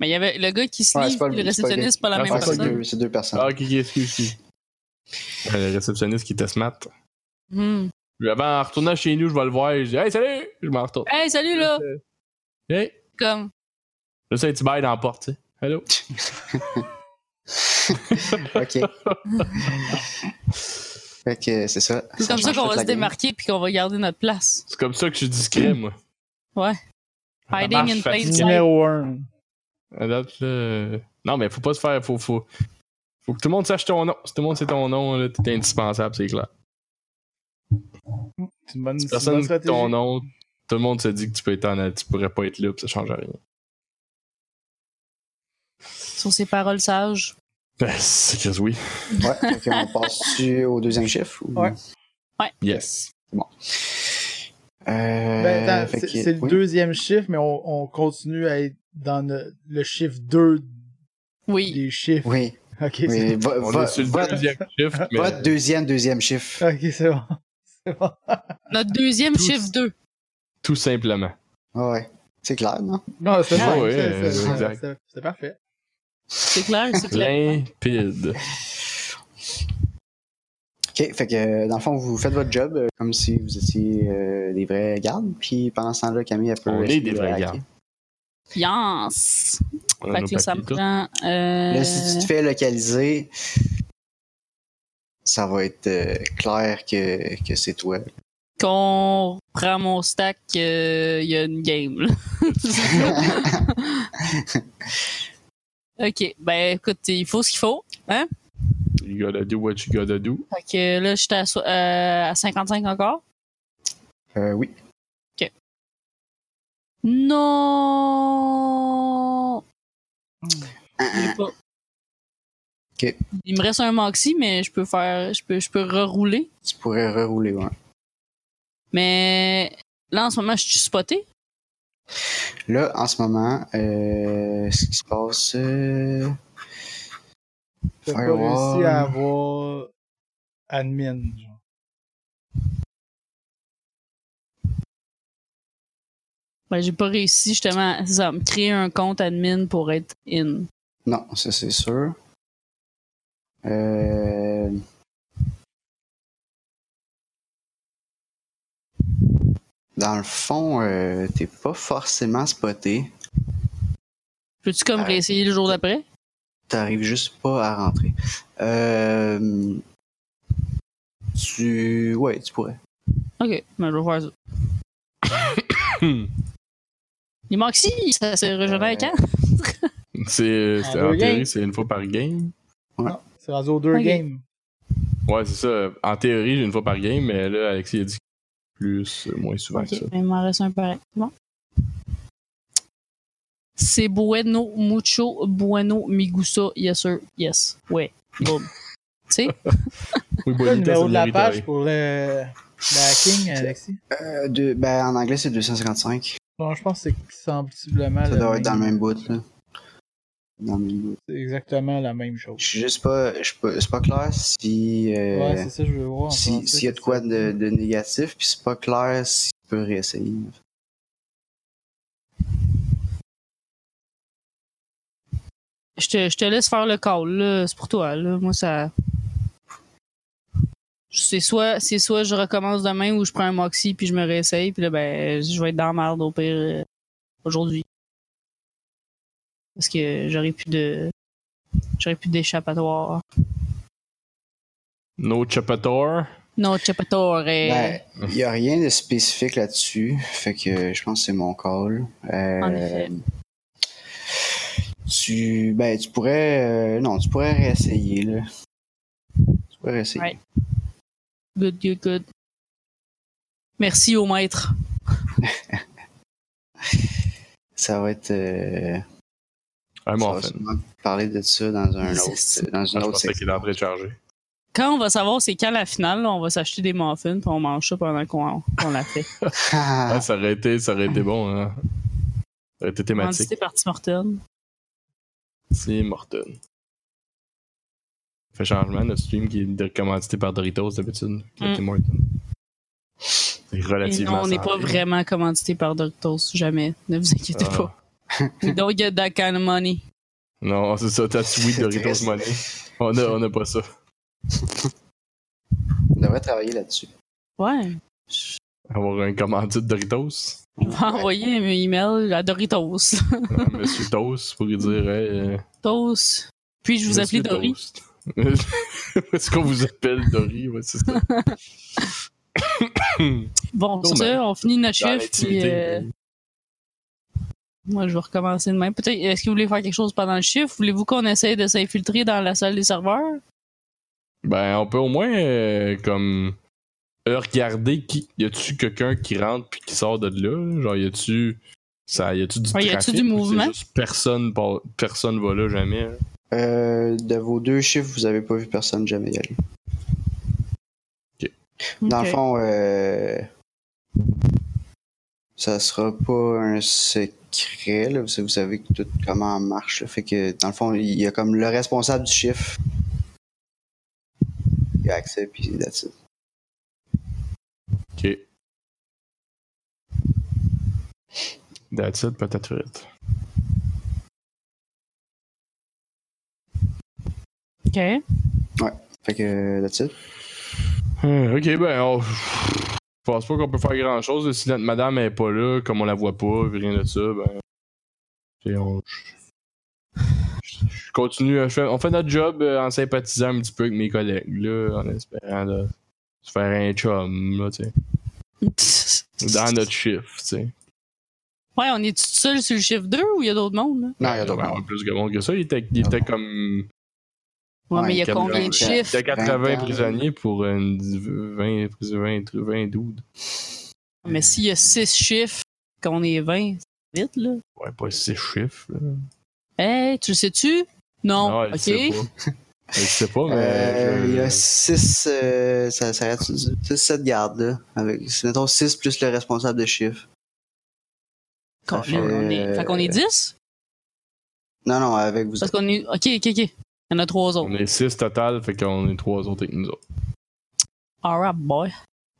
S4: Mais il y avait le gars qui se
S2: Ouais,
S4: livre
S2: c'est pas
S4: puis
S2: le-
S4: le
S2: c'est pas le
S4: réceptionniste, c'est pas la
S3: Ah,
S4: même
S2: Ouais, c'est
S4: personne.
S2: deux, c'est deux personnes.
S3: Ah, ok, ok, excuse, excuse. Euh, Le réceptionniste qui était smart.
S4: Hmm.
S3: Puis Avant, en retournant chez nous, je vais le voir et je dis Hey, salut Je m'en retourne.
S4: Hey, salut, là!
S3: Hey
S4: Comme,
S3: Là, c'est un petit bail dans la porte, tu sais. Hello Ah.
S2: Ok.
S3: *laughs*
S2: fait que c'est ça.
S4: c'est comme ça
S2: change
S4: qu'on
S2: toute
S4: va
S2: la game.
S4: se démarquer puis qu'on va garder notre place.
S3: C'est comme ça que je suis discret, moi.
S4: Ouais.
S3: Ça
S4: Hiding
S3: marche
S4: in plain
S3: fatigant.
S4: sight.
S1: Numéro 1.
S3: *clears throat* À date, là, euh, Non, mais faut pas se faire. Faut, faut... faut que tout le monde sache ton nom. Si tout le monde sait ton nom, là, t'es indispensable, c'est clair.
S1: C'est une bonne,
S3: Si
S1: c'est une bonne
S3: personne sait
S1: stratégie.
S3: ton nom, tout le monde se dit que tu peux être en... tu pourrais pas être là, puis ça change rien.
S4: Sur ces paroles sages.
S3: Ben, *laughs* c'est que oui.
S2: Ouais, fait qu'on passe-tu au deuxième chiffre? ou-
S1: Ouais.
S3: Yes.
S2: Euh,
S1: Ben, attends,
S2: fait
S1: c'est
S2: que-
S1: c'est le
S2: oui.
S1: deuxième chiffre, mais on, on continue à être dans le, le chiffre 2
S4: Oui.
S1: des chiffres. *laughs*
S2: Oui,
S1: Ok, c'est
S2: oui. Va-
S3: On
S2: va-
S3: est sur le
S2: votre-
S3: deuxième chiffre, mais. euh,
S2: votre deuxième, deuxième chiffre.
S1: ok, c'est bon. *laughs* C'est bon.
S4: Notre deuxième
S3: Tous.
S4: chiffre 2.
S3: Tout simplement.
S2: Ouais. C'est clair, non?
S1: Non, c'est
S3: Ah
S1: bon.
S3: oui,
S1: c'est-
S3: euh,
S1: c'est-
S3: exact.
S1: c'est- C'est parfait.
S4: C'est clair, c'est clair.
S3: Limpide.
S2: OK, fait que euh, dans le fond, vous faites votre job euh, comme si vous étiez euh, des vrais gardes, puis pendant ce temps-là, Camille, elle peut...
S3: On est
S2: essayer
S3: des
S2: de
S3: vrais
S2: hacker.
S3: gardes.
S4: Yes!
S3: On a
S4: Fait
S3: nos
S4: que là, ça me
S3: papiers, tout.
S4: prend.
S2: Là,
S4: Euh...
S2: si tu te fais localiser, ça va être euh, clair que, que c'est toi. *laughs*
S4: Qu'on prend mon stack, euh, il y a une game, là. ok, ben écoute, il faut ce qu'il faut.
S3: You gotta do what you gotta do.
S4: Fait que là, j'étais à, so- euh, à 55 encore.
S2: Euh, oui.
S4: Non! Je l'ai pas.
S2: Ok.
S4: Il me reste un maxi, mais je peux faire. Je peux, je peux rerouler.
S2: Tu pourrais rerouler, ouais.
S4: Mais là, en ce moment, je suis spoté.
S2: Là, en ce moment, euh, ce qui se passe... euh,
S1: T'as pas
S2: Firewall.
S1: réussi à avoir admin. genre.
S4: Ben, j'ai pas réussi justement à- c'est ça, à me créer un compte admin pour être in.
S2: Non, ça c'est sûr. Euh... Dans le fond, euh, t'es pas forcément spoté.
S4: Peux-tu comme
S2: Euh,
S4: réessayer le jour d'après?
S2: T'arrives juste pas à rentrer. Euh... Tu. Ouais, tu pourrais.
S4: Ok, ben, je vais faire ça. Les maxi, ça s'est rejoint hein? à
S2: Euh,
S4: quand?
S3: C'est, c'est-
S1: En deux
S3: en
S1: games.
S3: théorie, c'est une fois par game.
S1: C'est rendu aux deux
S4: Ok.
S1: games.
S3: Ouais, c'est ça. En théorie, j'ai une fois par game, mais là, Alexis a dit plus, euh, moins souvent
S4: Ok,
S3: que ça.
S4: ben, il m'en reste un pareil. C'est Bon. C'est bueno, mucho, bueno, mi gusto, yes sir, yes. Ouais, boom. *laughs* tu sais?
S3: Oui, bon,
S1: C'est quoi le
S3: vitesse,
S1: numéro de la
S3: mériterait.
S1: page pour le, le hacking, Alexis?
S2: Euh, de... Ben, en anglais, c'est 255.
S1: Bon, je pense que c'est semblablement
S2: Ça
S1: Ah, le
S2: doit être dans le
S1: même.
S2: même bout, là. dans le même-
S1: C'est exactement la même chose.
S2: Je suis juste pas. Je suis pas- c'est pas clair si. euh,
S1: Ouais, c'est ça, que je veux voir. en
S2: si-
S1: français,
S2: S'il y a de
S1: c'est
S2: quoi
S1: ça.
S2: de, de négatif, puis c'est pas clair si tu peux réessayer. en fait.
S4: Je te, je te laisse faire le call, là. C'est pour toi, là. Moi, ça. C'est soit, c'est soit je recommence demain ou je prends un moxie puis je me réessaye, puis là, ben, je vais être dans la merde au pire euh, aujourd'hui. Parce que j'aurais plus de. J'aurais plus d'échappatoire.
S3: No Chapator.
S4: Non, échappatoire. euh, *laughs*
S2: Ben, il y a rien de spécifique là-dessus, fait que je pense que c'est mon call. Euh,
S4: En effet.
S2: Tu, ben, tu pourrais. euh, non, tu pourrais réessayer, là. Tu pourrais réessayer.
S4: Ouais. Good, good, good. Merci au maître.
S2: Ça va être. euh,
S3: Un
S2: ça va
S3: morphin.
S2: sûrement parler de ça dans un
S4: C'est ça.
S2: autre. Dans
S3: Ah,
S2: une
S3: je
S2: autre
S3: pensais qu'il est en train de charger.
S4: Quand on va savoir c'est quand la finale, là, on va s'acheter des muffins puis on mange ça pendant qu'on qu'on la fait.
S2: *laughs*
S3: Ah, ça aurait été, ça aurait été bon. Hein. Ça aurait été thématique.
S4: C'était partie mortelle.
S3: C'est Morton. Fait changement, notre stream qui est commandité par Doritos d'habitude. qui
S4: Mm.
S3: était Morton. C'est
S4: Et
S3: relativement.
S4: non, on n'est pas
S3: centré.
S4: vraiment commandité par Doritos, jamais. Ne vous inquiétez
S3: Ah.
S4: pas. We don't get that kind of money.
S3: Non, c'est ça, That's sweet Doritos
S2: Triste.
S3: Money. On n'a on a pas ça.
S2: On devrait travailler là-dessus.
S4: Ouais.
S3: Avoir un commandite Doritos.
S4: On va
S2: Ouais.
S4: envoyer un email à Doritos.
S3: à Monsieur Toast pour lui dire. Hey, euh,
S4: *laughs* Toast. Puis je vous
S3: Monsieur
S4: appelais Dory.
S3: Toast. *laughs* Est-ce qu'on vous appelle Dory? Ouais, c'est ça.
S4: Bon,
S3: Oh,
S4: sur
S3: ben,
S4: ça, on finit notre
S3: Dans
S4: chiffre. Puis,
S3: l'intimité.
S4: euh, moi, je vais recommencer demain. Peut-être, est-ce que vous voulez faire quelque chose pendant le chiffre? Voulez-vous qu'on essaye de s'infiltrer dans la salle des serveurs?
S3: Ben, on peut au moins, euh, comme, euh, regarder qui. Y a-tu quelqu'un qui rentre puis qui sort de là? Genre, y a-tu. Ça, y a-tu du
S4: Ouais, y
S3: trafic?
S4: a-tu du
S3: ou c'est
S4: mouvement?
S3: juste personne, par- personne va là jamais. hein?
S2: Euh, de vos deux chiffres, vous avez pas vu personne jamais y aller. Dans le
S4: Ok.
S2: fond, euh, ça sera pas un secret. Là. Vous vous savez que tout comment marche. là. Fait que dans le fond, il y a comme le responsable du chiffre. Il a accès, puis that's it.
S3: Ok. That's it, peut-être it.
S4: OK.
S2: Fait que that's it.
S3: Euh, ok, ben, on. Je pense pas qu'on peut faire grand chose. Si notre madame est pas là, comme on la voit pas, puis rien de ça, ben. tu sais, on- Je je continue. je fais- on fait notre job euh, en sympathisant un petit peu avec mes collègues, là, en espérant là, se faire un chum, là, tu sais. Dans notre chiffre, tu sais.
S4: Ouais, on est tout seul sur le chiffre 2 ou il y a d'autres mondes? là?
S2: Non, il y a
S3: Euh,
S2: d'autres
S3: ben, plus de monde que ça. Il était, il était comme.
S4: Ouais,
S2: Ouais,
S4: mais il y a
S3: 80,
S4: combien de
S3: il
S2: était
S4: chiffres?
S3: était 80
S2: 20,
S3: prisonniers pour une 20, 20, 20 dudes.
S4: Mais s'il y a 6 chiffres, qu'on est 20, c'est vite, là.
S3: Ouais, pas six chiffres, là.
S4: Hey, tu le sais-tu? Non.
S3: Non, elle
S4: OK.
S3: sait pas.
S4: *laughs*
S3: Elle sait pas, mais.
S2: Euh,
S3: je-
S2: Il y a 6 euh, ça, ça reste 7 gardes là. Avec, c'est, mettons 6 plus le responsable de chiffre. Ça
S4: Colin, on est- Fait qu'on est 10?
S2: Non, non, avec vous.
S4: Parce qu'on est. OK, OK, OK. Il y en a 3 autres.
S3: On est 6 total, fait qu'on est 3 autres avec nous autres.
S4: Alright, boy.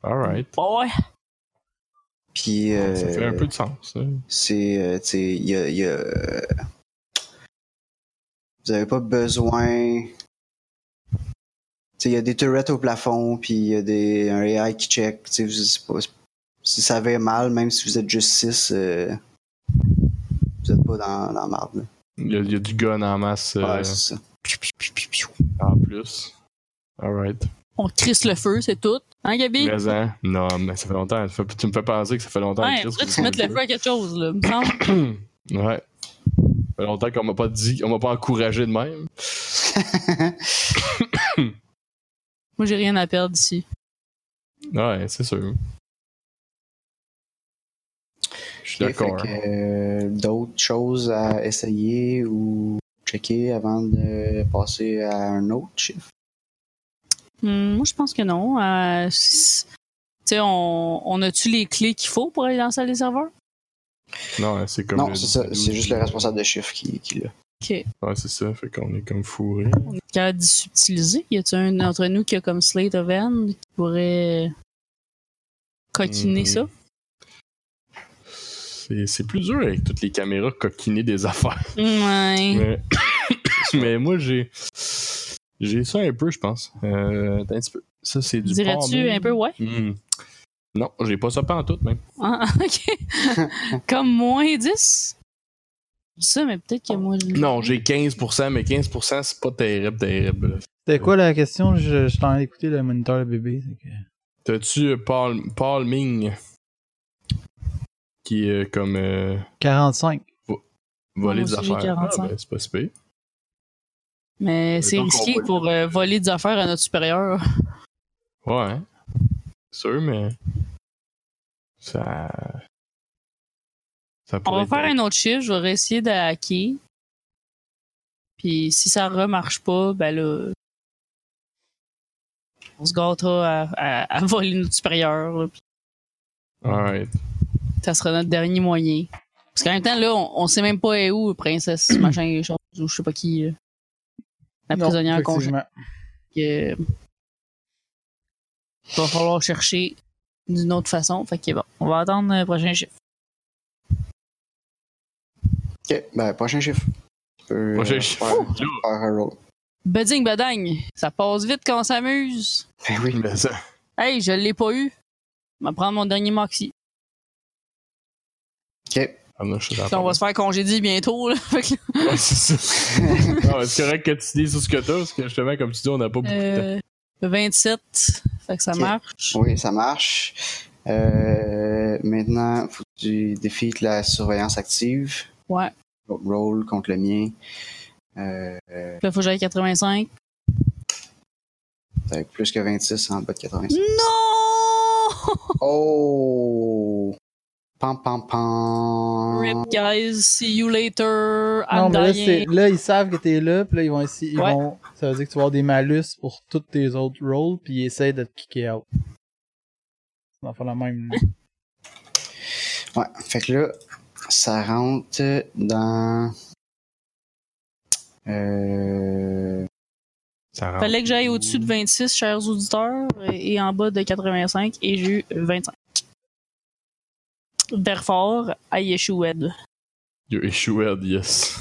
S3: Alright.
S4: Boy.
S2: Puis euh,
S3: Ça fait un peu de sens. hein.
S2: c'est euh, tu sais il y a, il y a, euh, vous avez pas besoin tu sais il y a des turrets au plafond puis il y a des un AI qui check tu sais vous- c'est pas- si ça va mal même si vous êtes juste 6 vous êtes pas dans dans la marde là.
S3: Il y, a, il y a du gun en masse euh,
S2: Ouais, c'est ça.
S4: Piou, piou, piou, piou, piou.
S3: en plus. Alright.
S4: On crisse le feu, c'est tout. Hein, Gabi?
S3: Mais hein, non, mais ça fait longtemps. Ça fait- tu me fais penser que ça fait longtemps
S4: Ouais,
S3: Chris,
S4: faudrait que
S3: que
S4: tu mettes le feu à quelque chose, là. il me semble.
S3: *clears throat* ouais. Ça fait longtemps qu'on m'a pas dit, on m'a pas encouragé de même. *laughs*
S4: Moi, j'ai rien à perdre ici.
S3: Ouais, c'est sûr. Je suis
S2: Ok, fait
S3: d'accord.
S2: que, euh, d'autres choses à essayer ou checker avant de passer à un autre chiffre
S4: Hum, moi, je pense que non. Euh, si- tu sais, on, on a-tu les clés qu'il faut pour aller dans la salle des serveurs?
S3: Non, c'est comme.
S2: non
S3: le-
S2: c'est ça
S3: le-
S2: c'est juste le responsable de chiffre qui, qui l'a
S4: OK. Ok.
S3: Ouais, c'est ça. Fait qu'on est comme fourré.
S4: On est capable d'y subtiliser. Y a-tu un d'entre nous qui a comme Slate of Hand qui pourrait coquiner
S3: Hmm.
S4: ça?
S3: C'est c'est plus dur avec toutes les caméras coquiner des affaires.
S4: Ouais.
S3: Mais, *coughs* mais moi, j'ai. J'ai ça un peu, je pense. Euh, attends un petit peu. Ça, c'est du
S4: Dirais-tu un peu ouais?
S3: Hmm. Non, j'ai pas ça pas en tout, même.
S4: Ah, *laughs* ok.
S3: *laughs*
S4: comme moins 10? Je dis ça, mais peut-être que moi. je-
S3: Non, j'ai 15%, mais 15%, c'est pas terrible, terrible. là.
S1: C'était quoi la question? Je, je t'en ai écouté le moniteur de bébé. c'est que-
S3: T'as-tu euh, Paul, Paul Ming qui est comme euh,
S1: 45.
S3: voler
S4: Moi
S3: des
S4: aussi, j'ai
S3: affaires?
S4: 45.
S3: Ah, ben, c'est pas si pire.
S4: Mais c'est
S3: donc, on
S4: risqué
S3: va le-
S4: pour euh, voler des affaires à notre supérieur.
S3: Ouais, hein. sûr, mais. Ça. Ça
S4: On
S3: pourrait
S4: va faire
S3: être-
S4: un autre chiffre, je vais essayer de hacker. Puis si ça remarche pas, ben là. On se gâtera à, à- *laughs* à voler notre supérieur. là, puis
S3: Alright.
S4: ça sera notre dernier moyen. Parce qu'en même temps, là, on, on sait même pas est où, princesse, *clears throat* machin, les choses, ou je sais pas qui. là. La
S1: Non,
S4: prisonnière qu'on
S1: effectivement.
S4: Il va falloir chercher d'une autre façon. Fait que bon, on va attendre le prochain chiffre.
S2: Ok, ben, prochain chiffre. Tu peux,
S3: Moi, j'ai
S2: euh,
S3: j'ai- *laughs*
S2: faire- faire un roll.
S4: Bedding, bedagne, ça passe vite quand on s'amuse.
S2: Ben oui.
S3: Mais ça-
S4: Hey, je l'ai pas eu. Je vais prendre mon dernier maxi.
S2: Ok.
S3: Ah non, je suis
S4: Puis on va se faire congédier bientôt. Là. *laughs* Fait que là,
S3: Ouais, c'est
S4: *laughs*
S3: ça. Non, mais c'est correct que tu dis sur ce que t'as, parce que justement, comme tu dis, on n'a pas beaucoup de temps.
S4: euh, 27. Fait que ça
S2: Ok.
S4: marche.
S2: Oui, ça marche. Euh, maintenant, faut que tu défies la surveillance active.
S4: Ouais.
S2: Donc, Roll contre le mien. Euh,
S4: Puis Là, faut que j'aille à 85.
S2: t'as plus que 26 en bas de 85.
S4: *laughs* Non!
S2: Oh! Pam, pam, pam!
S4: Rip, guys. See you later.
S1: Non,
S4: I'm
S1: mais là, c'est-
S4: dying.
S1: là, ils savent que t'es là, puis là, ils vont essayer. Ils
S4: Ouais.
S1: vont... Ça veut dire que tu vas avoir des malus pour toutes tes autres rolls, puis ils essayent de te kicker out. Ça va faire la
S4: *laughs*
S1: même.
S2: Ouais, fait que là, ça rentre dans. Euh,
S3: Ça rentre.
S4: Fallait que j'aille au-dessus de 26, chers auditeurs, et et en bas de 85, et j'ai eu 25. Therefore, I *laughs* issued.
S3: You issued, yes.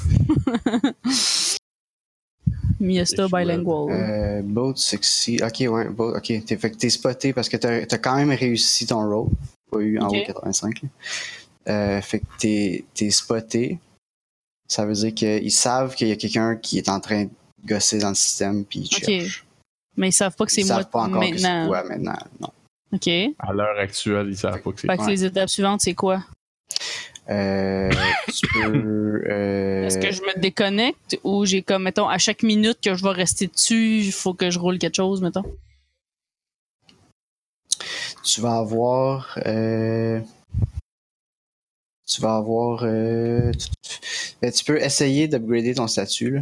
S4: Miesta
S3: Issued.
S4: bilingual.
S2: Euh, boat succeed. Ok, ouais, boat, ok. T'es, fait que t'es spoté parce que t'as, t'as quand même réussi ton roll. Pas eu en
S4: Ok.
S2: haut de 85. là. Euh, fait que t'es, t'es spoté. Ça veut dire qu'ils savent qu'il y a quelqu'un qui est en train de gosser dans le système puis ils
S4: Ok.
S2: cherchent.
S4: Mais ils savent pas que c'est
S2: ils
S4: moi
S2: savent pas encore que c'est
S4: maintenant.
S2: quoi maintenant. Non.
S4: ok. Fait
S3: À l'heure actuelle, ils savent pas que c'est.
S4: que les étapes suivantes, c'est quoi?
S2: Euh, tu peux. euh,
S4: Est-ce que je me déconnecte ou j'ai comme, mettons, à chaque minute que je vais rester dessus, il faut que je roule quelque chose, mettons?
S2: tu vas avoir euh, tu vas avoir euh, tu- tu- ben, tu peux essayer d'upgrader ton statut là.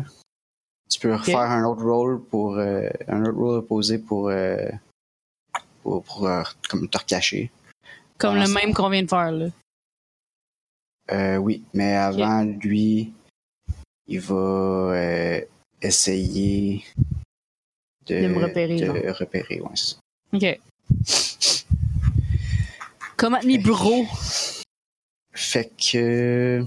S2: tu peux refaire un autre rôle pour euh, un autre rôle opposé pour euh, pour, pour, euh, comme te recacher
S4: Comme
S2: Pour
S4: le
S2: l'instant.
S4: même qu'on vient de faire, là.
S2: Euh, oui mais avant lui il va euh, essayer de,
S4: De me repérer,
S2: de
S4: genre.
S2: repérer, ouais, c'est ça.
S4: Ok. Comment me bro?
S2: Fait que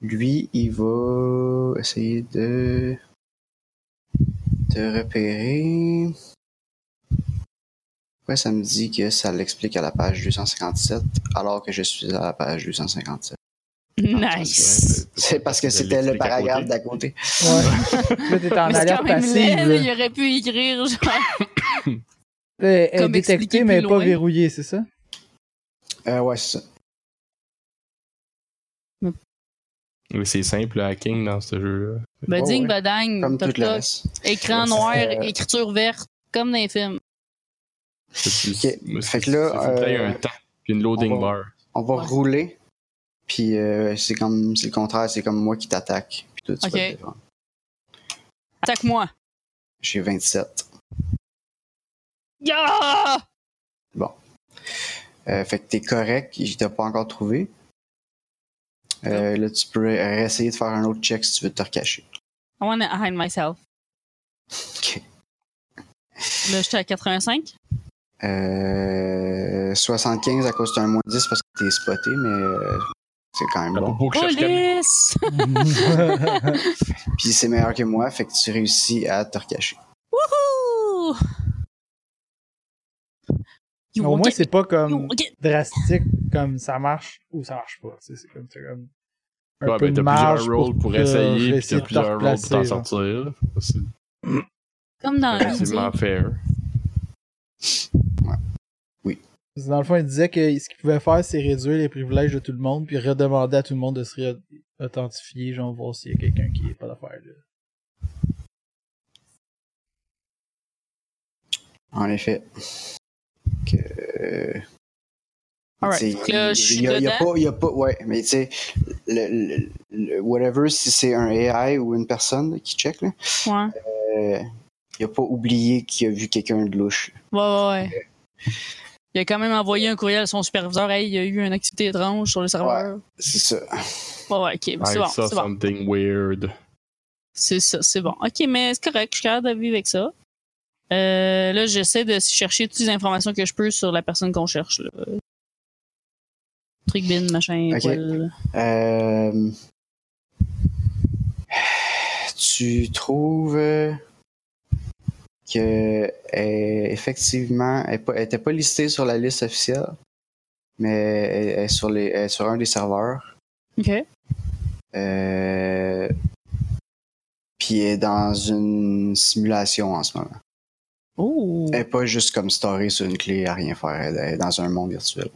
S2: lui, il va essayer de te repérer. Ouais, ça me dit que ça l'explique à la page 257, alors que je suis à la page 257.
S4: Nice!
S2: *laughs* C'est parce que c'était le paragraphe d'à côté.
S1: Ouais. là, t'es en
S4: Mais Ah, c'est
S1: alerte
S4: quand même laid,
S1: passive.
S4: là,
S1: là.
S4: il aurait pu écrire, genre.
S1: Là, Elle elle est
S4: Comme expliqué
S1: détectée,
S4: plus
S1: mais pas
S4: loin.
S1: verrouillée, c'est
S4: *laughs*
S1: ça?
S2: Euh, ouais, c'est ça.
S3: Oui, c'est simple, le hacking dans ce jeu-là.
S2: *laughs*
S4: Bading,
S2: ouais.
S4: badang,
S2: Comme tout
S4: toc,
S2: le
S4: toc,
S2: reste.
S4: écran
S2: Ouais,
S4: noir,
S2: c'est-
S4: écriture verte, comme dans les films.
S3: C'est plus-
S2: Ok,
S3: c'est-
S2: fait que là,
S3: c'est- c'est peut-être
S2: euh,
S3: un temps, puis une loading
S2: on va-
S3: bar.
S2: On va
S4: Ouais.
S2: rouler, puis euh, c'est comme c'est le contraire, c'est comme moi qui t'attaque. Puis toi, tu vas
S4: Ok.
S2: te défendre.
S4: Attaque-moi!
S2: J'ai 27.
S4: Yeah!
S2: Euh, fait que t'es correct, il t'a pas encore trouvé. Euh, là, tu peux essayer de faire un autre check si tu veux te recacher.
S4: I wanna hide myself.
S2: Ok.
S4: Là, j'étais à 85.
S2: Euh, 75 à cause d'un moins 10 parce que t'es spoté, mais euh, c'est quand
S4: Ah
S2: même
S3: À
S2: bon.
S3: propos
S4: Oh,
S3: que je cherche Camille.
S4: Police!
S2: Puis c'est meilleur que moi, fait que tu réussis à te recacher.
S4: Wouhou! You
S1: Au
S4: won't
S1: moins,
S4: get-
S1: c'est pas
S4: you
S1: comme
S4: won't get-
S1: drastique, comme ça marche ou ça marche pas. tu sais, C'est comme, t'as comme un
S3: Ouais,
S1: peu
S3: ben,
S1: de
S3: t'as
S1: marge
S3: plusieurs rôles pour
S1: te-
S3: essayer, puis
S1: essayer
S3: t'as
S1: de te
S3: plusieurs rôles pour t'en
S1: replacer,
S3: sortir. là. C'est
S4: Comme dans
S3: relativement
S4: Indie.
S3: fair.
S1: Parce que Dans le fond, il disait que ce qu'il pouvait faire, c'est réduire les privilèges de tout le monde, puis redemander à tout le monde de se réauthentifier, genre voir s'il y a quelqu'un qui est pas d'affaire là.
S2: En effet. Que, euh,
S4: Alright.
S2: tu sais,
S4: Donc là, je suis
S2: il y a, il y a
S4: dedans?
S2: pas, il y a pas, ouais, mais tu sais, le, le- le- whatever, si c'est un AI ou une personne qui check, là,
S4: Ouais.
S2: euh, il a pas oublié qu'il a vu quelqu'un de louche.
S4: Ouais, ouais, ouais. Il a quand même envoyé un courriel à son superviseur. Hey, il y a eu une activité étrange sur le serveur.
S2: C'est ça.
S4: Ouais, ouais, ok.
S3: I
S4: C'est bon,
S3: saw
S4: c'est bon.
S3: something weird.
S4: C'est ça, c'est bon. Ok, mais c'est correct. Je suis capable de vivre avec ça. Euh, là, j'essaie de chercher toutes les informations que je peux sur la personne qu'on cherche. Là. Truc bin, machin,
S2: Ok.
S4: poil.
S2: Euh, tu trouves euh, que elle, effectivement, elle n'était pas listée sur la liste officielle, mais elle, elle est sur les, elle est sur un des serveurs.
S4: Ok.
S2: Euh, Puis elle est dans une simulation en ce moment.
S4: Oh.
S2: Elle n'est pas juste comme storée sur une clé à rien faire. Elle elle est dans un monde virtuel.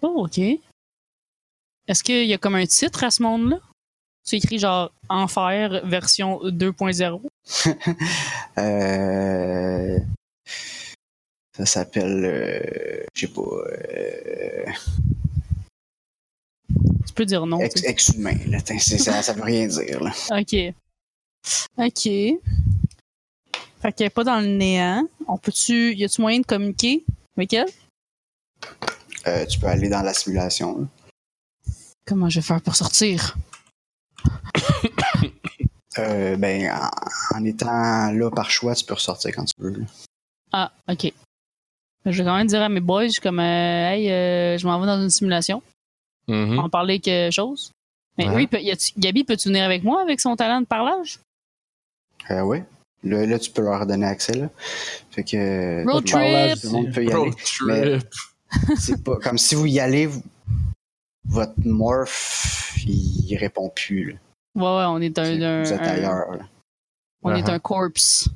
S4: Oh, ok. Est-ce qu'il y a comme un titre à ce monde-là? C'est écrit genre Enfer version 2.0.
S2: Euh, ça s'appelle, euh, je sais pas, euh,
S4: Tu peux dire non. tu
S2: ex-
S4: sais.
S2: ex-humain. là. T'in- c'est- ça, ça veut rien dire. Là.
S4: Ok. Ok. Fait qu'elle est pas dans le néant. On peut-tu. Y a-tu moyen de communiquer avec elle?
S2: Euh, tu peux aller dans la simulation. là.
S4: Comment je vais faire pour sortir?
S2: Euh, ben, en, en étant là par choix, tu peux ressortir quand tu veux. là.
S4: Ah, ok. Je vais quand même dire à mes boys, je suis comme, euh, hey, euh, je m'en vais dans une simulation.
S3: Mhm.
S4: En parler quelque chose. Mais
S3: Ouais.
S4: oui, peut- y a-tu- Gabi, peux-tu venir avec moi avec son talent de parlage?
S2: Euh, ouais. Là, là, tu peux leur donner accès. Là. Fait que
S4: Road
S2: tout le monde-
S1: parlage,
S4: trip!
S2: tout le monde peut y aller.
S3: Road trip.
S2: C'est pas comme si vous y allez, vous- votre morph, il répond plus. là.
S4: Ouais, ouais, on est un. un-
S2: vous êtes
S4: un-
S2: ailleurs. là.
S4: on est
S3: Uh-huh.
S4: un corpse.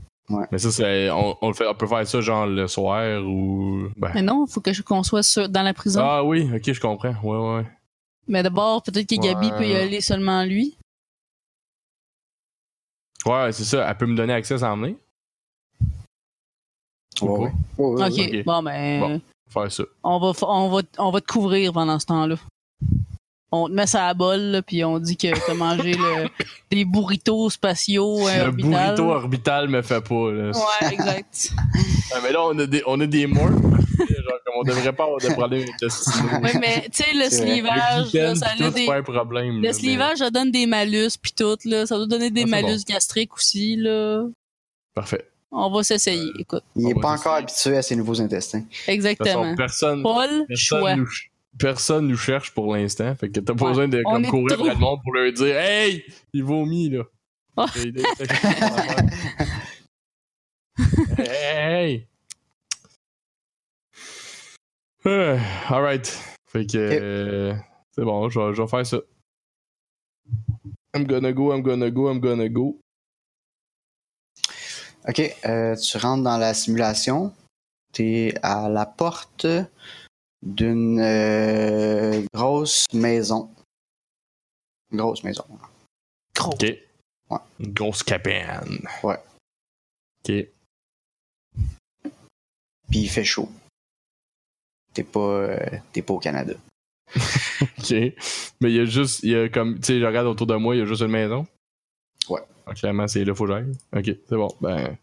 S3: Mais ça, c'est, on, on le fait, on peut faire ça genre le soir ou. Ben.
S4: Mais non, faut que je- qu'on soit sur- dans la prison.
S3: Ah oui, ok, je comprends. Ouais, ouais, ouais.
S4: Mais d'abord, peut-être que Gabi
S3: Ouais.
S4: peut y aller seulement lui.
S3: Ouais, c'est ça. Elle peut me donner accès à emmener.
S2: Ouais,
S3: Ou pas.
S2: ouais. Ouais, ouais,
S4: Ok,
S2: ouais.
S3: ok.
S4: bon, ben,
S3: Bon. Faire ça.
S4: On, va, fa- on, va, on va te couvrir pendant ce temps-là. On te met ça à la bol, là, puis on dit que t'as mangé
S3: *laughs*
S4: le, des burritos spatiaux. euh,
S3: Le
S4: orbital.
S3: burrito orbital me fait pas, là.
S4: Ouais,
S3: *laughs*
S4: exact.
S3: Ah, mais là, on a des, on a des morts. genre, comme on devrait pas avoir de problème avec le stylo.
S4: *laughs* ouais, mais tu sais,
S2: C'est vrai.
S3: Le
S4: le slivage, là,
S3: gluten,
S4: ça
S3: pis
S4: a
S3: tout, c'est
S4: des.
S3: pas un problème. là,
S4: Le
S3: mais-
S4: slivage, ça donne des malus, puis tout, là. Ça doit donner des
S3: Ah, c'est
S4: malus gastriques aussi, là.
S3: Parfait.
S4: On va s'essayer,
S3: Euh,
S4: écoute.
S2: Il
S3: On
S2: n'est
S3: va
S2: pas
S3: juste-
S2: encore habitué à ses nouveaux intestins.
S3: De toute façon,
S4: Exactement.
S3: personne,
S4: Paul, choix.
S3: personne, nous, ch- personne nous cherche pour l'instant. Fait que t'as pas
S4: Ouais.
S3: besoin de
S4: On
S3: comme,
S4: est
S3: courir
S4: trop-
S3: après le monde pour leur dire Hey, il vomit, là.
S4: Oh.
S3: Hey, hey, hey. *sighs* Euh, Alright. Fait que euh, c'est bon, je vais- je vais faire ça. I'm gonna go, I'm gonna go, I'm gonna go.
S2: Ok, euh, tu rentres dans la simulation. Tu es à la porte d'une euh, grosse maison. Grosse maison.
S4: Gros.
S3: Ok.
S2: Ouais.
S3: Une grosse cabane.
S2: Ouais.
S3: Ok.
S2: Puis il fait chaud. T'es pas, euh, t'es pas au Canada.
S3: Ok. Mais il y a juste, il y a comme, tu sais, je regarde autour de moi, il y a juste une maison.
S2: Ouais.
S3: Ah, clairement, c'est là, faut que j'aille. Ok, c'est bon. Ben.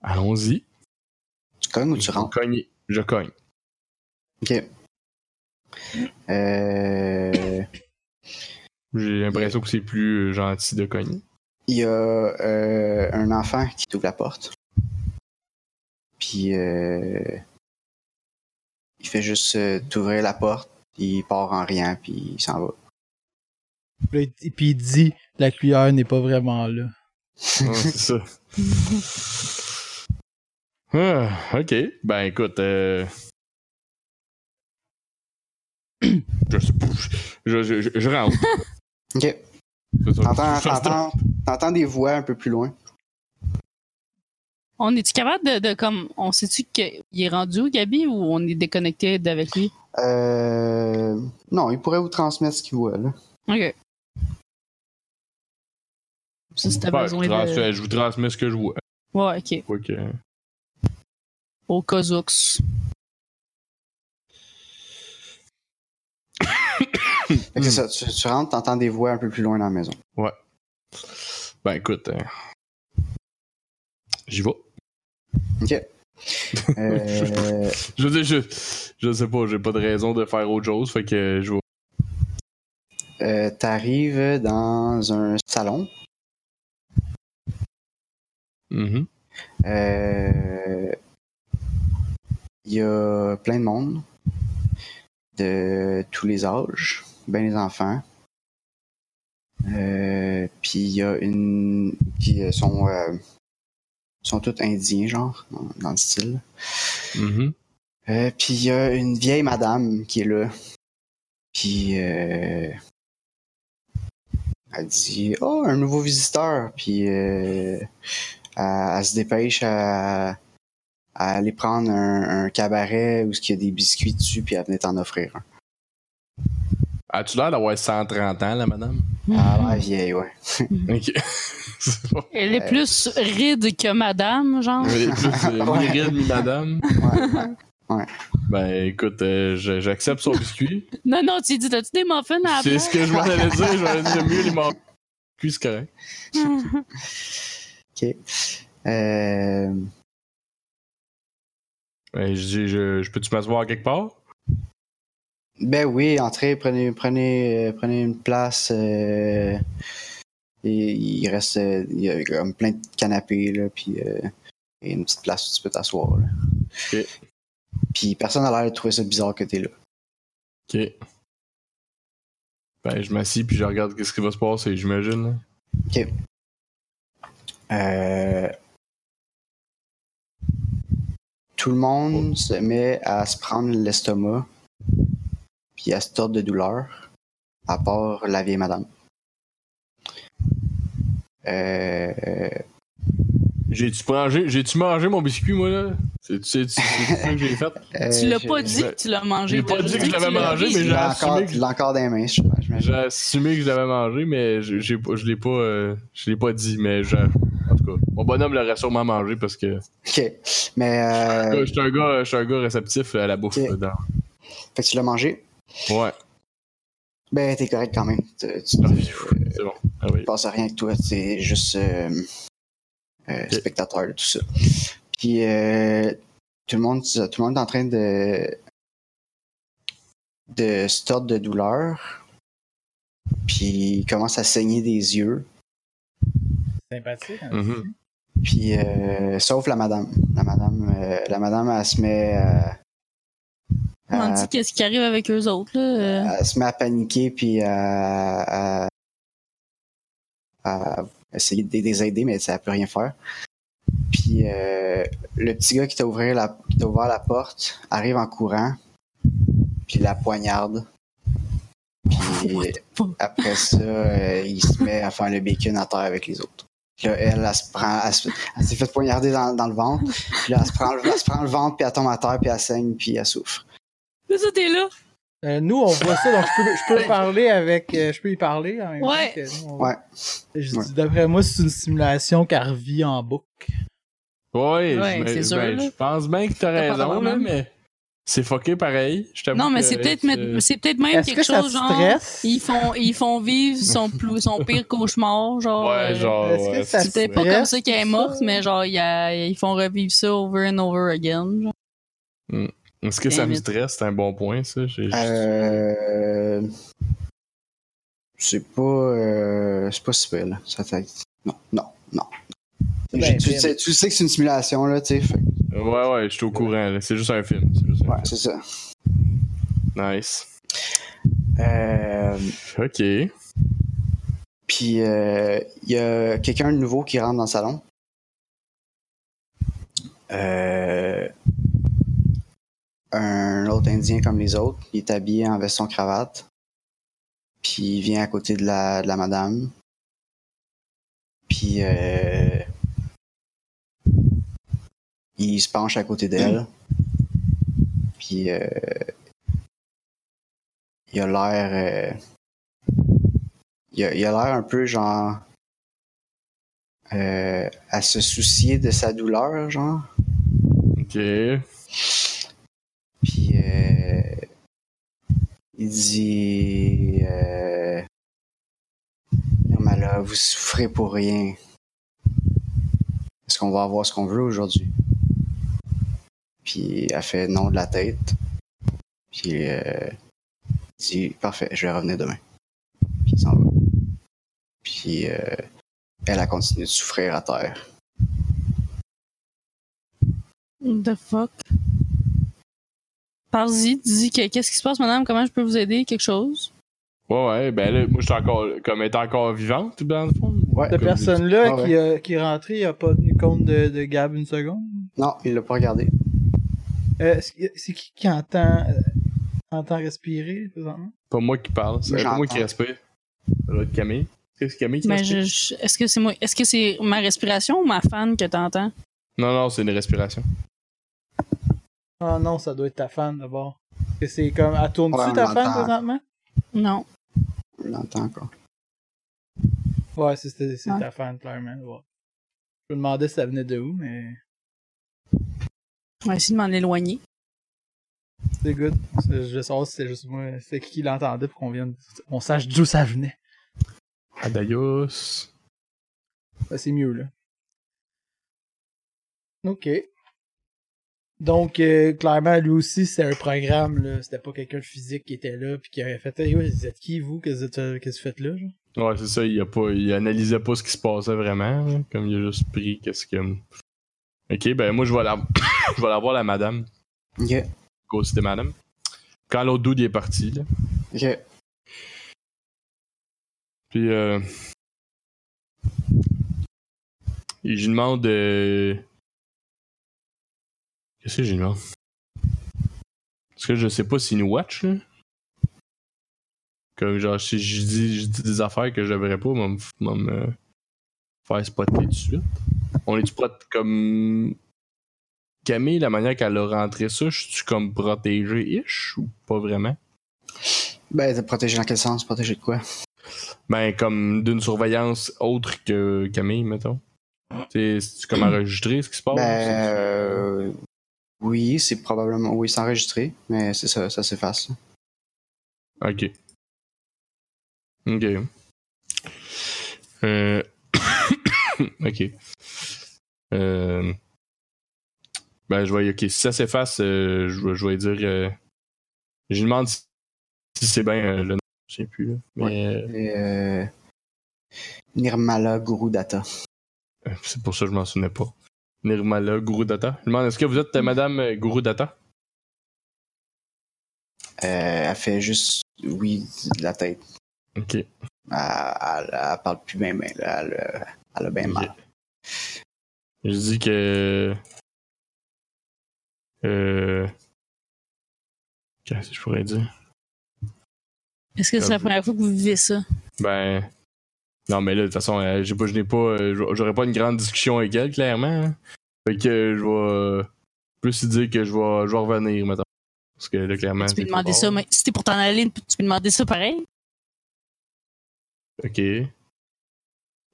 S3: Allons-y.
S2: Tu cognes ou tu
S3: Je
S2: rentres?
S3: cogne. Je cogne.
S2: Ok. Euh,
S3: J'ai l'impression que c'est plus euh, gentil
S2: *laughs*
S3: de cogner.
S2: Il y a euh, un enfant qui t'ouvre la porte. Puis euh, il fait juste euh, t'ouvrir la porte, il part en riant, puis il s'en va.
S1: Puis là, il dit- Puis il dit la cuillère n'est pas vraiment là.
S3: Ouais, c'est ça. Ah, ok. Ben écoute, euh... *clears throat* je, sais pas, je, je, je, je rentre.
S2: Ok.
S3: C'est ça. *laughs*
S2: T'entends,
S3: Je- je-
S2: t'entends, t'entends des voix un peu plus loin.
S4: On est-tu capable de, de, comme. On sait-tu qu'il est rendu où, Gabi, ou on est déconnecté d'avec lui?
S2: Euh, non, il pourrait vous transmettre ce qu'il voit, là.
S4: Ok. Ça, si t'as
S3: Ouais, je,
S4: besoin
S3: vous
S4: de.
S3: transmets- je vous transmets ce que je vois.
S4: Ouais, ok.
S3: Quoi que-
S4: Au Kazox.
S2: Fait que c'est ça, tu, tu rentres, t'entends des voix un peu plus loin dans la maison.
S3: Ben écoute, euh, j'y vais.
S2: Euh,
S3: Je veux dire, je, je sais pas, j'ai pas de raison de faire autre chose, fait que je vais.
S2: euh, t'arrives dans un salon.
S3: Mhm.
S2: Euh, Il y a plein de monde de tous les âges, ben les enfants. Euh, puis il y a une, puis ils sont, euh, sont tous indiens genre dans, dans le style.
S3: Mhm.
S2: Euh, puis il y a une vieille madame qui est là. Puis euh, elle dit Oh, un nouveau visiteur. Puis euh, elle, elle se dépêche à, à aller prendre un, un cabaret où il y a des biscuits dessus. Puis elle venait t'en offrir un.
S3: As-tu l'air d'avoir 130 ans, la madame?
S4: Mm.
S2: Ah, la vieille, ouais.
S3: *laughs* Ok. C'est bon.
S4: Elle est plus ride que madame, genre.
S3: Elle est plus, euh,
S2: Ouais.
S3: mi-ride, mi-madame.
S2: ouais.
S3: Ben écoute, euh, je- j'accepte son biscuit.
S4: Non, non, tu dis, t'as-tu des muffins à la
S3: C'est
S4: place?
S3: ce que je m'en allais dire, je m'en allais dire mieux les morts. Puis c'est correct.
S2: Euh,
S3: Ben, je dis, je, je peux-tu m'asseoir quelque part?
S2: ben oui, entrez, prenez, prenez, euh, prenez une place. euh, et il reste, euh, il y a comme plein de canapés là, puis euh, et une petite place où tu peux t'asseoir. là.
S3: Ok.
S2: Puis personne n'a l'air de trouver ça bizarre que t'es là.
S3: Ok. Ben je m'assis puis je regarde qu'est-ce qui va se passer, j'imagine. là.
S2: Euh, tout le monde se met à se prendre l'estomac, puis à se tordre de douleur, à part la vieille madame. Euh,
S3: J'ai-tu mangé, j'ai-tu mangé mon biscuit, moi, là? C'est c'est- c'est- c'est ça que
S1: *laughs*
S3: j'ai fait?
S4: Tu l'as pas
S2: Euh, je-
S4: dit que tu l'as mangé.
S3: J'ai pas
S4: t'as
S3: dit
S4: juste
S3: que je l'avais
S4: tu l'as
S3: mangé,
S4: pris.
S3: mais
S2: Il
S3: j'ai
S2: l'a
S3: assumé
S2: encore,
S3: que-
S2: il l'a encore dans les mains, je pense,
S3: J'ai
S2: j'imagine.
S3: assumé que je l'avais mangé, mais je, j'ai pas- je l'ai pas, euh, je l'ai pas dit, mais je- en tout cas, mon bonhomme l'aurait sûrement mangé parce que
S2: Ok. Mais euh,
S3: je suis un gars, je suis un gars réceptif à la bouffe.
S2: Ok.
S3: euh, dans-
S2: fait que tu l'as mangé.
S3: Ouais,
S2: Ben, t'es correct quand même. Tu, tu-
S3: Ah,
S2: tu-
S3: phew. c'est bon. Ah oui.
S2: il passe à rien que toi, c'est juste euh, euh,
S3: Ok.
S2: spectateur de tout ça. Puis euh, tout le monde, tout le monde est en train de de se tordre de douleur. Puis il commence à saigner des yeux.
S1: Sympathique.
S3: Mhm.
S2: Puis euh, sauf la madame. La madame, euh, la madame, elle se met euh, à-
S4: On
S2: à
S4: dit qu'est-ce qui arrive avec eux autres, là. euh,
S2: elle se met à paniquer puis à, à- à essayer de les aider, mais ça peut rien faire. Puis euh, le petit gars qui t'a ouvert, la, qui t'a ouvert la porte arrive en courant, puis la poignarde. Puis
S4: fuck?
S2: après ça, euh, il se met à faire le bacon à terre avec les autres. Puis là, elle, elle, se prend, elle, se- elle s'est fait poignarder dans, dans le ventre. Puis là, elle se, prend, elle se prend le ventre, puis elle tombe à terre, puis elle saigne, puis elle souffre.
S4: Là, ça, t'es là.
S1: Euh, nous, on voit ça, donc je peux, je
S4: *laughs*
S1: peux parler avec. euh, je peux y parler en même
S4: Ouais.
S1: temps que nous, on-
S2: Ouais.
S1: Je dis,
S2: Ouais.
S1: d'après moi, c'est une simulation qu'elle revit en boucle.
S3: Ouais,
S4: Ouais,
S3: j'im-
S4: c'est sûr,
S3: ben,
S4: là.
S3: je pense bien que t'as
S4: pas
S3: raison,
S4: vraiment.
S3: là, mais c'est fucké pareil. Je t'avoue
S4: Non, mais
S3: que-
S4: c'est peut-être
S3: euh,
S4: mais- c'est peut-être même
S1: Est-ce
S4: quelque
S1: que ça te
S4: chose, genre.
S1: stresse?
S4: Ils font, ils font vivre son, plus, son pire cauchemar, genre.
S3: Ouais,
S4: euh,
S3: genre.
S1: Est-ce que
S3: ouais,
S1: ça
S3: c'est-
S4: C'était pas
S1: Ouais.
S4: comme ça qu'elle est morte, mais genre, il y a- ils font revivre ça over and over again. genre.
S3: Est-ce que ça me
S4: Limite.
S3: stresse? C'est un bon point, ça. J'ai-
S2: Euh, c'est pas, euh, c'est pas super, là. Ça fait- Non, non, non.
S1: C'est bien
S2: tu,
S1: pire.
S2: sais, tu sais que c'est une simulation, là, tu sais. fait-
S3: Ouais, ouais, je suis au courant. là. C'est juste un film. c'est juste un
S2: Ouais, c'est ça.
S3: film. Nice.
S2: Euh,
S3: Ok.
S2: puis, euh, il y a quelqu'un de nouveau qui rentre dans le salon. Euh, un autre Indien comme les autres. Il est habillé en veston-cravate. Puis, il vient à côté de la, de la madame. Puis, euh, il se penche à côté d'elle. Puis, euh, il a l'air... euh, il a il a l'air un peu genre euh, à se soucier de sa douleur, genre.
S3: Ok.
S2: Puis euh, il dit euh, non mais là vous souffrez pour rien. Est-ce qu'on va avoir ce qu'on veut aujourd'hui Puis elle fait non de la tête. Puis euh, il dit parfait, je vais revenir demain. Puis il s'en va. Puis euh, elle a continué de souffrir à terre.
S4: The fuck? Parle-y, dis que qu'est-ce qui se passe, madame? Comment je peux vous aider? Quelque chose?
S3: Ouais, ouais, ben là, moi, je suis encore. Comme elle est encore vivante, dans le fond.
S2: Ouais.
S1: Cette
S3: Comme-
S1: personne-là
S2: Ah ouais.
S1: qui, a- qui est rentrée a pas tenu compte de, de Gab une seconde.
S2: Non, il l'a pas regardé.
S1: Euh, c'est c'est qui qui entend, euh, entend respirer présentement?
S3: Pas moi qui parle, c'est pas
S2: J'entends.
S3: moi qui respire. Ça doit être Camille. Est-ce que c'est Camille qui
S4: Mais
S3: respire?
S4: je, je- est-ce que c'est moi, est-ce que c'est ma respiration ou ma fan que t'entends?
S3: Non, non, c'est une respiration.
S1: Ah non, ça doit être ta fan d'abord. Parce que C'est comme, elle tourne-tu
S2: Ouais, on
S1: ta fan
S2: l'entend.
S1: présentement?
S4: Non.
S2: Il l'entend encore.
S1: Ouais, c'est c'est- c'est
S4: Ouais.
S1: ta fan, clairement. ouais. Je me demandais si ça venait de où, mais
S4: On va essayer de m'en éloigner.
S1: c'est good. C'est- Je vais savoir si c'est juste moi, c'est qui qui l'entendait pour qu'on vienne, on sache d'où ça venait.
S3: Adaios.
S1: Ben, c'est mieux, là. Ok. Donc, euh, clairement, lui aussi, c'était un programme, là. C'était pas quelqu'un de physique qui était là, puis qui avait fait, hey, ouais, vous êtes qui, vous? Qu'est-ce que vous êtes- qu'est-ce que vous faites là, genre?
S3: Ouais, c'est ça, il, a pas, il analysait pas ce qui se passait vraiment. là, Comme il a juste pris qu'est-ce que. Ok, ben moi, je vais la, *coughs* je vais la voir, la madame.
S2: Ok,
S3: Côté de madame. Quand l'autre dude il est parti, là.
S2: ok.
S3: Puis, euh... Et je lui demande... euh, Qu'est-ce que je lui demande? Parce que je sais pas s'il nous watch, là. Comme genre, si je dis, je dis des affaires que je devrais pas, m'en m'en me faire spotter tout de suite. On est-tu prot- comme... Camille, la manière qu'elle a rentré ça, je suis comme protégé-ish ou pas vraiment?
S2: Ben, t'es protégé dans quel sens? Protégé de quoi?
S3: Ben, comme d'une surveillance autre que Camille, mettons. C'est c'est comme enregistré ce qui se passe.
S2: ben,
S3: Oh, C'est-
S2: euh, oui, c'est probablement... Oui, c'est enregistré, mais c'est ça, ça s'efface.
S3: Ok. Ok. Euh... *coughs* ok. Euh... Ben, je vais. Ok, si ça s'efface, euh, je, vais- je vais dire. euh, Je lui demande si, si c'est bien euh, le nom. Je sais plus. là. Mais euh,
S2: Et, euh, Nirmala Guru Data.
S3: euh, c'est pour ça que je m'en souvenais pas. Nirmala Gurudata. Je lui demande est-ce que vous êtes euh, Madame euh, Gurudata
S2: Euh, elle fait juste... Oui, de la tête.
S3: Ok.
S2: Elle, elle- elle parle plus bien, mais là, elle, euh, elle a bien mal.
S3: Je dis que. Euh. Qu'est-ce que je pourrais dire?
S4: Est-ce que c'est la
S3: Comme-
S4: première fois que vous vivez ça?
S3: Ben. Non, mais là, de toute façon, euh, j'ai pas, je n'ai pas. euh, j'a- J'aurais pas une grande discussion avec elle, clairement. hein. Fait que euh, je vais. euh, Plus lui dire que je vais, je vais revenir, maintenant. Parce que là, clairement.
S4: tu peux
S3: c'est
S4: demander
S3: trop
S4: ça,
S3: tard.
S4: mais si t'es pour t'en aller, tu peux demander ça pareil?
S3: Ok.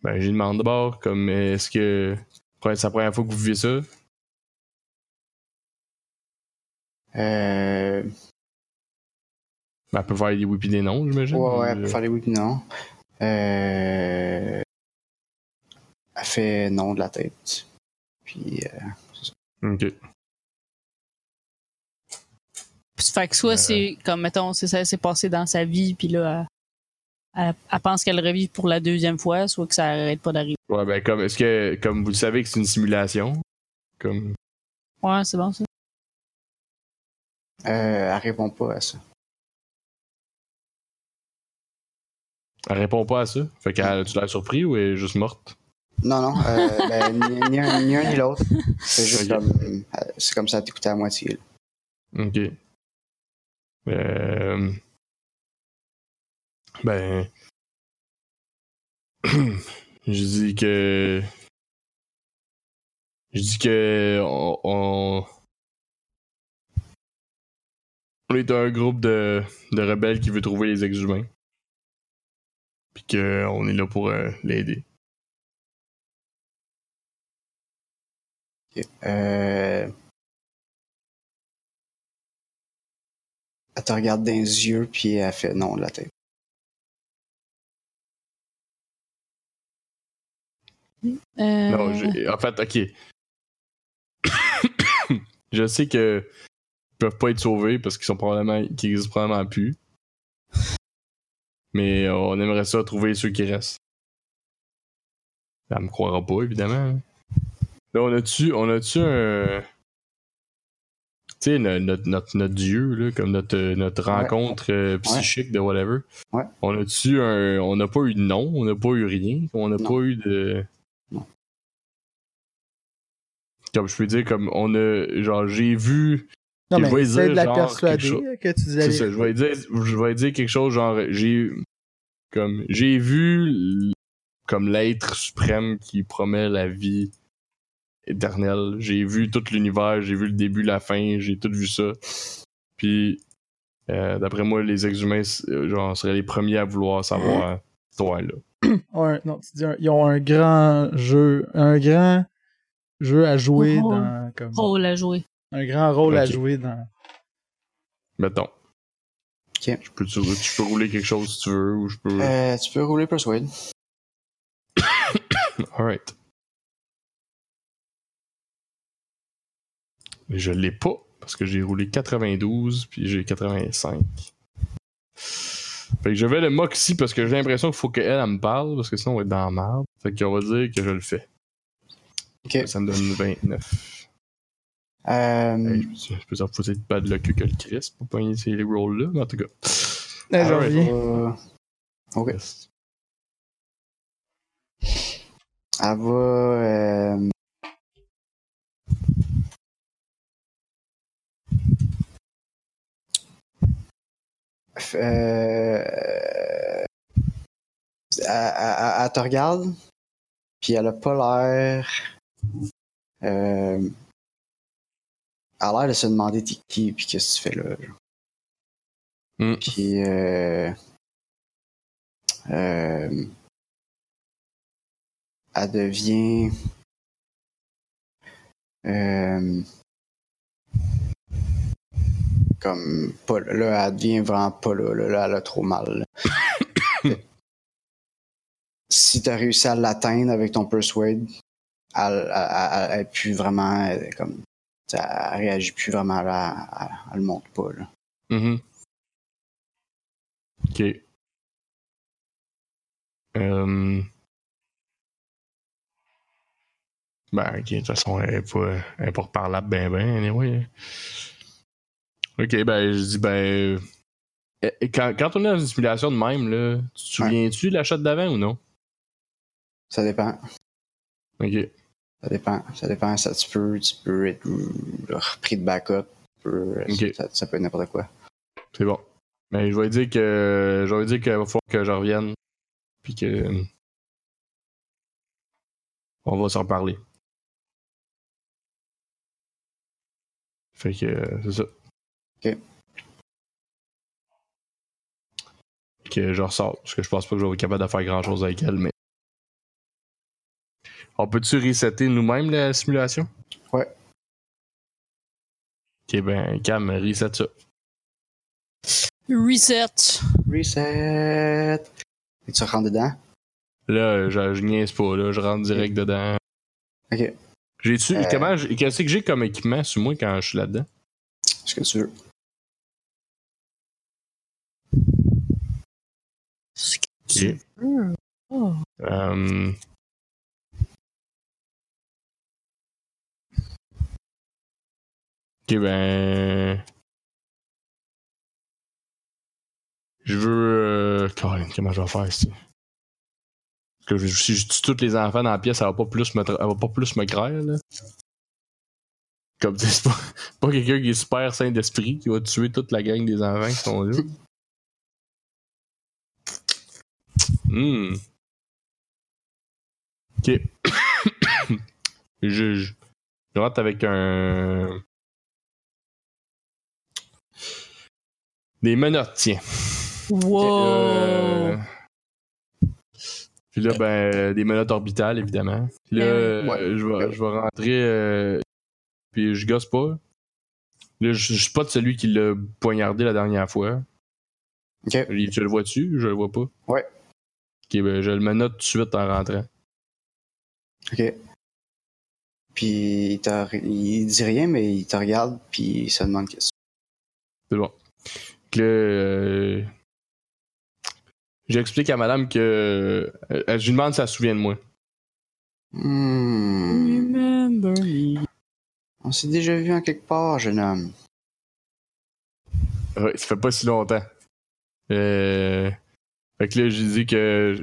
S3: Ben, j'ai demandé d'abord, comme, euh, est-ce que. Ouais, C'est la première fois que vous vivez ça?
S2: Euh,
S3: Ben, elle peut faire des oui pis des non, j'imagine.
S2: ouais, ouais,
S3: Ou,
S2: elle peut
S3: euh,
S2: faire les oui puis non. Euh, elle fait non de la tête. Puis, euh,
S3: Ok.
S4: Puis, Fait que soit
S3: Euh.
S4: c'est comme, mettons, c'est ça s'est passé dans sa vie, puis là, Elle, elle pense qu'elle revit pour la deuxième fois, soit que ça arrête pas d'arriver.
S3: Ouais, ben comme est-ce que comme vous le savez que c'est une simulation, comme
S4: Ouais, c'est bon ça.
S2: Euh, elle répond pas à ça.
S3: elle répond pas à ça. Fait qu'elle a-tu l'air surpris ou elle est juste morte?
S2: Non, non, euh, ben, ni, ni un ni, un, ni l'autre. C'est juste
S3: Ok.
S2: comme, euh, c'est comme ça t'écouter à moitié. là.
S3: Ok. Euh... Ben. *clears throat* Je dis que. Je dis que. On. On, on est un groupe de, de rebelles qui veut trouver les ex-humains. Puis qu'on est là pour euh, l'aider.
S2: Ok. Euh... Elle te regarde dans les yeux, puis elle fait non de la tête.
S4: Euh,
S3: Non, j'ai- en fait, ok. *coughs* je sais que ils peuvent pas être sauvés parce qu'ils sont probablement qu'ils existent probablement plus. Mais on aimerait ça trouver ceux qui restent. Elle me croira pas, évidemment. Là, on a-tu on a-tu un. Tu sais, no- notre, notre, notre dieu, là, comme notre, notre
S2: Ouais.
S3: rencontre euh, psychique de whatever.
S2: Ouais.
S3: On a-tu un. On n'a pas eu de nom, on n'a pas eu rien, on n'a
S2: Non.
S3: pas eu de.
S2: Non.
S3: Comme je peux dire, comme on a. Genre, j'ai vu.
S1: Non,
S3: Il
S1: mais
S3: va y
S1: essaie
S3: dire
S1: de la
S3: genre
S1: persuader
S3: quelque
S1: là, que tu disais.
S3: C'est ça, je vais dire, je vais dire quelque chose, genre, j'ai. Comme, j'ai vu. l- Comme l'être suprême qui promet la vie éternelle. J'ai vu tout l'univers, j'ai vu le début, la fin, j'ai tout vu ça. Puis, euh, d'après moi, les ex-humains, c'est- euh, genre, seraient les premiers à vouloir savoir toi, là.
S1: un- non, tu dis un- ils ont un grand jeu, un grand jeu à jouer
S4: Oh.
S1: dans comme
S4: Rôle à jouer.
S1: un grand rôle à
S3: Ok.
S1: jouer dans.
S3: Mettons.
S2: Ok.
S3: Je peux, tu, tu peux rouler quelque chose si tu veux, ou je peux.
S2: Euh, tu peux rouler Persuade.
S3: Alright. Mais je l'ai pas, parce que j'ai roulé 92, puis j'ai 85. Fait que je vais le moxie parce que j'ai l'impression qu'il faut qu'elle elle me parle, parce que sinon on va être dans la merde. Fait qu'on va dire que je le fais.
S2: Ok.
S3: Ça me donne 29.
S2: Euh,
S3: Hey, je peux- je peux en foutre de pas de le cul que le Chris pour pogner ces rolls-là, mais en tout cas.
S1: Ah, j'en
S3: Alright.
S1: reviens.
S2: euh, Ouais.
S3: Yes.
S2: Elle va. euh, f- euh, Elle, elle- elle te regarde, puis elle a pas l'air. euh, Elle a l'air de se demander t'es qui, puis qu'est-ce que tu fais là. genre.
S3: Mm.
S2: Puis. euh, euh, elle devient euh, comme pas là, elle devient vraiment pas là, là, là, elle a trop mal. là. *coughs* si t'as réussi à l'atteindre avec ton persuade, elle, elle, elle- elle est plus vraiment elle est comme elle elle réagit plus vraiment là, elle, elle le monte pas là.
S3: Mhm. Ok. Euh... Ben, ok, de toute façon, elle est pas, elle est pas reparlable, ben, ben, anyway. Ok, ben, je dis, ben. euh, et Quand, quand on est dans une simulation de même, là, tu te
S2: Ouais.
S3: souviens-tu de la shot d'avant ou non?
S2: Ça dépend,
S3: Ok.
S2: ça dépend, ça dépend. Ça, tu peux, tu peux être euh, repris de backup, tu peux-
S3: Ok.
S2: ça, ça peut être n'importe quoi.
S3: C'est bon. Mais je vais dire que. Je vais dire qu'il va falloir que je revienne. Puis que. On va s'en parler. Fait que. euh, C'est ça.
S2: Ok.
S3: Que je ressors. Parce que je pense pas que je vais être capable de faire grand chose avec elle, mais. On peut-tu resetter nous-mêmes la simulation?
S2: Ouais.
S3: Ok, ben, Cam, reset ça.
S4: Reset.
S2: Reset. Et tu rentres dedans.
S3: Là, je, je niaise pas, là, je rentre direct dedans.
S2: Ok.
S3: J'ai-tu.
S2: Euh.
S3: Comment. j'ai- Qu'est-ce que j'ai comme équipement sur moi quand je suis là-dedans?
S2: Ce que tu veux.
S4: Ce
S3: Ok.
S4: Oh.
S3: Euh, Ok, ben. Je veux. euh, Colin, comment je vais faire ici? Parce que je- si je tue tous les enfants dans la pièce, ça va pas plus me, tra- elle va pas plus me graire, là. Comme *laughs* tu sais, c'est pas, pas quelqu'un qui est super sain d'esprit qui va tuer toute la gang des enfants qui sont là. Hmm. Ok. je, je, je rentre avec un. Des menottes, tiens.
S4: Wow.
S3: Euh, Puis là, ben, euh, des menottes orbitales, évidemment. Puis là,
S4: Ben
S3: euh,
S2: Ouais.
S3: je, vais, je vais rentrer, euh, puis je gosse pas. Là, je, je suis pas de celui qui l'a poignardé la dernière fois.
S2: Ok.
S3: Il- Tu le vois-tu? Je le vois pas.
S2: Ouais.
S3: Ok, ben, je le menotte tout de suite en rentrant.
S2: Ok. Puis il, te- il dit rien, mais il te regarde, puis il se demande qu'est-ce
S3: C'est bon. Que euh, j'explique à madame que euh, je lui demande si elle se souvient de moi.
S2: que
S4: Mm.
S2: Hmm.
S4: Remember me.
S2: On s'est déjà vu en quelque part, jeune homme.
S3: Ouais, ça fait pas si longtemps. Euh... Fait que là, j'ai dit que.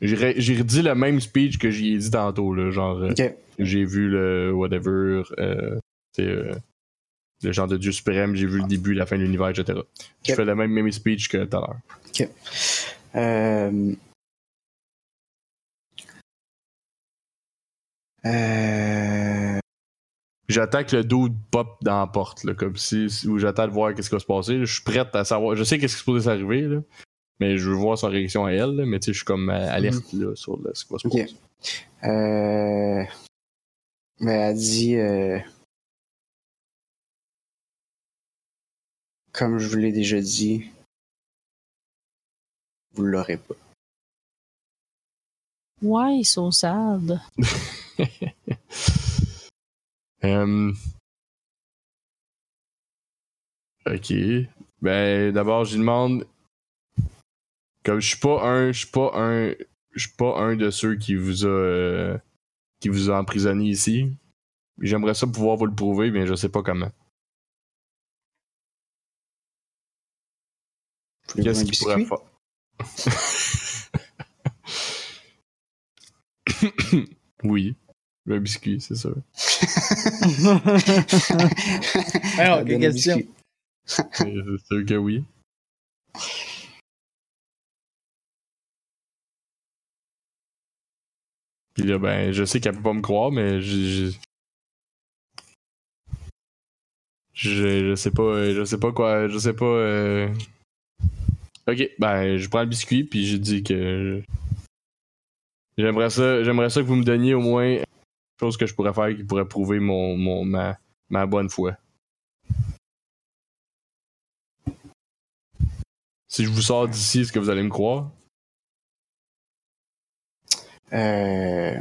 S3: J'ai re- j'ai redit le même speech que j'y ai dit tantôt, là. Genre, euh,
S2: Ok.
S3: j'ai vu le whatever, euh, tu sais, euh, le genre de Dieu suprême, j'ai vu le début, la fin de l'univers, etc. Je
S2: Ah. Ok.
S3: fais le même, même speech que tout à l'heure.
S2: Euh... Euh...
S3: J'attends que le dos pop dans la porte, là, comme si, si- ou j'attends de voir qu'est-ce qui va se passer. là. Je suis prête à savoir, je sais qu'est-ce qui se pourrait s'arriver, là, mais je veux voir sa réaction à elle, là, mais tu sais, je suis comme euh, alerte, là, sur le- ce qui va se
S2: Ok.
S3: passer.
S2: Euh... Mais elle dit... euh, Comme je vous l'ai déjà dit, vous l'aurez pas.
S4: Why so sad?
S3: Euh, Ok. Ben, d'abord, je lui demande. Comme je suis pas un. Je suis pas un. Je suis pas un de ceux qui vous a. euh, qui vous a emprisonné ici. J'aimerais ça pouvoir vous le prouver, mais je sais pas comment.
S2: Voulez-vous
S3: Qu'est-ce
S2: un
S3: qu'il pourrait
S2: biscuit? *laughs*
S3: faire? *coughs* oui. Un biscuit, c'est sûr.
S1: Alors,
S2: Elle
S1: quelle
S2: donne un
S1: question?
S2: biscuit.
S3: Euh, C'est sûr que oui. Puis là, ben, je sais qu'elle peut pas me croire, mais je. Je, je, je sais pas. euh, Je sais pas quoi. Je sais pas. euh. Ok, ben, je prends le biscuit, puis je dis que. J'aimerais ça, j'aimerais ça que vous me donniez au moins une chose que je pourrais faire qui pourrait prouver mon, mon, ma, ma bonne foi. Si je vous sors d'ici, est-ce que vous allez me croire?
S2: Euh...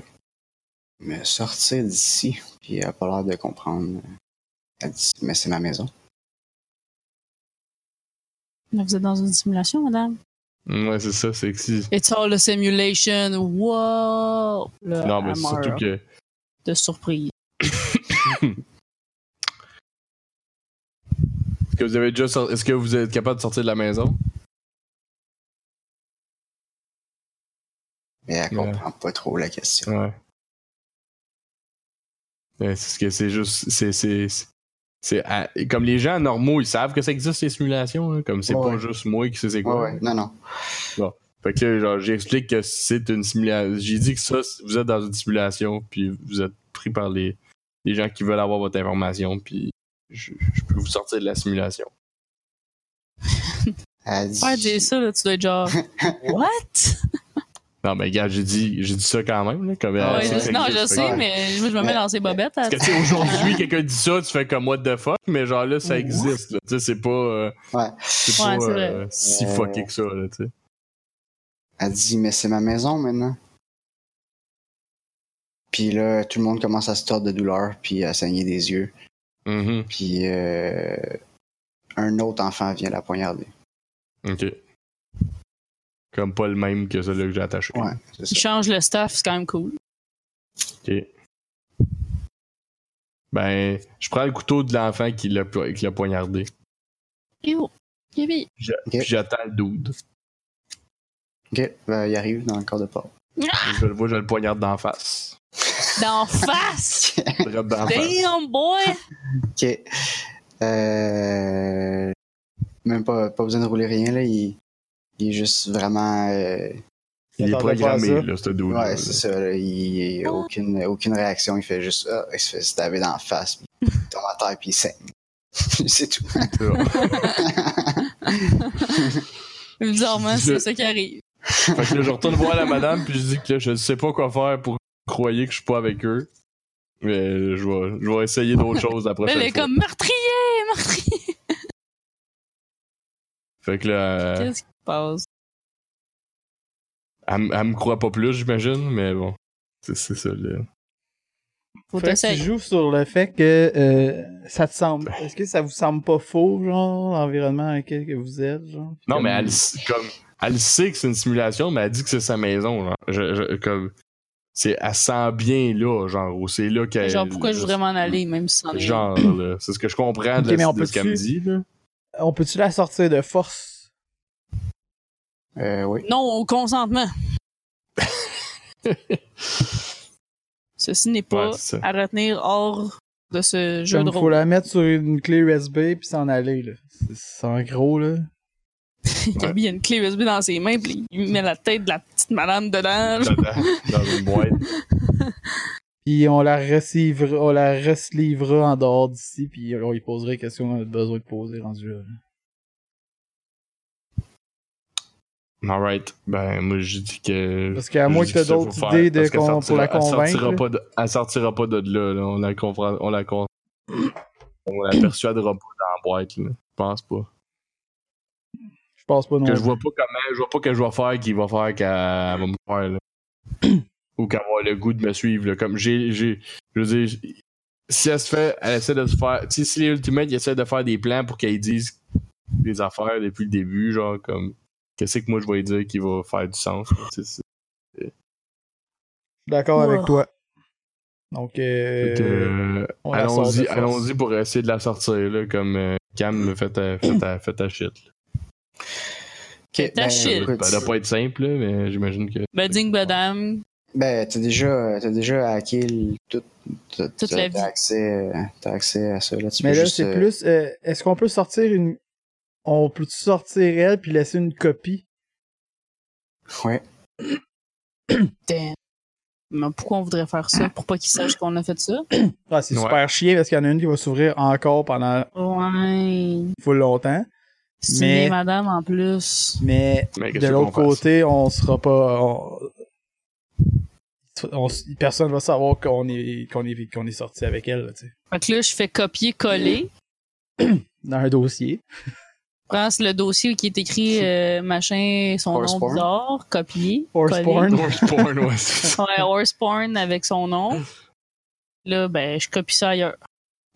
S2: Me sortir d'ici, puis elle a pas l'air de comprendre. Elle dit, mais c'est ma maison.
S4: Là, vous êtes dans une simulation, madame.
S3: Mm, Ouais, c'est ça, c'est que si.
S4: It's all a simulation. Wow. Le
S3: Non, mais c'est
S4: Euh, hammer
S3: surtout que.
S4: de surprise.
S3: Est-ce que vous avez déjà sorti- Est-ce que vous êtes capable de sortir de la maison?
S2: Mais elle
S3: Ouais.
S2: comprend pas trop la question.
S3: Ouais. Ouais, C'est ce que c'est juste. C'est. c'est- c'est- c'est- ah, et comme les gens normaux, ils savent que ça existe les simulations, hein, comme c'est
S2: Ouais,
S3: pas
S2: ouais.
S3: juste moi qui sais c'est
S2: Ouais,
S3: quoi.
S2: ouais, non, non.
S3: Fait que là, genre, j'explique que c'est une simulation. J'ai dit que ça, c- vous êtes dans une simulation, puis vous êtes pris par les, les gens qui veulent avoir votre information, puis je, je peux vous sortir de la simulation.
S2: Elle dit,
S4: Ouais, dis ça, là, tu dois être genre. What?
S3: Non, mais gars, j'ai dit, j'ai dit ça quand même, là, comme
S2: Ah
S3: euh,
S4: Ouais,
S3: c'est
S4: je-
S3: ça
S4: non,
S3: existe,
S4: je
S3: fait
S4: sais,
S2: ouais.
S4: mais moi, je me
S2: Mais-
S4: mets dans ses bobettes. hein. à-
S3: que- Parce que, tu sais, aujourd'hui, quelqu'un dit ça, tu fais comme what the fuck, mais genre là, ça existe, là. Tu sais, c'est pas, euh,
S2: Ouais.
S3: c'est
S4: Ouais,
S3: pas
S4: c'est vrai.
S3: euh, si
S2: Euh,
S3: fucké que ça, là, tu sais.
S2: elle dit, mais c'est ma maison maintenant. Puis là, tout le monde commence à se tordre de douleur, puis à saigner des yeux.
S3: Mhm.
S2: Puis euh, un autre enfant vient la poignarder.
S3: Ok. Comme pas le même que celui que j'ai attaché.
S2: Ouais, c'est
S4: Il
S2: ça.
S4: change le staff, c'est quand même cool.
S3: Ok. Ben, je prends le couteau de l'enfant qui l'a po- qui l'a poignardé.
S4: Yo, Yippee.
S3: Je-
S2: Ok.
S3: Puis j'attends le dude.
S2: Ok, ben, il arrive dans le corps de porc.
S3: Je le vois, je le poignarde d'en face.
S4: D'en face!
S3: Drop d'en face.
S4: Damn, boy!
S2: Ok. Euh... Même pas, pas besoin de rouler rien, là. Il, il est juste vraiment. euh,
S3: Il est
S1: J'attendais pas à
S3: programmé,
S1: ça.
S3: là, ce dude.
S2: Ouais, c'est ça. là. Il il a aucune, aucune réaction. Il fait juste. Ah, il se fait stabber dans la face. Puis il tombe à terre, puis il saigne. *laughs* c'est tout.
S4: Bizarrement,
S3: Je-
S4: c'est ça qui arrive.
S3: Fait que là, je retourne voir la madame, puis je dis que je sais pas quoi faire pour croyer que je suis pas avec eux. Mais je vais, je vais essayer
S4: *laughs*
S3: d'autres choses la prochaine
S4: Elle est
S3: fois.
S4: comme meurtrier, meurtrier!
S3: Fait que là, elle,
S4: Qu'est-ce qui se passe?
S3: m- elle me croit pas plus, j'imagine, mais bon. C'est c'est ça, là.
S4: Faut
S1: Fait que tu
S4: t'essayer.
S1: joues sur le fait que euh, ça te semble. Est-ce que ça vous semble pas faux, genre, l'environnement dans lequel que vous êtes, genre?
S3: Non,
S1: Comme-
S3: mais elle, s- comme, elle sait que c'est une simulation, mais elle dit que c'est sa maison. Genre. Je, je- comme, c'est, elle sent bien là, genre, ou c'est là qu'elle.
S4: Genre, pourquoi je voudrais m'en aller, même si c'en est.
S3: Ben, Genre, là. C'est ce que je comprends de,
S1: Ok, mais
S3: la,
S1: on
S3: de ce qu'elle me
S1: peut-tu-
S3: dit, là.
S1: On peut-tu la sortir de force?
S2: Euh, oui.
S4: Non,
S3: *laughs*
S4: au consentement. Ceci n'est pas
S3: Ouais, c'est ça.
S4: à retenir hors de ce jeu
S1: Comme
S4: de
S1: faut
S4: rôle.
S1: la mettre sur une clé USB puis s'en aller, là. C'est- C'est en gros, là.
S4: Gabi *laughs* il a une clé USB dans ses mains, puis il met la tête de la petite madame dedans.
S3: Dans, dans une boîte.
S1: Puis on la recevra, on la reslivera en dehors d'ici, puis on lui posera les questions qu'on a besoin de poser rendu là.
S3: Alright. Ben, moi, je dis que.
S1: Parce qu'à moins que
S3: tu
S1: t'aies d'autres idées de qu'on- pour la
S3: Elle
S1: convaincre.
S3: sortira,
S1: là.
S3: pas de, elle sortira pas de là, là. On la confra- on la con- on la persuadera pas dans la boîte, là. Je pense pas.
S1: Je pense pas non.
S3: que je
S1: plus.
S3: vois pas comment, je vois pas que je vais faire qui va faire qu'elle va me faire là. ou qu'elle va avoir le goût de me suivre là. comme j'ai j'ai je veux dire si elle se fait elle essaie de se faire tu sais, si les ultimates ils essaient de faire des plans pour qu'elle dise des affaires depuis le début genre comme qu'est-ce que moi je vais lui dire qui va faire du sens là, tu sais, c'est-
S1: Je suis D'accord
S4: Wow.
S1: avec toi. Donc, euh,
S3: Fait que, euh,
S1: on la sort de
S3: allons-y
S1: force.
S3: allons-y pour essayer de la sortir là comme euh, Cam fais ta, fais ta, fais ta shit là.
S2: Ok, ben,
S4: ta shit.
S2: écoute,
S1: Ben,
S3: ça doit pas être simple là, mais j'imagine que
S4: Ben, ding, badam.
S2: Ben, t'as déjà, t'as déjà hacké le- tout, tout-
S4: Toute
S2: t'as-
S4: la vie.
S2: T'as accès, euh, t'as accès à ça. Là, tu
S1: Mais
S2: peux
S1: là,
S2: juste,
S1: c'est
S2: euh,
S1: plus. euh, Est-ce qu'on peut sortir une. On peut sortir elle puis laisser une copie?
S2: Ouais.
S4: Damn. Mais pourquoi on voudrait faire ça? Pour pas qu'ils sachent qu'on a fait ça?
S1: Ah, c'est
S3: Ouais.
S1: super chiant parce qu'il y en a une qui va s'ouvrir encore pendant
S4: Ouais.
S1: full longtemps.
S4: C'est
S1: Mais-
S4: une madame en plus.
S1: Mais
S3: mais qu'est-ce
S1: de l'autre
S3: qu'on fasse?
S1: côté, on sera pas. On... on- personne va savoir qu'on est qu'on est qu'on est sorti avec elle là, tu sais.
S4: Fait que là, je fais copier-coller.
S1: dans un dossier.
S4: Prends le dossier qui est écrit euh, machin, son
S2: Horse
S4: nom
S2: porn.
S4: bizarre, copier.
S1: Horse
S4: coller.
S1: porn.
S3: Horse porn, ouais, c'est ça.
S4: Ouais, horse porn avec son nom. Là, ben, je copie ça ailleurs.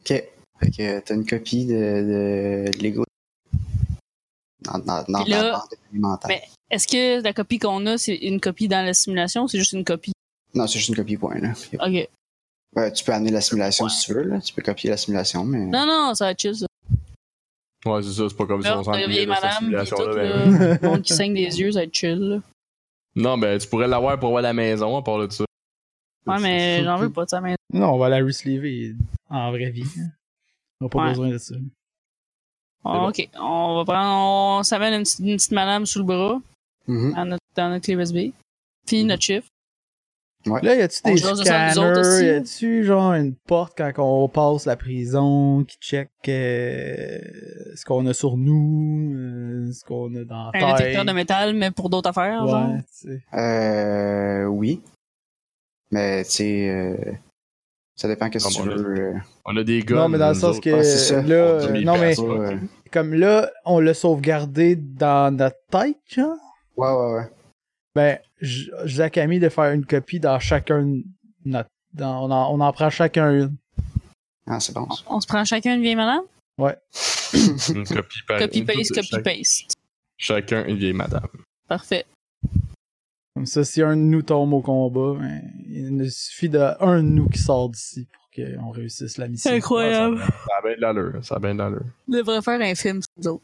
S2: Ok. Fait que t'as une copie de, de, de Lego. Dans, dans, dans,
S4: Puis là-
S2: dans- dans le documentaire.
S4: Mais- Est-ce que la copie qu'on a, c'est une copie dans la simulation ou c'est juste une copie?
S2: Non, c'est juste une copie point. Là.
S4: Ok.
S2: Ben, tu peux amener la simulation si tu veux. Là. Tu peux copier la simulation, mais.
S4: Non, non, ça va être chill, ça.
S3: Ouais, c'est ça, c'est pas comme si
S4: Là,
S3: on s'en
S4: t'as
S3: allait
S4: vieille
S3: de cette
S4: madame, puis tout,
S3: simulation-là. ben-
S4: là, le monde qui saigne des yeux, ça va être chill, là.
S3: Non, ben, tu pourrais l'avoir pour voir la maison à part de ça.
S4: Ouais, mais j'en veux pas de ça, mais.
S1: Non, on va la resleever en vraie vie. hein. On n'a pas
S4: Ouais.
S1: besoin de ça.
S4: Ah, ok, on va prendre. On s'amène une, petite- une petite madame sous le bras,
S2: Mhm.
S4: dans notre, dans notre clé USB. Puis notre chiffre.
S1: Là, y a-tu
S4: On
S1: des
S4: jase de ça, nous autres
S1: scanners?
S4: aussi.
S1: Y a-tu genre une porte quand on passe la prison qui check euh, ce qu'on a sur nous, euh, ce qu'on a dans
S4: Un
S1: la
S4: détecteur
S1: tête?
S4: de métal, mais pour d'autres affaires, genre.
S1: ouais, tu sais.
S2: Euh. Oui. Mais, tu sais. euh, ça dépend qu'est-ce que
S3: Ah,
S2: tu
S3: bon,
S2: veux. euh,
S3: On a des gars.
S1: Non, mais dans le sens que
S2: ouais, c'est ça.
S1: là,
S3: Ah, On
S1: euh,
S3: dit les
S1: non, mais
S3: persos.
S2: pas, euh,
S1: comme là, on l'a sauvegardé dans notre tête, genre.
S2: Ouais, ouais, ouais.
S1: Ben, j- je dis à Camille de faire une copie dans chacun de notre. dans- on, en, on en prend chacun une.
S2: Ah, c'est bon. ça. *coughs*
S4: On se prend chacun une vieille madame?
S3: Une copie par-
S4: Copy-paste,
S3: une- chaque-
S4: copy-paste.
S3: Chacun une vieille madame.
S4: Parfait.
S1: Comme ça, si un de nous tombe au combat, ben, il ne suffit d'un de nous qui sort d'ici pour qu'on réussisse la mission.
S4: Incroyable.
S3: Ça a bien de l'allure. Ça a bien de l'allure.
S4: On devrait faire un film sur nous autres.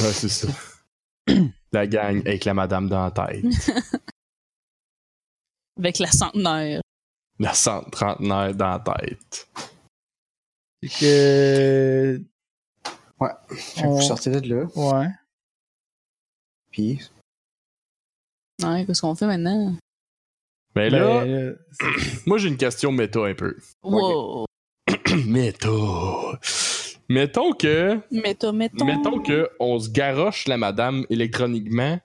S3: Ouais,
S1: *coughs*
S3: c'est ça. la gang avec la madame dans la tête.
S4: Avec la centenaire.
S3: La centenaire dans la tête.
S1: Fait que...
S2: Fait que
S1: On-
S2: Vous sortez de là,
S1: Ouais.
S2: puis
S4: Ouais, qu'est-ce qu'on fait maintenant?
S3: Mais
S1: Ben,
S3: là,
S1: euh,
S3: moi j'ai une question méta un peu.
S4: Wow.
S3: méta. Mettons que.
S4: Mettons, mettons.
S3: Mettons que on se garoche la madame électroniquement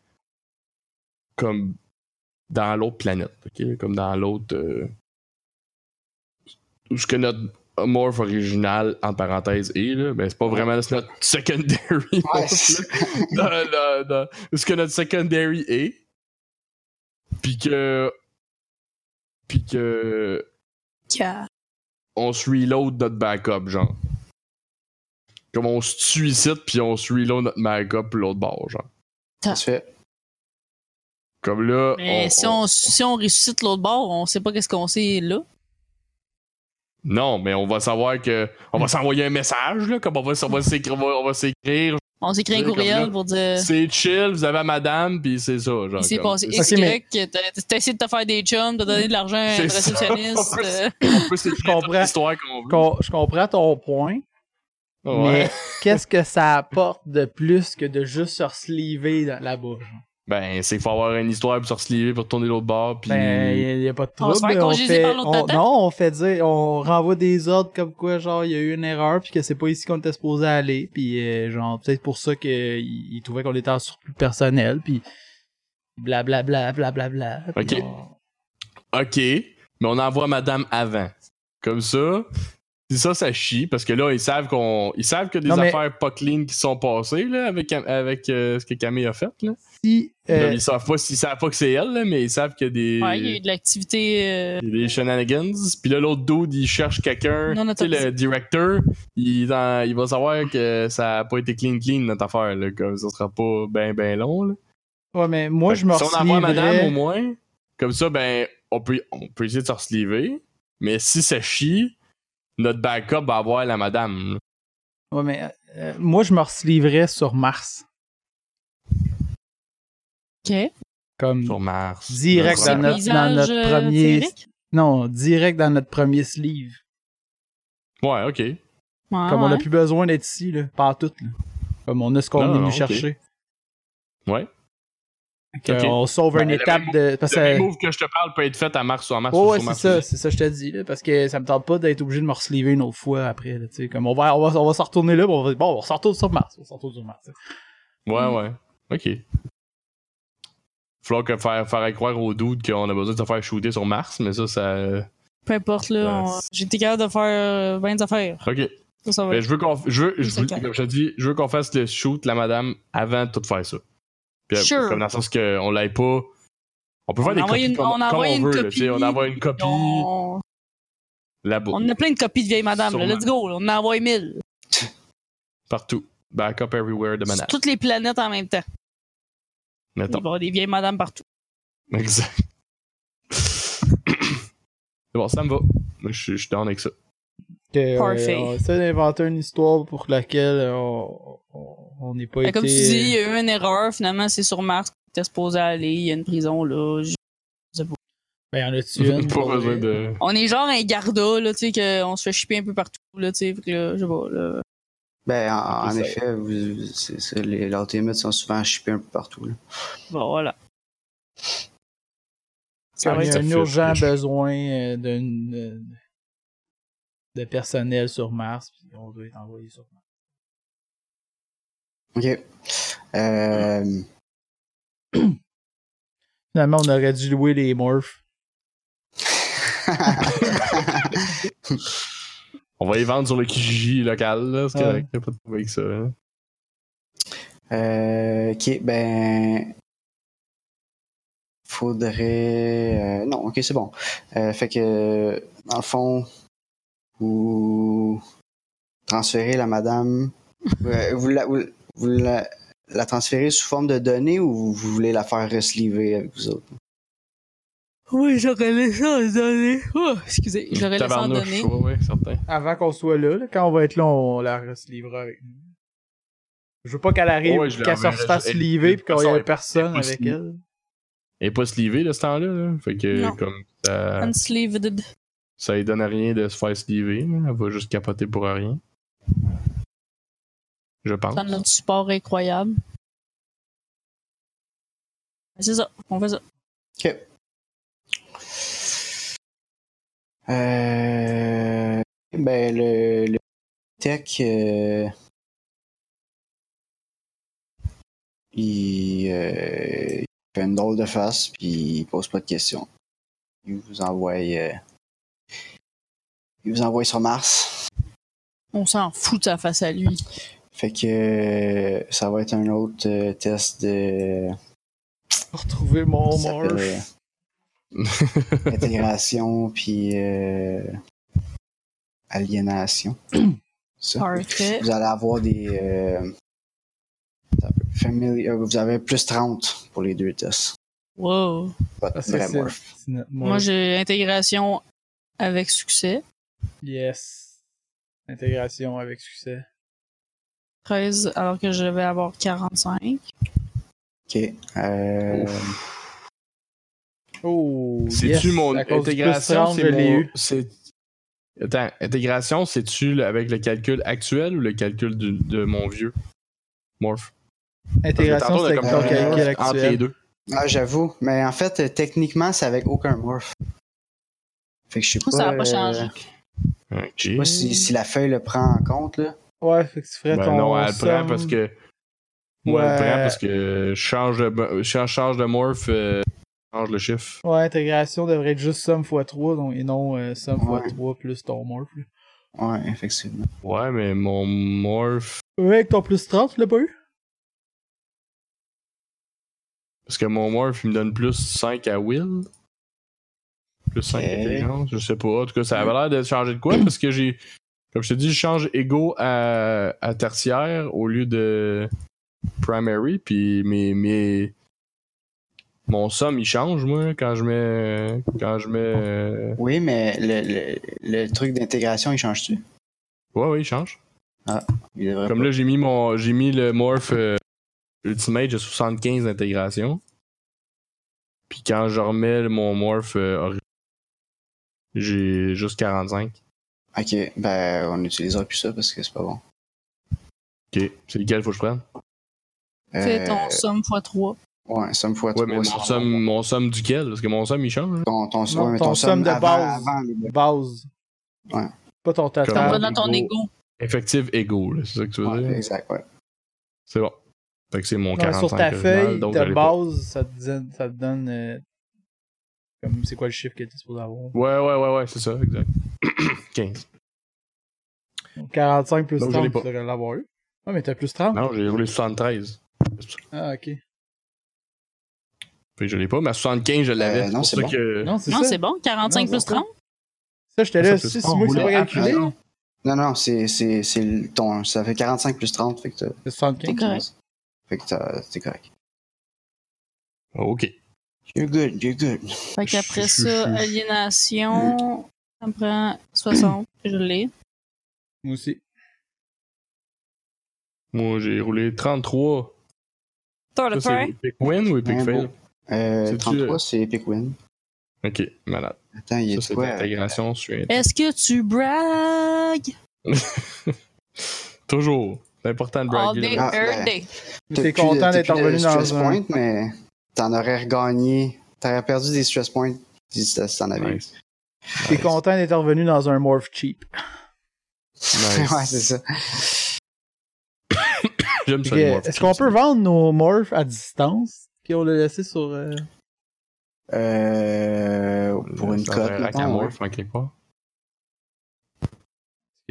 S3: comme dans l'autre planète, ok? Comme dans l'autre. euh, Où ce que notre morph original, en parenthèse, est, là. Ben, c'est pas vraiment c'est notre secondary.
S2: Ouais,
S3: morph, là. Dans- dans- dans- Où ce que notre secondary est. Puis que. Puis que.
S4: Car-
S3: On se reload notre backup, genre. Comme on se suicide, puis on se reload notre backup, puis l'autre bord, genre.
S4: Ah.
S2: ça se fait.
S3: Comme là.
S4: Mais si, on, si on ressuscite l'autre bord, on sait pas qu'est-ce qu'on sait là.
S3: Non, mais on va savoir que. On va s'envoyer un message, là, comme on va, on va s'écrire. on va- On va s'écrire.
S4: On s'écrit
S3: Ouais,
S4: un
S3: comme là.
S4: courriel pour dire
S3: C'est chill, vous avez à madame, puis c'est ça, genre.
S4: il s'est
S3: comme-
S4: passé
S1: Ok,
S4: X, Y, t'as t'as essayé de te faire des chums, t'as donné de l'argent à un
S3: C'est ça.
S4: réceptionniste. *laughs* euh,
S3: On peut
S1: *laughs* Je
S3: s'écrire toute
S1: comprends.
S3: l'histoire qu'on veut.
S1: com- je comprends ton point, mais
S3: Ouais.
S1: qu'est-ce que ça apporte de plus que de juste se sliver dans- là-bas? genre?
S3: Ben, c'est qu'il faut avoir une histoire pour se relier, pour tourner l'autre bord, puis.
S1: Ben, il n'y a pas de
S4: On
S1: trouble.
S4: se fait congédier par l'autre
S1: on-
S4: tata?
S1: non, on fait dire, on renvoie des ordres comme quoi, genre, il y a eu une erreur, puis que c'est pas ici qu'on était supposé aller, puis euh, genre, peut-être pour ça qu'ils trouvaient qu'on était en surplus personnel, puis blablabla, blablabla. puis
S3: Ok.
S1: on-
S3: OK, mais on envoie madame avant. Comme ça, si ça, ça chie, parce que là, ils savent qu'on. Ils savent que des
S1: Non, mais-
S3: affaires pas clean qui sont passées là, avec, avec euh, ce que Camille a fait. Là.
S1: Si,
S3: Là,
S1: euh,
S3: ils savent pas ils savent pas que c'est elle, là, mais ils savent qu'il y a des.
S4: ouais, il y a eu de l'activité. euh,
S3: des shenanigans. Puis là, l'autre dude, il cherche quelqu'un.
S4: Non, non,
S3: Tu sais, le directeur, il, est dans- il va savoir que ça a pas été clean clean notre affaire. Là, comme ça sera pas ben ben long. Là.
S1: ouais, mais moi,
S3: Fait
S1: je
S3: que
S1: me
S3: Si on envoie madame au
S1: resliverais-
S3: moins, comme ça, ben, on peut, on peut essayer de se resliver. Mais si ça chie, notre backup va avoir la madame. là.
S1: Ouais, mais euh, moi, je me resliverais sur Mars.
S4: Ok.
S1: Comme
S3: Sur Mars.
S1: Mm. direct
S3: Sur
S1: dans
S4: Notre
S1: notre, dans
S4: paysage,
S1: notre
S4: euh,
S1: premier.
S4: féerique?
S1: Non, direct dans notre premier sleeve.
S3: Ouais, ok.
S4: Ouais,
S1: Comme on
S4: Ah ouais.
S1: a plus besoin d'être ici, là. Par tout, là. Comme on a ce qu'on
S3: Non,
S1: est venu
S3: non,
S1: chercher.
S3: Ouais.
S1: Fait que
S3: Ok.
S1: On sauve
S3: Ben,
S1: une
S3: le
S1: étape
S3: même-
S1: de. Parce
S3: Le
S1: que.
S3: même move que je te parle peut être fait à Mars ou en Mars.
S1: Ouais,
S3: ou
S1: ouais,
S3: sur
S1: c'est
S3: Mars
S1: ça,
S3: aussi.
S1: c'est ça, je te dis, là, parce que ça me tente pas d'être obligé de me resliver une autre fois après, là, tu sais. Comme on va, on va, on va s'en retourner là, puis on va dire, bon, on s'en retourne sur Mars, on s'en retourne sur Mars.
S3: Ouais, ouais. Ok. Faut que faire, faire croire aux doutes qu'on a besoin de se faire shooter sur Mars, mais ça, ça.
S4: Peu importe, là. on-
S3: Ouais.
S4: J'ai été capable de faire euh, 20 affaires.
S3: Ok.
S4: Ça, ça va.
S3: Mais Ben, je veux qu'on. Je veux, je
S4: C'est
S3: veux-
S4: clair.
S3: comme je te dis, je veux qu'on fasse le shoot, la madame, avant de tout faire ça. Puis, euh,
S4: Sure.
S3: Comme dans le sens qu'on l'aille pas. On peut faire
S4: On
S3: des
S4: envoie
S3: copies
S4: une-
S3: comme,
S4: on
S3: comme
S4: envoie
S3: on
S4: une
S3: veut. là,
S4: copie,
S3: tu sais, on envoie une copie
S4: on...
S3: là-bas,
S4: on a plein de copies de vieilles madame, là.
S3: Sûrement.
S4: Let's go, là. On en envoie 1000.
S3: partout. Backup everywhere de
S4: Sur
S3: menace.
S4: toutes les planètes en même temps. Il va y
S3: Mettons.
S4: avoir des vieilles madames partout.
S3: Exact. *coughs* C'est bon, ça me va. Moi, Je suis- je suis down avec ça.
S1: Que,
S4: Parfait.
S1: euh, on essaie d'inventer une histoire pour laquelle euh, on on- on n'est pas
S4: Fait
S1: été...
S4: Ben, Comme tu dis, il y a eu une erreur. Finalement, c'est sur Mars qu'on était supposé aller. Il y a une prison, là. Je-
S1: Ben, y en
S3: *laughs*
S1: a-tu une?
S3: pas
S1: pour
S3: besoin
S1: vrai?
S3: de.
S4: On est genre un garda, là, tu sais, qu'on se fait chipper un peu partout, là, tu sais. Fait que là, je sais pas, là.
S2: Ben, en, en
S3: Ça-
S2: effet, vous, c'est- c'est- les ultimates sont souvent chippés un peu partout. Là.
S4: Bon, voilà. Ça
S1: Comme
S4: va
S1: il y
S4: être
S1: a
S3: ça
S1: Ah un
S3: fit,
S1: urgent
S3: je-
S1: besoin euh, d'une euh, de personnel sur Mars, puis on veut envoyer sur Mars.
S2: OK. Euh, *laughs*
S1: Finalement, on aurait dû louer les morphs.
S3: On va les vendre sur le Kijiji local, là. C'est
S1: Ouais.
S3: correct, y a pas de problème avec ça. hein.
S2: euh, OK, ben... Faudrait... euh, non, OK, c'est bon. Euh, fait que, dans le fond, vous transférez la madame... Euh, vous la, vous, vous la, la transférez sous forme de données ou vous, vous voulez la faire resliver avec vous autres?
S4: Oui, j'aurais laissé en donner. Oh, excusez, j'aurais laissé en
S3: Tabarnouche,
S4: donner.
S3: ouais, ouais, certain.
S1: Avant qu'on soit là, là, quand on va être là, on la se livrera avec nous. Je veux pas qu'elle arrive,
S3: Ouais, je la
S1: qu'elle se
S3: reverrai,
S1: fasse
S3: je-
S1: livrer
S3: de
S1: pis qu'il
S3: toute
S1: y
S3: façon,
S1: ait
S3: elle-
S1: personne
S3: elle est pas
S1: avec
S3: signée.
S1: elle.
S3: Elle est pas slivée de ce temps-là, là. Fait que,
S4: Non.
S3: comme, ça,
S4: Unsleeved.
S3: ça lui donne à rien de se faire sliver, là. Elle va juste capoter pour rien. Je pense.
S4: Ça, notre support est incroyable. C'est ça, on fait ça.
S2: Ok. Euh, ben, le, le tech, euh, il, euh, il fait une drôle de face, puis il pose pas de questions. Il vous envoie, euh, il vous envoie sur Mars.
S4: On s'en fout de sa face à lui.
S2: Fait que euh, ça va être un autre euh, test de
S1: Retrouver mon
S2: ça s'appelle,
S1: Morph.
S2: euh,
S4: *laughs*
S2: intégration puis euh,
S4: *coughs*
S2: aliénation. Ça.
S4: Parfait.
S2: Vous allez avoir des euh, ça peut- family- euh, vous avez plus 30 pour les deux tests.
S4: Wow.
S2: Votre
S1: Ah,
S2: vrai
S1: ça, c'est-
S2: morph.
S1: c'est notre
S4: Moi,
S1: morph.
S4: j'ai intégration avec succès.
S1: Yes. Intégration avec succès.
S4: 13, alors que je vais avoir 45.
S2: Ok. Euh,
S1: Oh,
S3: C'est-tu
S1: yes,
S3: mon
S1: à cause du plus
S3: intégration?
S1: 30, je
S3: C'est
S1: l'ai
S3: mon.
S1: eu.
S3: c'est- Attends, intégration, c'est-tu le- avec le calcul actuel ou le calcul du- de mon vieux morph? Parce que
S1: Intégration,
S3: tantôt, on a
S1: c'était
S3: comme
S1: ton
S2: calculé
S1: calcul
S3: entre les
S1: actuel.
S3: deux.
S2: ah, j'avoue, mais en fait euh, techniquement c'est avec aucun morph. Fait que je sais pas.
S4: Ça n'a pas
S2: euh,
S4: changé.
S2: je sais pas si, si la feuille le prend en compte là.
S1: Ouais, fait que tu ferais
S3: Ben
S1: ton.
S3: non, elle le prend
S1: somme.
S3: parce que. Moi, elle le
S1: Ouais.
S3: prend parce que je change de, je change de morph, euh, je change le chiffre.
S1: Ouais, intégration devrait être juste somme x 3, donc, et non euh, somme
S2: Ouais.
S1: x 3 plus ton morph. là.
S2: Ouais, effectivement.
S3: Ouais, mais mon morph.
S1: Ouais, avec ton plus 30, tu l'as pas eu?
S3: Parce que mon morph, il me donne plus 5 à Will. Plus 5
S2: Ok.
S3: intelligence, je sais pas. En tout cas, ça avait l'air de changer de quoi parce que j'ai. Comme je te dis, je change ego à, à tertiaire au lieu de primary, puis mes. mes mon somme, il change, moi, quand je mets. Quand je mets. euh,
S2: Oui, mais le, le, le truc d'intégration il change-tu?
S3: Ouais, ouais, il change.
S2: Il devrait
S3: Comme
S2: pas.
S3: là, j'ai mis mon. J'ai mis le morph euh, Ultimate, j'ai 75 d'intégration. Puis quand je remets mon morph euh, ori- j'ai juste 45.
S2: Ok, ben on n'utilisera plus ça parce que c'est pas bon.
S3: Ok. C'est lequel faut que je prenne?
S4: Fais
S2: Euh,
S4: ton somme x 3.
S2: Ouais, somme fois
S3: Ouais,
S2: trois,
S3: mais mon
S2: c'est-
S3: somme, mon somme duquel? Parce que mon somme il change. hein.
S2: Ton, ton,
S1: Non,
S2: ouais, mais
S1: ton
S2: ton
S1: somme
S2: somme
S1: de
S2: avant-
S1: base.
S2: avant le-
S1: Base.
S2: Ouais.
S1: Pas ton
S4: On
S3: Comme-
S1: total.
S4: va dans ton
S3: ego.
S4: ego.
S3: Effective ego, là, c'est ça que tu veux
S2: Ouais,
S3: dire?
S2: exact, ouais.
S3: C'est bon. Fait que c'est mon
S1: Ouais,
S3: 45.
S1: sur ta
S3: original,
S1: feuille
S3: donc
S1: de
S3: j'allais pas.
S1: base, ça te, donne- ça te donne. euh, comme c'est quoi le chiffre que tu es supposé avoir?
S3: Ouais, ouais, ouais, ouais, c'est ça, exact. *clears throat* 15.
S1: Donc, 45 plus
S3: Donc, je
S1: 30,
S3: l'ai
S1: tu
S3: pas.
S1: devrais l'avoir eu. Ah, mais t'as plus 30?
S3: Non, j'ai roulé 73.
S1: Ah, ok.
S3: Fait que je l'ai pas, mais à 75, je l'avais.
S2: Euh, non,
S3: pour
S2: c'est
S3: ça
S2: bon.
S3: que-
S1: Non, c'est
S4: Non,
S1: ça.
S4: c'est bon. 45
S1: Non,
S4: plus
S1: c'est ça.
S4: 30.
S1: Ça, j'étais
S3: Ça,
S1: là.
S3: c'est
S1: Si
S3: pas
S1: c'est moi qui
S3: roulé
S1: t'ai pas
S4: Ah,
S3: à
S1: calculé,
S2: Non, non, non, c'est, c'est, c'est le- ton. Ça fait 45 plus 30, fait que t'as.
S1: c'est 75.
S4: T'es correct.
S2: Fait que t'as, t'es correct.
S3: Ah, Ok.
S2: You're good, you're good.
S4: Fait qu'après
S3: Chou, chou,
S4: ça,
S3: chou.
S4: aliénation, ça me prend 60. Je l'ai.
S1: Moi aussi.
S3: Moi, j'ai roulé 33.
S4: T'as
S3: Ça,
S4: le
S3: c'est
S4: pain.
S3: Epic Win ou Epic
S2: Ouais,
S3: Fail?
S2: Euh,
S3: C'est-tu,
S2: 33,
S3: euh,
S2: c'est Epic Win.
S3: Ok, malade.
S2: Attends, il y
S3: Ça,
S2: a
S3: c'est
S2: quoi? euh,
S3: l'intégration suite.
S4: Est-ce que tu bragues?
S3: Toujours. C'est important de
S4: All day,
S3: braguer.
S2: Ah,
S4: every
S2: ben.
S4: day.
S1: Mais t'es content d'être revenu dans un.
S2: stress point, mais t'en aurais regagné. T'aurais perdu des stress points si t'en si t'en avais eu.
S3: Nice.
S1: T'es
S3: Nice.
S1: content d'être revenu dans un morph cheap.
S3: Nice.
S2: *laughs* ouais, c'est ça.
S3: J'aime
S1: Fait
S3: ça.
S1: que,
S3: les morphs.
S1: Est-ce qu'on peut vendre nos morphs à distance? Puis on l'a laissé sur. euh,
S2: Euh, pour une
S3: Ça
S2: cote,
S3: serait
S2: mettons, ouais.
S3: Hackamorph en quelque part.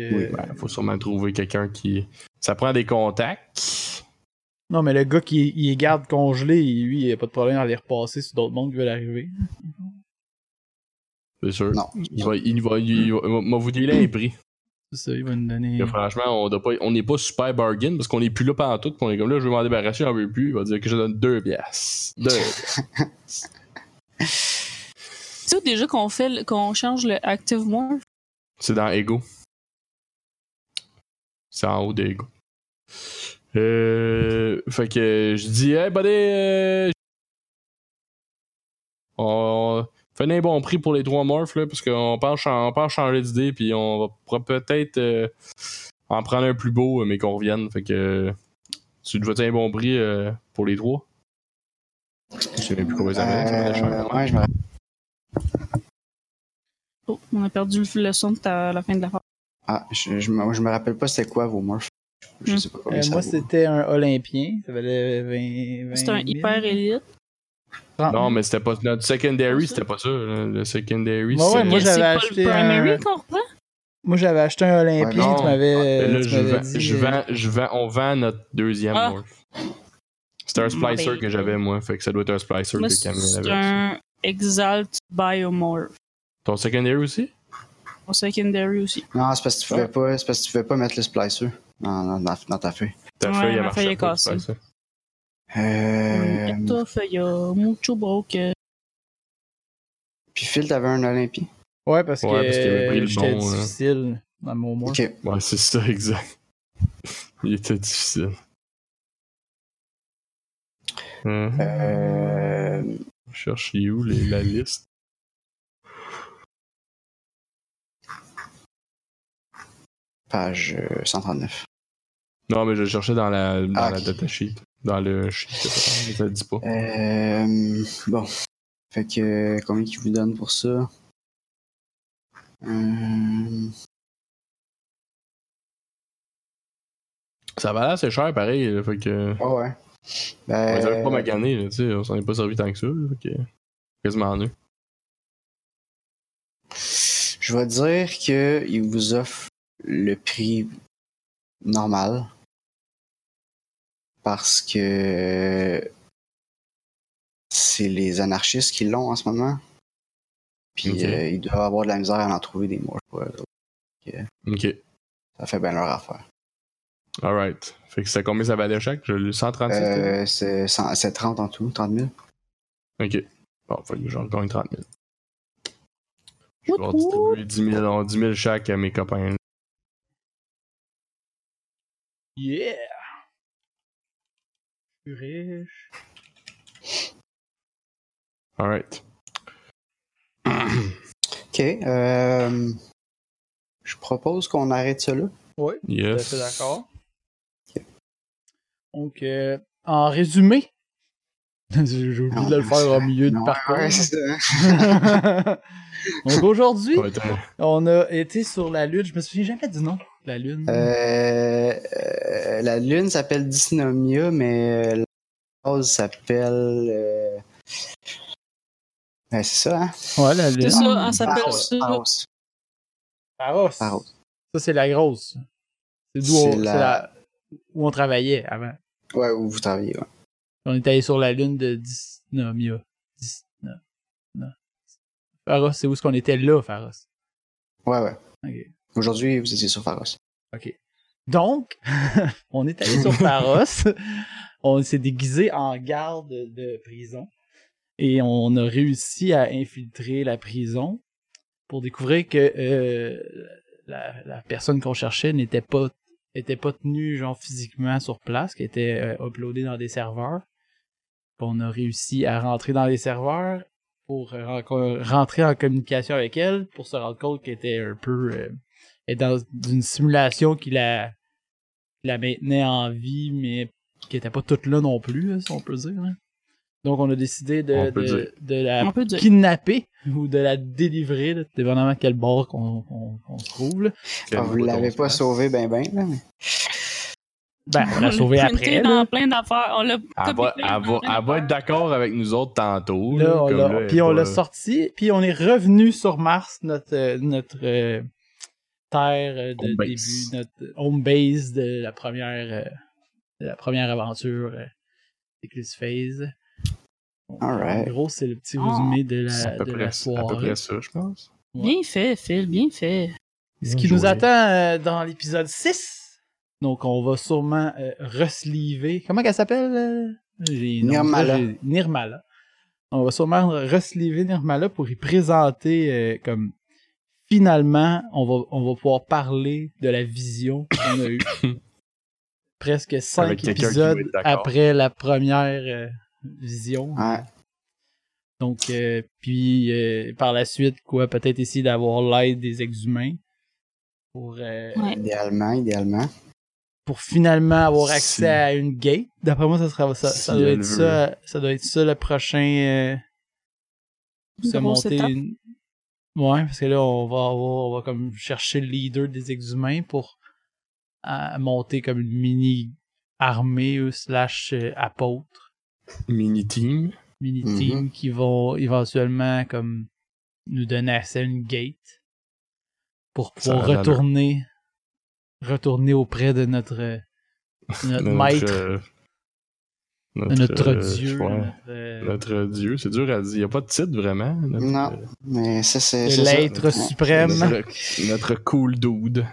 S1: euh,
S3: Ben, faut sûrement trouver quelqu'un qui. Ça prend des contacts.
S1: Non, mais le gars qui il les garde congelés, lui, il a pas de problème à les repasser sur d'autres mondes qui veulent arriver.
S3: C'est sûr.
S2: Non.
S3: Il va, il va, il va, il va- il va vous dealer un prix.
S1: C'est ça, il va nous donner.
S3: Que franchement, on doit pas- on n'est pas super bargain parce qu'on n'est plus là pendant tout. On est comme là, je vais m'en débarrasser, j'en veux plus. Il va dire que je donne deux piastres. Deux.
S4: C'est sûr déjà qu'on fait le- qu'on change le Active Morph.
S3: C'est dans Ego. C'est en haut de Ego. Euh, fait que je dis, hey buddy, euh, on fait un bon prix pour les trois morphs, là, parce qu'on pense, on pense changer d'idée, puis on va pourra peut-être euh, en prendre un plus beau, mais qu'on revienne. Fait que euh, tu te veux un bon prix euh, pour les trois? Je sais même plus combien ça valait, ça valait cher. hein.
S2: Euh, ouais, je me rappelle.
S4: Oh, on a perdu le le son de ta- la fin de la phrase.
S2: Ah, je, je me- je me rappelle pas c'était quoi vos morphs. Je sais pas combien
S1: Euh,
S2: ça
S1: moi,
S2: vaut.
S1: c'était un Olympien. Ça valait 20. 20
S4: C'est un
S1: 000.
S4: hyper élite.
S1: Ah.
S3: Non, mais c'était pas notre secondary,
S4: Ah, ça.
S3: c'était pas ça. là. Le secondary,
S1: Ouais, ouais,
S3: c'est-
S1: moi,
S4: Mais c'est
S1: j'avais
S4: pas
S1: acheté
S4: le primary
S1: un-
S4: qu'on reprend?
S1: Moi, j'avais acheté un Olympien.
S3: Ouais,
S1: tu
S3: non. Ah,
S1: m'avais.
S3: Mais là,
S1: tu
S3: je
S1: m'avais
S3: vends,
S1: dit,
S3: je
S1: euh,
S3: vends, je vends- on vend notre deuxième
S4: Ah.
S3: morph. C'était un splicer
S4: Ben.
S3: que j'avais, moi. Fait que ça doit être un splicer
S4: Moi,
S3: que Camille
S4: c'est
S3: avait.
S4: un Exalt Biomorph.
S3: Ton secondary aussi?
S4: Au secondary aussi.
S2: Non, c'est parce que tu pouvais pas, c'est parce que tu pouvais pas mettre le splicer dans, dans, dans- dans ta feuille.
S3: Ta
S4: Ouais,
S3: feuille, elle
S4: ma
S3: marchait
S4: feuille est
S3: pas, le
S4: cassée.
S3: splicer.
S2: Euh,
S4: Et toi, il y a mucho broken.
S2: Puis Phil, t'avais un Olympien.
S1: euh, Ouais, parce
S3: Ouais, parce qu'il avait
S1: que
S3: pris le
S1: j'étais
S3: bon, hein. là.
S1: difficile dans mon mois.
S2: Ok.
S3: Ouais, c'est ça, *laughs* exact. Il était difficile. Hum,
S2: Euh,
S3: Je cherche il est où les- la liste?
S2: page euh, 139.
S3: Non, mais je le cherchais dans la, dans
S2: Ah,
S3: la
S2: ok.
S3: data sheet. Dans le sheet. Ça le dit pas.
S2: Euh, bon. Fait que euh, combien qu'il vous donne pour ça? Euh,
S3: Ça valait assez cher, pareil. là, fait que.
S2: ah ouais.
S3: On les
S2: Ben,
S3: avait pas maganés, là, tu sais, on s'en est pas servi tant que ça, là, fait que- quasiment en eux.
S2: je vais dire que il vous offre le prix normal parce que c'est les anarchistes qui l'ont en ce moment. Puis
S3: Ok.
S2: euh, ils doivent avoir de la misère à en trouver des mots. je crois.
S3: Ok,
S2: Ça fait bien leur affaire.
S3: alright. Fait que c'est combien ça valait chaque? Je l'ai 136.
S2: Euh, c'est cent- c'est 30 en tout, 30 000.
S3: t'as dit? Ok. Bon, fait que j'en gagne 30 000. Je vais
S4: Wout wout.
S3: distribuer 10 000, en 10 000 chaque à mes copains. là.
S1: Yeah! Je suis riche.
S3: Alright.
S2: *clears throat* Ok. euh, je propose qu'on arrête ça là.
S1: Ouais. Tout à
S3: Yes.
S1: fait d'accord.
S2: Ok.
S1: Donc, euh, en résumé, *laughs* j'ai oublié de le faire au milieu du
S2: Non,
S1: parcours.
S2: ouais, c'est ça.
S1: *laughs* Donc aujourd'hui,
S3: Ça va être
S2: Ah,
S3: un-
S1: on a été sur la Lune. Je me souviens jamais du nom de la Lune.
S2: Euh, euh, la lune s'appelle Dysnomia, mais euh, la base s'appelle. euh, ben, c'est ça, hein?
S1: Ouais, la Lune.
S4: C'est ça, elle s'appelle
S2: Paros,
S4: ça.
S2: Paros.
S1: Paros.
S2: Paros.
S1: Ça, c'est la grosse. C'est d'où on,
S2: C'est la-
S1: c'est la- où on travaillait avant.
S2: Ouais, où vous travaillez, ouais.
S1: On était allé sur la Lune de Dysnomia. Dysno- no- Pharos, c'est où est-ce qu'on était là, Pharos?
S2: Ouais, ouais.
S1: Ok.
S2: Aujourd'hui, vous étiez sur Paros.
S1: Donc, *laughs* on est allé sur Paros. on s'est déguisé en garde de prison. Et on a réussi à infiltrer la prison pour découvrir que euh, la, la personne qu'on cherchait n'était pas était pas tenue genre physiquement sur place, qui était euh, uploadée dans des serveurs. Puis on a réussi à rentrer dans les serveurs pour euh, renco- rentrer en communication avec elle pour se rendre compte qu'elle était un peu euh, elle est dans une simulation qui la, qui la maintenait en vie, mais qui n'était pas toute là non plus, hein, si on peut dire. hein. Donc on a décidé de,
S3: On peut
S1: de-
S3: dire.
S1: de la
S4: On peut dire.
S1: kidnapper *laughs* ou de la délivrer, là, dépendamment quel bord qu'on qu'on- qu'on se trouve. là.
S3: Quel
S2: Ah, vous
S3: bouton
S2: l'avez
S3: se
S2: pas
S3: passe.
S2: sauvé, ben, ben, là. mais-
S1: Ben, on l'a sauvée après.
S4: printé
S1: Là.
S4: dans plein d'affaires. On l'a
S3: Elle
S4: copié
S3: va,
S4: plein
S3: elle va-
S4: d'affaires.
S3: elle va être d'accord avec nous autres tantôt.
S1: Là,
S3: là,
S1: on
S3: comme
S1: l'a-
S3: là, elle
S1: puis
S3: est
S1: on
S3: pas-
S1: l'a sorti, puis on est revenu sur Mars, notre, euh, notre euh, terre euh, de
S3: Home base.
S1: début, notre euh, home base de la première, euh, de la première aventure euh, Eclipse Phase. Donc,
S2: Alright.
S1: En gros, c'est le petit
S4: Oh,
S1: résumé de
S3: C'est à
S1: la,
S3: peu
S1: de la
S3: près ça- à peu
S1: soirée.
S3: près ça, je pense.
S4: Bien fait, Phil, bien fait.
S1: Ce qui nous attend euh, dans l'épisode 6. Donc, on va sûrement euh, resliver. Comment qu'elle s'appelle euh? J'ai- non,
S2: Nirmala.
S1: j'ai- Nirmala. On va sûrement resliver Nirmala pour y présenter euh, comme finalement on va, on va pouvoir parler de la vision qu'on
S3: *coughs*
S1: a eue. Presque
S3: Avec
S1: cinq
S3: quelqu'un qui
S1: épisodes
S3: va être d'accord.
S1: après la première euh, vision.
S2: Ouais.
S1: Donc, euh, puis euh, par la suite, quoi, peut-être essayer d'avoir l'aide des ex-humains pour, euh,
S4: Ouais.
S2: Idéalement, idéalement.
S1: pour finalement avoir accès
S3: Si.
S1: à une gate. D'après moi, ça, sera, ça, ça
S3: Si
S1: doit
S3: elle
S1: être ça, ça doit être ça le prochain. euh,
S4: Une
S1: se
S4: grosse
S1: monter
S4: étape.
S1: une- Ouais, parce que là, on va avoir, on va comme chercher le leader des exhumains pour euh, monter comme une mini armée ou slash euh, apôtre,
S3: Mini team.
S1: mini team
S3: Mhm.
S1: qui vont éventuellement comme nous donner accès à une gate pour
S3: Ça
S1: pouvoir
S3: a de
S1: retourner retourner auprès de notre euh, de notre
S3: Notre,
S1: maître,
S3: euh,
S1: de notre
S3: euh,
S1: dieu,
S3: ouais,
S1: notre, euh,
S3: Notre dieu. C'est dur à dire. Il n'y a pas de titre vraiment. Notre,
S2: Non,
S3: euh,
S2: mais ça, c'est.
S1: de
S2: c'est ça.
S1: l'être suprême.
S3: Notre, *laughs* notre cool dude.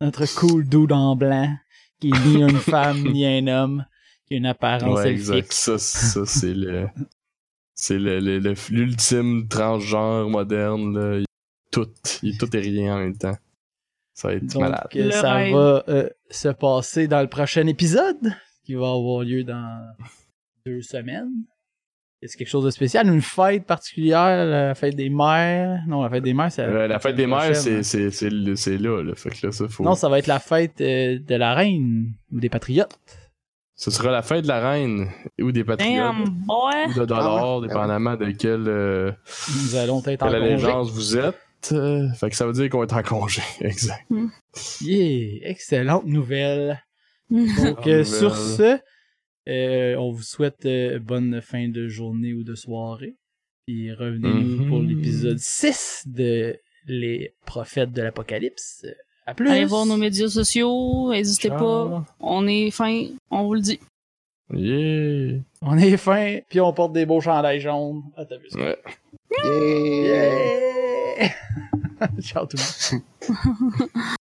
S1: notre cool dude en blanc, qui est ni
S3: *laughs*
S1: une femme ni un homme, qui a une apparence
S3: Ouais,
S1: elfique.
S3: exact. Ça, ça c'est le. C'est le- le- le- l'ultime transgenre moderne. Là. Il- Tout. Il est tout et rien en même temps. Ça va être
S1: Donc,
S3: malade.
S1: euh,
S4: Le
S1: ça
S4: rêve.
S1: va euh, se passer dans le prochain épisode, qui va avoir lieu dans deux semaines. Est-ce quelque chose de spécial? Une fête particulière, la fête des mères? Non, la fête des mères, c'est...
S3: Euh, la fête des
S1: prochaine.
S3: mères, c'est- c'est c'est le- c'est là, là. Fait que là, ça, faut.
S1: Non, ça va être la fête euh, de la reine, ou des patriotes.
S3: Ce sera la fête de la reine ou des
S4: Damn,
S3: patriotes.
S4: boy!
S3: Ou de dollars,
S2: Ah ouais.
S3: dépendamment de quelle, euh,
S1: Nous allons être en congé.
S3: quelle allégeance vous êtes. Euh, fait que ça veut dire qu'on est en congé. *laughs* exact.
S1: Yeah! Excellente nouvelle! Donc, euh,
S3: nouvelle.
S1: sur ce, euh, on vous souhaite euh, bonne fin de journée ou de soirée. Puis revenez-nous
S3: Mhm.
S1: pour l'épisode 6 de Les prophètes de l'Apocalypse. À plus!
S4: Allez voir nos médias sociaux, n'hésitez pas. On est fin, on vous le dit.
S1: Ah.
S3: Yeah.
S1: On est fin, puis on porte des beaux chandails jaunes. Ah, t'as vu ça?
S3: Ouais.
S2: Yeah.
S1: *laughs* Yeah! Ciao tout le monde!